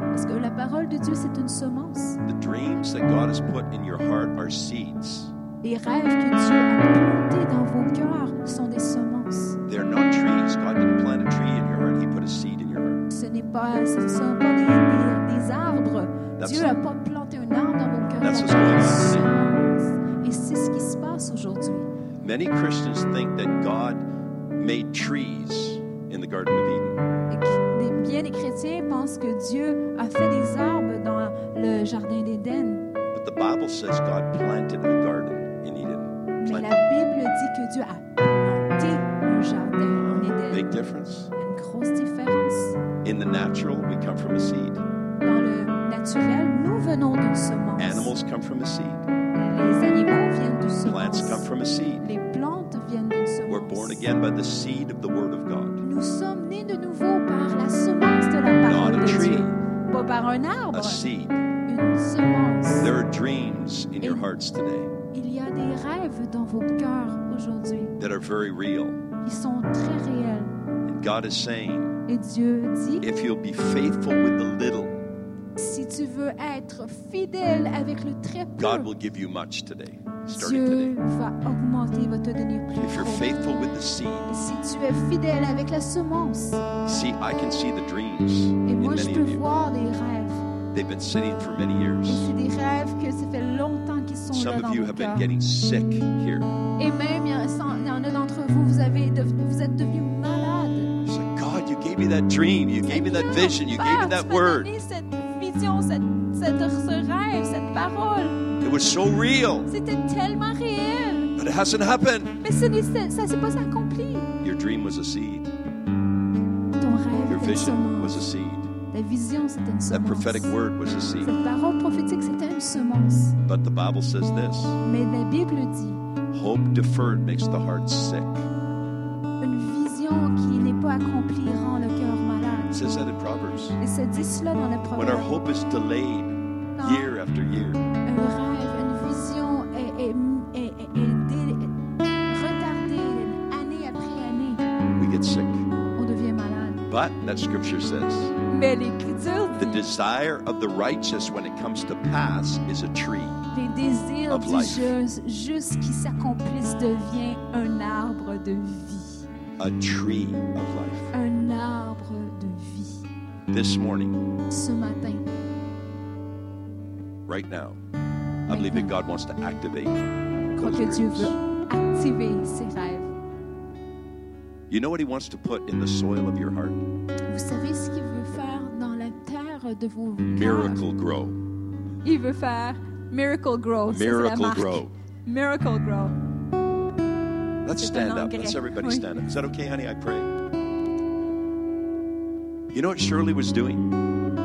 Speaker 2: Parce que la parole de Dieu, c'est une semence.
Speaker 4: The dreams that God has put in your heart are seeds,
Speaker 2: Les rêves que Dieu a plantés dans vos cœurs sont des semences.
Speaker 4: they're not trees. God didn't plant a tree in your heart, He put a seed in your heart.
Speaker 2: Ce n'est pas, ce ne sont pas des, des- des arbres.
Speaker 4: That's-
Speaker 2: Dieu n'a pas planté un arbre dans vos cœurs.
Speaker 4: That's
Speaker 2: il a
Speaker 4: what's
Speaker 2: planté
Speaker 4: going
Speaker 2: une
Speaker 4: on
Speaker 2: semence. Et c'est ce qui se passe aujourd'hui.
Speaker 4: Many Christians think that God made trees in the Garden of Eden.
Speaker 2: Et que- des- Bien des chrétiens pensent que Dieu a fait des arbres dans le jardin d'Éden.
Speaker 4: But the Bible says God planted a garden in Eden.
Speaker 2: Mais
Speaker 4: Plant-
Speaker 2: la Bible dit que Dieu a planté un jardin en Éden.
Speaker 4: Big difference.
Speaker 2: Il y a une grosse différence.
Speaker 4: In the natural, we come from a seed.
Speaker 2: Dans le naturel, nous venons d'une semence.
Speaker 4: Animals come from a seed.
Speaker 2: Les animaux viennent d'une
Speaker 4: Plants come
Speaker 2: semence.
Speaker 4: from a seed.
Speaker 2: Les plantes viennent d'une semence.
Speaker 4: We're born again by the seed of the Word of God,
Speaker 2: Nous sommes nés de nouveau par la semence de la
Speaker 4: not
Speaker 2: parole
Speaker 4: a
Speaker 2: de
Speaker 4: tree,
Speaker 2: Dieu. Pas par un arbre,
Speaker 4: a seed.
Speaker 2: une semence.
Speaker 4: There are dreams dreams in your hearts today
Speaker 2: Il y a des rêves dans vos cœurs aujourd'hui
Speaker 4: that are very real.
Speaker 2: qui sont très réels.
Speaker 4: And God is saying,
Speaker 2: Et Dieu dit,
Speaker 4: if you'll be faithful with the little,
Speaker 2: si tu veux être fidèle avec le très
Speaker 4: God
Speaker 2: peu,
Speaker 4: will give you much today, starting
Speaker 2: Dieu
Speaker 4: today.
Speaker 2: va augmenter, va te donner plus.
Speaker 4: If you're faithful with the seed,
Speaker 2: Et si tu es fidèle avec la semence,
Speaker 4: see, I can see the dreams
Speaker 2: et
Speaker 4: in
Speaker 2: moi je
Speaker 4: many
Speaker 2: peux
Speaker 4: of you.
Speaker 2: voir des rêves.
Speaker 4: They've been sitting for many
Speaker 2: Et
Speaker 4: years.
Speaker 2: c'est des rêves que ça fait longtemps qu'ils sont là
Speaker 4: Some
Speaker 2: dans
Speaker 4: of you
Speaker 2: vos
Speaker 4: have
Speaker 2: cœurs.
Speaker 4: been getting sick here.
Speaker 2: Et même, il y, en a- il y en a d'entre vous, vous, avez de- vous êtes devenus malades.
Speaker 4: It's like, God, you gave me that dream. You gave me that
Speaker 2: Seigneur,
Speaker 4: vision. You gave me
Speaker 2: Père,
Speaker 4: that
Speaker 2: tu m'as
Speaker 4: word.
Speaker 2: donné cette vision, cette, cette- ce rêve, cette parole.
Speaker 4: It was so real,
Speaker 2: C'était tellement réel.
Speaker 4: but it hasn't happened.
Speaker 2: Mais ce n'est- ça- ça ne s'est pas accompli.
Speaker 4: Your dream was a seed.
Speaker 2: Ton rêve
Speaker 4: Your
Speaker 2: était une
Speaker 4: vision was a
Speaker 2: semence.
Speaker 4: seed.
Speaker 2: Ta vision, c'était une
Speaker 4: That
Speaker 2: semence.
Speaker 4: prophetic word was a seed.
Speaker 2: Cette parole prophétique, c'était une semence.
Speaker 4: But the Bible says this
Speaker 2: Mais la Bible dit,
Speaker 4: hope deferred makes the heart sick.
Speaker 2: une vision qui n'est pas accomplie rend le cœur
Speaker 4: It
Speaker 2: malade.
Speaker 4: says that in Proverbs.
Speaker 2: Et ça dit cela dans le
Speaker 4: When our
Speaker 2: proverbe.
Speaker 4: hope is delayed
Speaker 2: Quand
Speaker 4: year after year,
Speaker 2: un rêve, une vision est, est- est- est- est dé- est retardée année après année,
Speaker 4: we get sick.
Speaker 2: on devient malade.
Speaker 4: But that scripture says
Speaker 2: Mais l'Écriture
Speaker 4: the
Speaker 2: dit,
Speaker 4: desire of the righteous when it comes to pass is a tree.
Speaker 2: les désirs
Speaker 4: Of
Speaker 2: du
Speaker 4: life.
Speaker 2: juste, juste qui s'accomplissent devient un arbre de vie.
Speaker 4: A tree of life.
Speaker 2: Un arbre de vie.
Speaker 4: This morning,
Speaker 2: Ce matin,
Speaker 4: right now, I believe that God wants to activate
Speaker 2: je crois
Speaker 4: those
Speaker 2: que Dieu
Speaker 4: dreams.
Speaker 2: veut activer ses rêves.
Speaker 4: You know what He wants to put in the soil of your heart?
Speaker 2: Vous savez ce qu'il veut faire dans la terre de vos cœurs?
Speaker 4: Miracle grow.
Speaker 2: Il veut faire Miracle Grow. Ça, c'est la
Speaker 4: Miracle
Speaker 2: marque.
Speaker 4: grow.
Speaker 2: Miracle Grow.
Speaker 4: Let's
Speaker 2: It's
Speaker 4: stand
Speaker 2: an
Speaker 4: up.
Speaker 2: angry.
Speaker 4: Let's everybody
Speaker 2: Oui.
Speaker 4: stand up. Is that okay, honey? I pray. You know what Shirley was doing?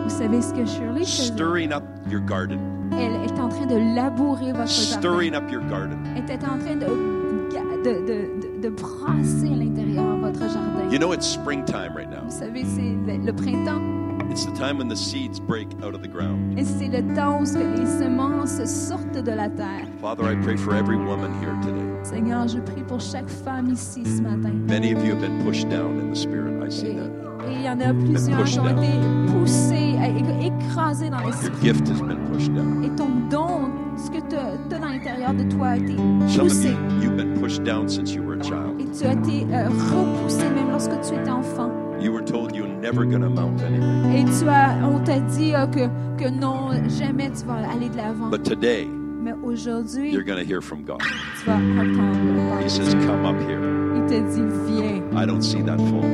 Speaker 2: Vous savez ce que Shirley faisait?
Speaker 4: Stirring up your garden.
Speaker 2: Elle est en train de labourer votre jardin.
Speaker 4: Stirring up your garden.
Speaker 2: Elle était en train de, de, de, de, de brasser à l'intérieur votre jardin.
Speaker 4: You know it's springtime right now.
Speaker 2: Vous savez, c'est le, le printemps
Speaker 4: It's the time when the seeds break out of the ground.
Speaker 2: et c'est le temps où ce que les semences sortent de la terre.
Speaker 4: Father, I pray for every woman here today.
Speaker 2: Seigneur, je prie pour chaque femme ici ce matin.
Speaker 4: Many of you have been pushed down in the spirit. I
Speaker 2: Et
Speaker 4: see that.
Speaker 2: et il y en a plusieurs qui ont
Speaker 4: Pushed down.
Speaker 2: été poussés, euh, éc- écrasés dans
Speaker 4: Your
Speaker 2: l'esprit.
Speaker 4: gift has been pushed down.
Speaker 2: Et ton don, ce que tu as dans l'intérieur de toi a été
Speaker 4: Some of
Speaker 2: poussé.
Speaker 4: you, you've been pushed down since you were a child.
Speaker 2: Et tu as été euh, repoussé même lorsque tu étais enfant.
Speaker 4: You were told you're never going to amount to anything.
Speaker 2: Et tu as, on t'a dit euh, que, que non, jamais tu vas aller de l'avant.
Speaker 4: But today,
Speaker 2: Mais aujourd'hui,
Speaker 4: you're going to hear from God.
Speaker 2: tu vas entendre
Speaker 4: He
Speaker 2: le
Speaker 4: says, Come up here.
Speaker 2: Il te dit, viens,
Speaker 4: I don't see that fault.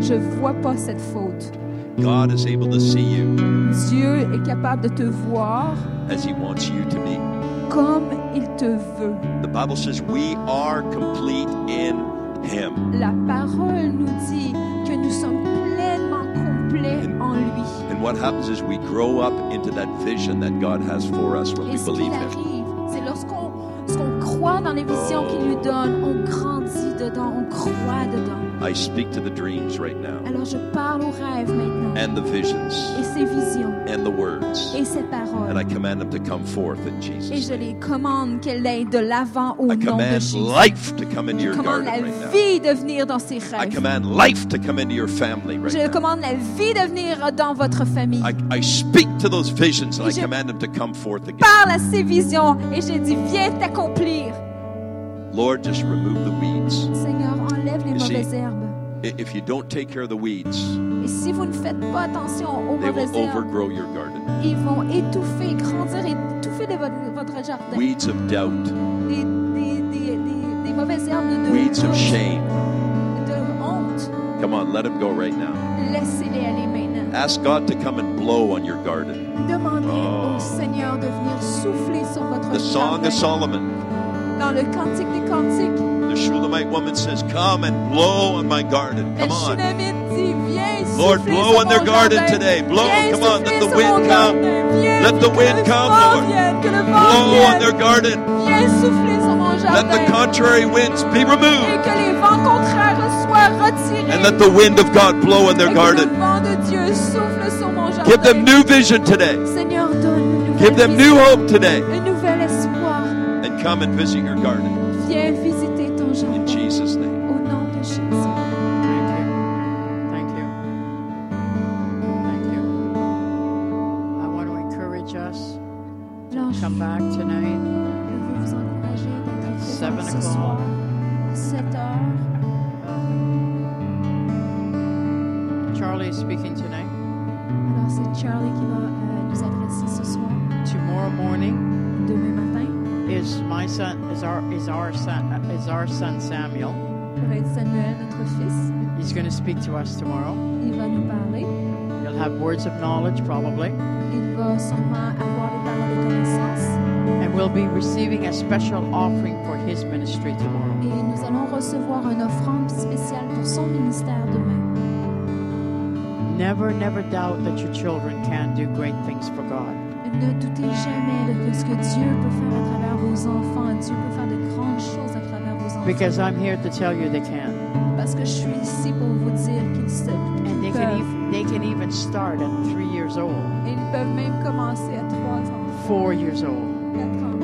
Speaker 2: je vois pas cette faute.
Speaker 4: God is able to see you
Speaker 2: Dieu est capable de te voir
Speaker 4: as He wants you to be.
Speaker 2: comme il te veut.
Speaker 4: The Bible says, We are complete in Him.
Speaker 2: La parole nous dit que nous sommes pleinement complets en lui.
Speaker 4: And what happens is we grow up into that vision that God has for us when
Speaker 2: Et
Speaker 4: we
Speaker 2: ce
Speaker 4: believe
Speaker 2: qui
Speaker 4: Him.
Speaker 2: arrive, c'est lorsqu'on ce qu'on croit dans les visions qu'il nous donne, on grandit dedans, on croit dedans.
Speaker 4: I speak to the dreams right now,
Speaker 2: Alors je parle aux rêves maintenant.
Speaker 4: and the visions,
Speaker 2: et ces visions
Speaker 4: and the words.
Speaker 2: et ces
Speaker 4: And I
Speaker 2: paroles.
Speaker 4: command them to come forth in
Speaker 2: Et
Speaker 4: Jesus'
Speaker 2: je
Speaker 4: name.
Speaker 2: les commande qu'elles aillent de l'avant au nom
Speaker 4: I
Speaker 2: de
Speaker 4: command
Speaker 2: Jésus.
Speaker 4: life to come into
Speaker 2: Je
Speaker 4: your
Speaker 2: commande
Speaker 4: garden
Speaker 2: la
Speaker 4: right now.
Speaker 2: vie de venir dans ses
Speaker 4: I
Speaker 2: rêves.
Speaker 4: command life to come into your family right
Speaker 2: Je
Speaker 4: now.
Speaker 2: commande la vie de venir dans votre famille.
Speaker 4: I, I speak to those visions and I
Speaker 2: Je-
Speaker 4: command them to come forth again.
Speaker 2: Parle à ces visions et je dis, viens t'accomplir.
Speaker 4: Lord, just remove the weeds.
Speaker 2: Seigneur, enlève les
Speaker 4: You see-
Speaker 2: mauvaises herbes.
Speaker 4: I- If you don't take care of the weeds,
Speaker 2: Et si vous ne faites pas attention aux
Speaker 4: they
Speaker 2: mauvaises
Speaker 4: will
Speaker 2: herbes,
Speaker 4: overgrow your garden.
Speaker 2: ils vont étouffer, grandir, étouffer de votre, votre jardin.
Speaker 4: Weeds of doubt,
Speaker 2: Des, des, des, des, des mauvaises herbes de,
Speaker 4: weeds of
Speaker 2: de,
Speaker 4: shame.
Speaker 2: de honte.
Speaker 4: Come on, let them go right now.
Speaker 2: Laissez-les aller maintenant.
Speaker 4: Ask God to come and blow on your garden.
Speaker 2: Demandez
Speaker 4: Oh.
Speaker 2: au Seigneur de venir souffler sur votre
Speaker 4: The Song
Speaker 2: jardin.
Speaker 4: of Solomon,
Speaker 2: Dans le cantique des cantiques,
Speaker 4: the Shulamite woman says, Come and blow on my garden.
Speaker 2: la
Speaker 4: Come on.
Speaker 2: Shunamite dit, viens souffler
Speaker 4: Lord,
Speaker 2: sur
Speaker 4: blow
Speaker 2: mon
Speaker 4: on their garden
Speaker 2: jardin.
Speaker 4: today. Blow,
Speaker 2: Viens
Speaker 4: come on,
Speaker 2: souffler
Speaker 4: let the
Speaker 2: sur
Speaker 4: wind
Speaker 2: mon
Speaker 4: come.
Speaker 2: jardin. Viens,
Speaker 4: Let the
Speaker 2: que
Speaker 4: wind
Speaker 2: le
Speaker 4: come,
Speaker 2: vent
Speaker 4: Lord.
Speaker 2: vienne, que le vent
Speaker 4: Blow on
Speaker 2: vienne.
Speaker 4: their garden.
Speaker 2: Viens souffler sur mon
Speaker 4: Let the
Speaker 2: jardin.
Speaker 4: contrary winds be
Speaker 2: Et
Speaker 4: removed.
Speaker 2: que les vents contraires soient retirés.
Speaker 4: And let the wind of God blow on
Speaker 2: Et
Speaker 4: their
Speaker 2: que
Speaker 4: garden.
Speaker 2: le vent de Dieu souffle sur mon jardin.
Speaker 4: Give them new vision today.
Speaker 2: Seigneur, donne une nouvelle
Speaker 4: Give them
Speaker 2: vision,
Speaker 4: new hope today.
Speaker 2: une nouvelle
Speaker 4: Come and visit your garden
Speaker 2: Viens visiter ton
Speaker 4: in
Speaker 2: jardin
Speaker 4: Jesus' name.
Speaker 2: au nom de Jésus.
Speaker 3: Thank you. Thank you. Thank you. I want to encourage us
Speaker 2: Alors,
Speaker 3: to
Speaker 2: je
Speaker 3: come back tonight
Speaker 2: veux vous encourager
Speaker 3: at
Speaker 2: d'être
Speaker 3: 7
Speaker 2: présents ce
Speaker 3: o'clock.
Speaker 2: soir à 7 heures.
Speaker 3: Charlie is speaking tonight.
Speaker 2: Alors, c'est Charlie qui va euh, nous adresser ce soir.
Speaker 3: Tomorrow morning
Speaker 2: Demain matin,
Speaker 3: is my son is our is our son is our son Samuel.
Speaker 2: ça va être Samuel, notre fils.
Speaker 3: He's going to speak to us tomorrow.
Speaker 2: Il va nous parler.
Speaker 3: He'll have words of knowledge probably,
Speaker 2: Il va sûrement avoir des paroles de connaissance.
Speaker 3: and we'll be receiving a special offering for his ministry tomorrow.
Speaker 2: Et nous allons recevoir une offrande spéciale pour son ministère demain.
Speaker 3: Never, never doubt that your children can do great things for God.
Speaker 2: Ne doutez jamais de ce que Dieu peut faire à travers vos enfants. Dieu peut faire de grandes choses à travers vos enfants.
Speaker 3: Because I'm here to tell you they can.
Speaker 2: Parce que je suis ici pour vous dire qu'ils se-
Speaker 3: And they
Speaker 2: qu'ils
Speaker 3: can,
Speaker 2: peuvent.
Speaker 3: even, they can even start at three years old,
Speaker 2: Et Ils peuvent même commencer à 3 ans,
Speaker 3: four years old.
Speaker 2: 4 ans.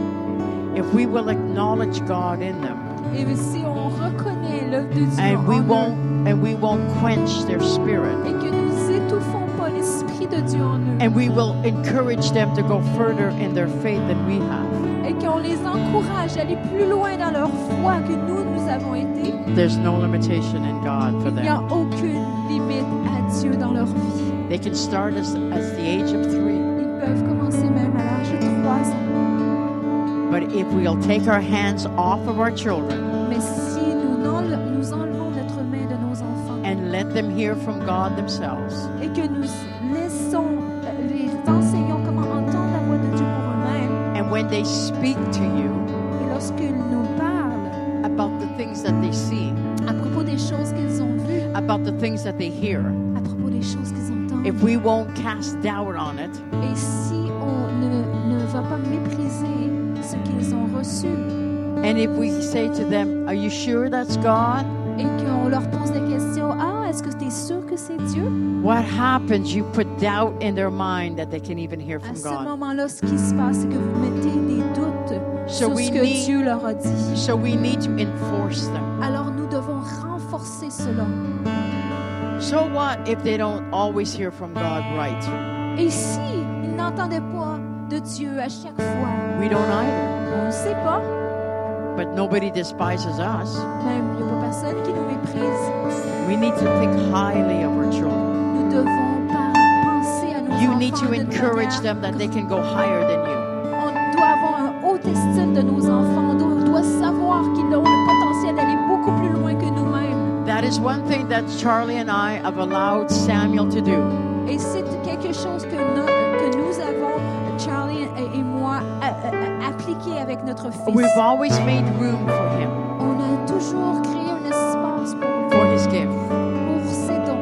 Speaker 3: If we will acknowledge God in them
Speaker 2: Et si on reconnaît l'œuvre de Dieu
Speaker 3: and we
Speaker 2: en eux,
Speaker 3: won't and we won't quench their spirit
Speaker 2: et que nous étouffons pas l'Esprit de Dieu en eux,
Speaker 3: and we will encourage them to go further in their faith than we have,
Speaker 2: et qu'on les encourage à aller plus loin dans leur foi que nous, nous avons été,
Speaker 3: there's no limitation in God for
Speaker 2: il n'y a
Speaker 3: them.
Speaker 2: aucune limite à Dieu dans leur vie.
Speaker 3: They can start as, as the age of three.
Speaker 2: Ils peuvent commencer même à l'âge de 3 ans.
Speaker 3: But if we'll take our hands off of our children
Speaker 2: Mais si nous, n'enle- nous enlevons notre main de nos enfants
Speaker 3: and let them hear from God themselves.
Speaker 2: et que nous laissons, euh, les enseignons comment entendre la voix de Dieu pour eux-mêmes,
Speaker 3: And when they speak to you
Speaker 2: et lorsqu'ils nous parlent
Speaker 3: about the things that they see,
Speaker 2: à propos des choses qu'ils ont vues,
Speaker 3: about the things that they hear,
Speaker 2: à propos des choses qu'ils entendent,
Speaker 3: if we won't cast doubt on it,
Speaker 2: Et si on ne, ne va pas mépriser ce qu'ils ont reçu
Speaker 3: and if we say to them, Are you sure that's God?
Speaker 2: et qu'on leur pose des questions, ah, est-ce que tu es sûr que c'est Dieu?
Speaker 3: What happens? You put doubt in their mind that they can even hear
Speaker 2: À
Speaker 3: from
Speaker 2: ce
Speaker 3: God.
Speaker 2: moment-là, ce qui se passe, c'est que vous mettez des doutes
Speaker 3: So
Speaker 2: sur
Speaker 3: we
Speaker 2: ce que
Speaker 3: need-
Speaker 2: Dieu leur a dit.
Speaker 3: So we need to enforce them.
Speaker 2: Alors nous devons renforcer cela.
Speaker 3: So what if they don't always hear from God right?
Speaker 2: Et si ils n'entendaient pas de Dieu à chaque fois,
Speaker 3: We don't either.
Speaker 2: on ne sait pas,
Speaker 3: But nobody despises us.
Speaker 2: même il n'y a pas personne qui nous méprise,
Speaker 3: We need to think highly of our children.
Speaker 2: nous devons par- penser à nos
Speaker 3: You
Speaker 2: enfants
Speaker 3: need to
Speaker 2: d'une
Speaker 3: encourage
Speaker 2: manière
Speaker 3: them that they can go higher than you.
Speaker 2: On doit avoir un haute estime de nos enfants. On doit, on doit savoir qu'ils ont le potentiel d'aller beaucoup plus loin que nous-mêmes.
Speaker 3: That is one thing that Charlie and I have allowed Samuel to do.
Speaker 2: Et c'est quelque chose que, no- que nous avons, Charlie et, et moi, a- a- a- appliqué avec notre fils.
Speaker 3: We've always made room for him,
Speaker 2: On a toujours créé un espace pour,
Speaker 3: for his gift.
Speaker 2: pour ses dons.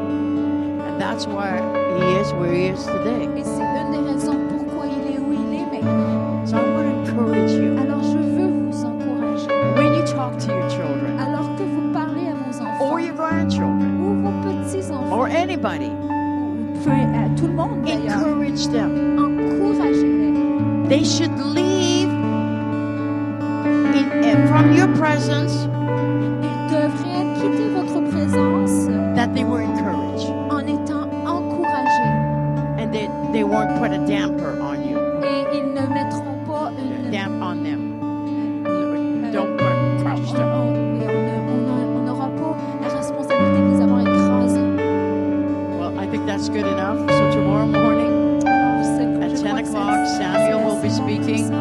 Speaker 3: And that's why he is where he is today.
Speaker 2: Et c'est une des raisons pourquoi il est où il est maintenant.
Speaker 3: So I want to encourage you.
Speaker 2: Alors je veux vous encourager.
Speaker 3: When you talk to your children,
Speaker 2: Alors que vous parlez à vos enfants
Speaker 3: or your grandchildren,
Speaker 2: ou vos petits-enfants,
Speaker 3: or anybody,
Speaker 2: peu- à tout le monde d'ailleurs,
Speaker 3: encourage them.
Speaker 2: encouragez-les.
Speaker 3: They should leave in, eh, from your presence
Speaker 2: Ils devraient quitter votre présence
Speaker 3: that they were encouraged
Speaker 2: en étant encouragés
Speaker 3: and that they won't put a damper on you,
Speaker 2: et ils ne mettront pas une...
Speaker 3: damp on them.
Speaker 2: euh,
Speaker 3: Don't put-
Speaker 2: on-
Speaker 3: crush them.
Speaker 2: on- oui, on ne- on n'aura pas la responsabilité de les avoir écrasés.
Speaker 3: Well, I think that's good enough. So tomorrow morning,
Speaker 2: Alors, c'est-
Speaker 3: At
Speaker 2: je
Speaker 3: 10
Speaker 2: crois que c'est-
Speaker 3: o'clock,
Speaker 2: c'est
Speaker 3: Samuel
Speaker 2: assez
Speaker 3: will be
Speaker 2: bon pour
Speaker 3: speaking.
Speaker 2: ça.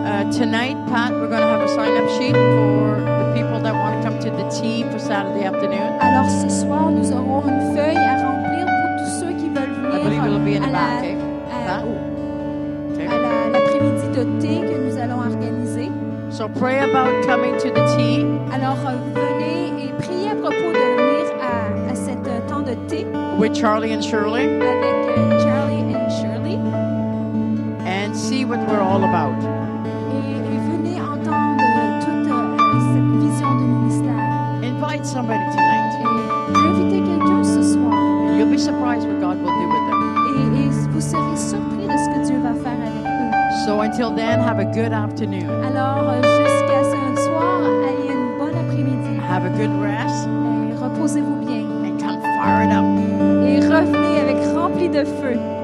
Speaker 3: Uh, tonight, Pat, we're going to have a sign up sheet for the people that want to come to the tea for Saturday afternoon.
Speaker 2: Alors ce soir, nous aurons une feuille à remplir pour tous ceux qui veulent
Speaker 3: I believe it'll be in
Speaker 2: venir
Speaker 3: the
Speaker 2: à
Speaker 3: back,
Speaker 2: la-
Speaker 3: eh?
Speaker 2: à-
Speaker 3: Okay.
Speaker 2: à la- l'après-midi de thé que nous allons organiser.
Speaker 3: So pray about coming to the tea.
Speaker 2: Alors euh, venez et priez à propos de venir à, à cet euh, temps de thé
Speaker 3: with Charlie and Shirley
Speaker 2: avec euh, Charlie et Shirley
Speaker 3: and see what we're all about.
Speaker 2: et, et venez entendre euh, toute euh, cette vision de ministère.
Speaker 3: Invite somebody
Speaker 2: Et
Speaker 3: tonight.
Speaker 2: invitez quelqu'un ce soir
Speaker 3: You'll be surprised what God will do with them.
Speaker 2: et, et vous serez surpris de ce que Dieu va faire avec eux.
Speaker 3: So I until then, have a good afternoon.
Speaker 2: Alors, euh, jusqu'à ce soir, ayez une bonne après-midi.
Speaker 3: Have a good rest
Speaker 2: Euh, Reposez-vous bien
Speaker 3: and come fired up.
Speaker 2: et revenez avec rempli de feu. euh,